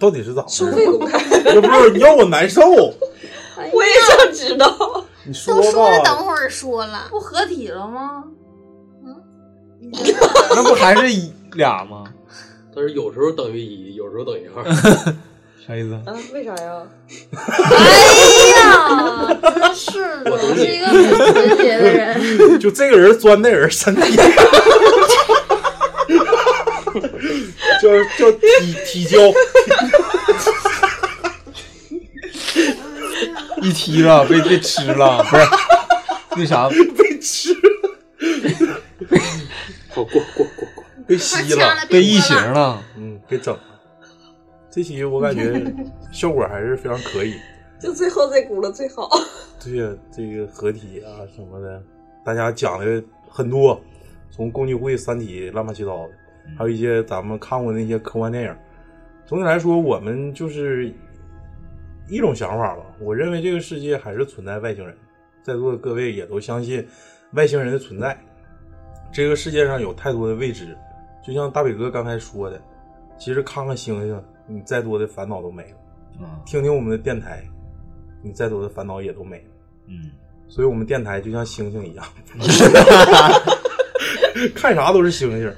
Speaker 1: 到底是咋回事？
Speaker 12: 费公开，
Speaker 1: 要不是你让我难受，
Speaker 12: 我也想知道。
Speaker 1: 你说
Speaker 9: 都说了，
Speaker 1: 吧，
Speaker 9: 等会儿说了，
Speaker 14: 不合体了吗？
Speaker 2: 那不还是一俩吗？
Speaker 15: 但是有时候等于一，有时候等于二。
Speaker 2: 啥意思？
Speaker 12: 啊？为啥呀？
Speaker 14: 哎呀，真是的，我是一个很纯洁的人。
Speaker 1: 就这个人钻那人身体， 叫叫体体交，
Speaker 2: 一踢了，被被吃了，不是那啥，
Speaker 1: 被吃
Speaker 3: 好过过过过，
Speaker 1: 被吸
Speaker 9: 掐了
Speaker 1: 了，
Speaker 2: 被异形了。
Speaker 1: 嗯，给整了。这期我感觉效果还是非常可以，
Speaker 12: 就最后这轱辘最好。
Speaker 1: 对呀，这个合体啊什么的，大家讲的很多，从共济会、三体、乱七八糟的，还有一些咱们看过那些科幻电影。总体来说，我们就是一种想法吧。我认为这个世界还是存在外星人，在座的各位也都相信外星人的存在。这个世界上有太多的未知，就像大伟哥刚才说的，其实看看星星，你再多的烦恼都没了；听听我们的电台，你再多的烦恼也都没了。
Speaker 2: 嗯，
Speaker 1: 所以我们电台就像星星一样， 看啥都是星星。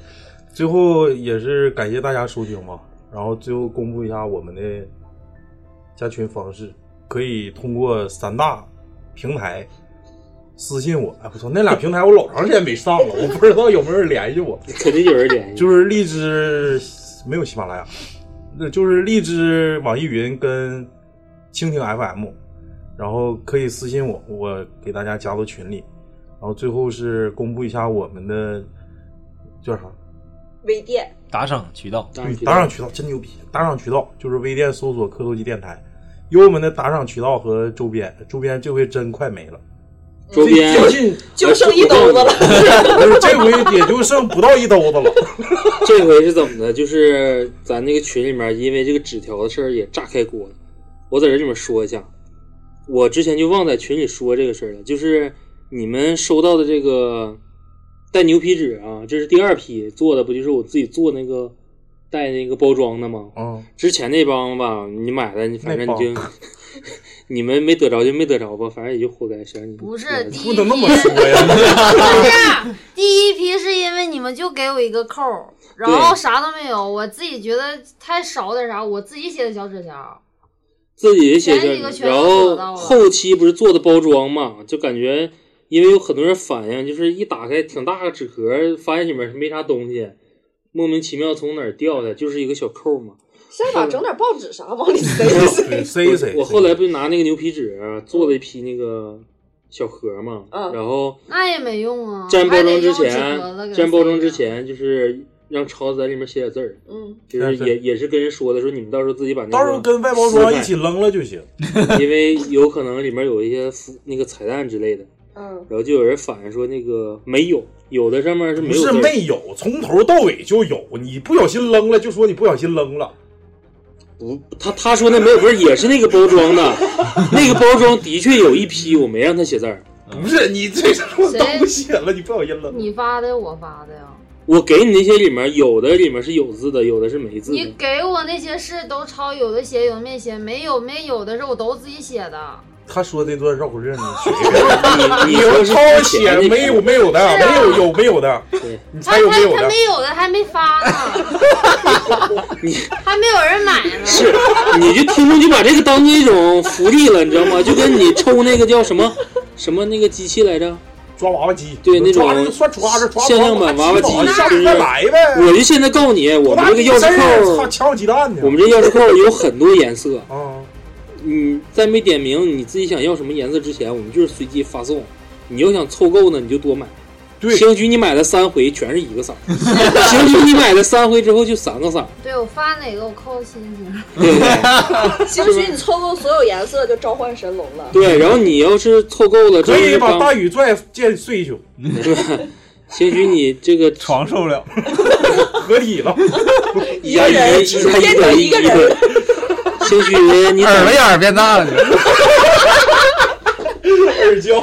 Speaker 1: 最后也是感谢大家收听吧，然后最后公布一下我们的加群方式，可以通过三大平台私信我。哎，我操，那俩平台我老长时间没上了，我不知道有没有人联系我。
Speaker 3: 肯定有人联系。
Speaker 1: 就是荔枝没有喜马拉雅，那就是荔枝、网易云跟蜻蜓 FM，然后可以私信我，我给大家加到群里。然后最后是公布一下我们的叫啥
Speaker 12: 微店
Speaker 2: 打赏渠道，
Speaker 1: 对，打赏渠道真牛逼！打赏渠道就是微店搜索“磕头机电台”，有我们的打赏渠道和周边，周边这回真快没了，
Speaker 3: 周边啊
Speaker 1: 这近
Speaker 12: 就剩一兜子了。
Speaker 1: 不是这回也就剩不到一兜子了。
Speaker 3: 这回是怎么的？就是咱那个群里面，因为这个纸条的事儿也炸开锅了。我在这里面说一下，我之前就忘在群里说这个事儿了。就是你们收到的这个带牛皮纸啊，这是第二批做的，不就是我自己做那个带那个包装的吗？
Speaker 1: 嗯，
Speaker 3: 之前那帮吧，你买了，你反正你
Speaker 1: 那
Speaker 3: 就
Speaker 1: 帮
Speaker 3: 你们没得着就没得着吧，反正也就活该，谁让你们
Speaker 14: 不是第
Speaker 1: 不
Speaker 14: 一
Speaker 1: 能那
Speaker 14: 批
Speaker 1: 么说 呀！
Speaker 14: 不是第一批是因为你们就给我一个扣儿，然后啥都没有，我自己觉得太少点啥，我自己写的小纸条。
Speaker 3: 自己写
Speaker 14: 前几个
Speaker 3: 着，
Speaker 14: 全
Speaker 3: 然
Speaker 14: 都得
Speaker 3: 后
Speaker 14: 到了
Speaker 3: 后期不是做的包装嘛，就感觉因为有很多人反映，就是一打开挺大个纸壳，发现里面没啥东西，莫名其妙从哪儿掉的，就是一个小扣嘛。
Speaker 12: 下把整点报纸啥往里塞一 塞。
Speaker 1: 对塞一塞，
Speaker 3: 我后来不是拿那个牛皮纸啊做了一批那个小盒嘛，
Speaker 12: 嗯
Speaker 3: 然后
Speaker 14: 那也没用啊，
Speaker 3: 粘包
Speaker 14: 还得
Speaker 3: 装之
Speaker 14: 用纸
Speaker 3: 前
Speaker 14: 壳子，给
Speaker 3: 粘
Speaker 14: 它
Speaker 3: 包
Speaker 14: 塞
Speaker 3: 装之
Speaker 14: 上
Speaker 3: 前就是让超子在里面写点字儿，
Speaker 12: 嗯，
Speaker 3: 就是
Speaker 1: 是
Speaker 3: 也也是跟人说的，说你们到时候自己把那个
Speaker 1: 到时候跟外包装一
Speaker 3: 撕
Speaker 1: 起扔了就行。
Speaker 3: 开，因为有可能里面有一些福那个彩蛋之类的。
Speaker 12: 嗯，
Speaker 3: 然后就有人反映说那个没有，有的上面是
Speaker 1: 不
Speaker 3: 没有字
Speaker 1: 是
Speaker 3: 儿，
Speaker 1: 没有，从头到尾就有，你不小心扔了就说你不小心扔了。
Speaker 3: 不，他他说那没有，不是也是那个包装 的，那个包装的确有一批我没让他写字儿，
Speaker 1: 不是你这是我当写了，你不小心扔。
Speaker 14: 你发的，我发的呀。
Speaker 3: 我给你那些里面有的里面是有字的，有的是没字
Speaker 14: 你
Speaker 3: 的，
Speaker 14: 给我那些是都抄，有的写，有的没写，没有没有的是我都自己写的。
Speaker 1: 他说这段绕口令，你学
Speaker 3: 你
Speaker 1: 你
Speaker 3: 说
Speaker 1: 有
Speaker 3: 是
Speaker 1: 抄
Speaker 3: 之
Speaker 1: 写
Speaker 3: 前那
Speaker 1: 没有
Speaker 3: 批
Speaker 1: 没有的，没有有没有的，你
Speaker 14: 他
Speaker 1: 猜有没有
Speaker 14: 他
Speaker 1: 的
Speaker 14: 他？没有的还没发呢，还没有人买呢。
Speaker 3: 是，你就听众就把这个当成一种福利了，你知道吗？就跟你抽那个叫什么什么那个机器来着，
Speaker 1: 抓娃娃机，
Speaker 3: 对那种
Speaker 1: 抓着算抓着抓
Speaker 3: 限量版娃娃机，
Speaker 1: 下
Speaker 3: 就是
Speaker 1: 次再来呗。
Speaker 3: 我就现在告诉你，我们这个钥匙扣
Speaker 1: 操，抢我鸡蛋呢？
Speaker 3: 我们这钥匙扣有很多颜色，
Speaker 1: 啊，
Speaker 3: 你在没点名你自己想要什么颜色之前，我们就是随机发送。你要想凑够呢，你就多买。
Speaker 1: 对
Speaker 3: 兴许你买了三回全是一个色儿， 兴许你买了三回之后就三个色儿。
Speaker 14: 对我发哪个我扣星星。
Speaker 3: 对不对
Speaker 12: 兴许你凑够所有颜色就召唤神龙了。
Speaker 3: 对，然后你要是凑够了，
Speaker 1: 可以把大
Speaker 3: 大
Speaker 1: 宇拽见碎去，
Speaker 3: 对，兴许你这个
Speaker 2: 床受不 了，
Speaker 1: 合体了。
Speaker 12: 一个人只变成一个人，
Speaker 3: 兴许你
Speaker 2: 耳朵眼儿变大了你。
Speaker 1: 二胶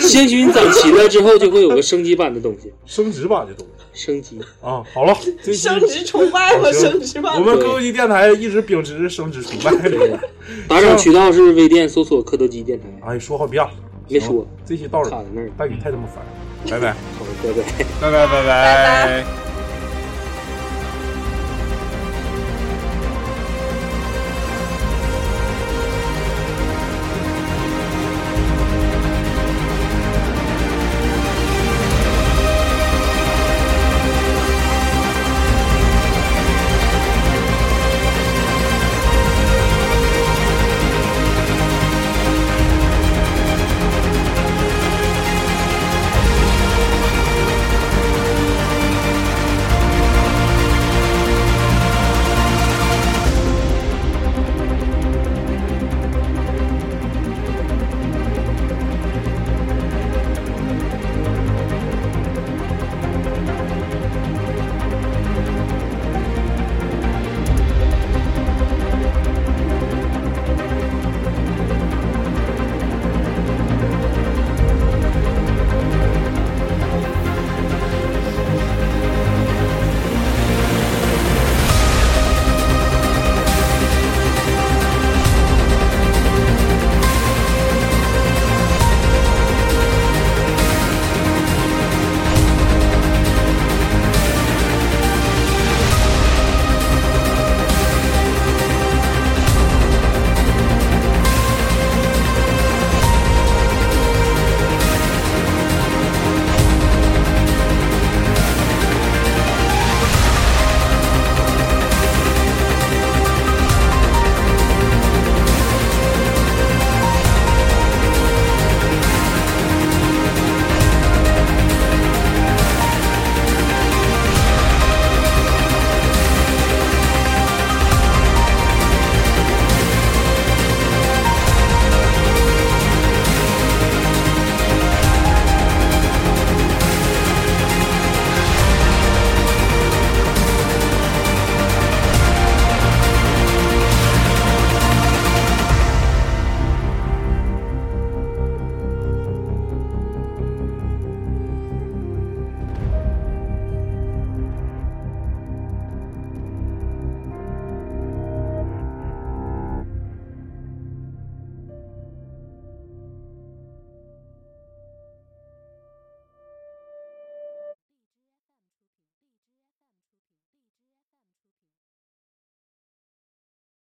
Speaker 3: 兴许你攒齐了之后就会有个升级版的东西，
Speaker 1: 升值版的东西
Speaker 3: 升级。
Speaker 1: 啊，好了，这期
Speaker 12: 升职崇拜嘛，
Speaker 1: 好行
Speaker 12: 升职吧
Speaker 1: 我。们歌姬电台一直秉持升值崇拜。
Speaker 3: 对，打赏渠道是微店搜索“磕头机电台
Speaker 1: 哎，说好别了，”，
Speaker 3: 没说
Speaker 1: 这期到这
Speaker 3: 卡
Speaker 1: 儿
Speaker 3: 在，那儿，
Speaker 1: 大宇太他妈烦了，拜拜。
Speaker 3: 好，拜拜。
Speaker 2: 拜拜拜拜。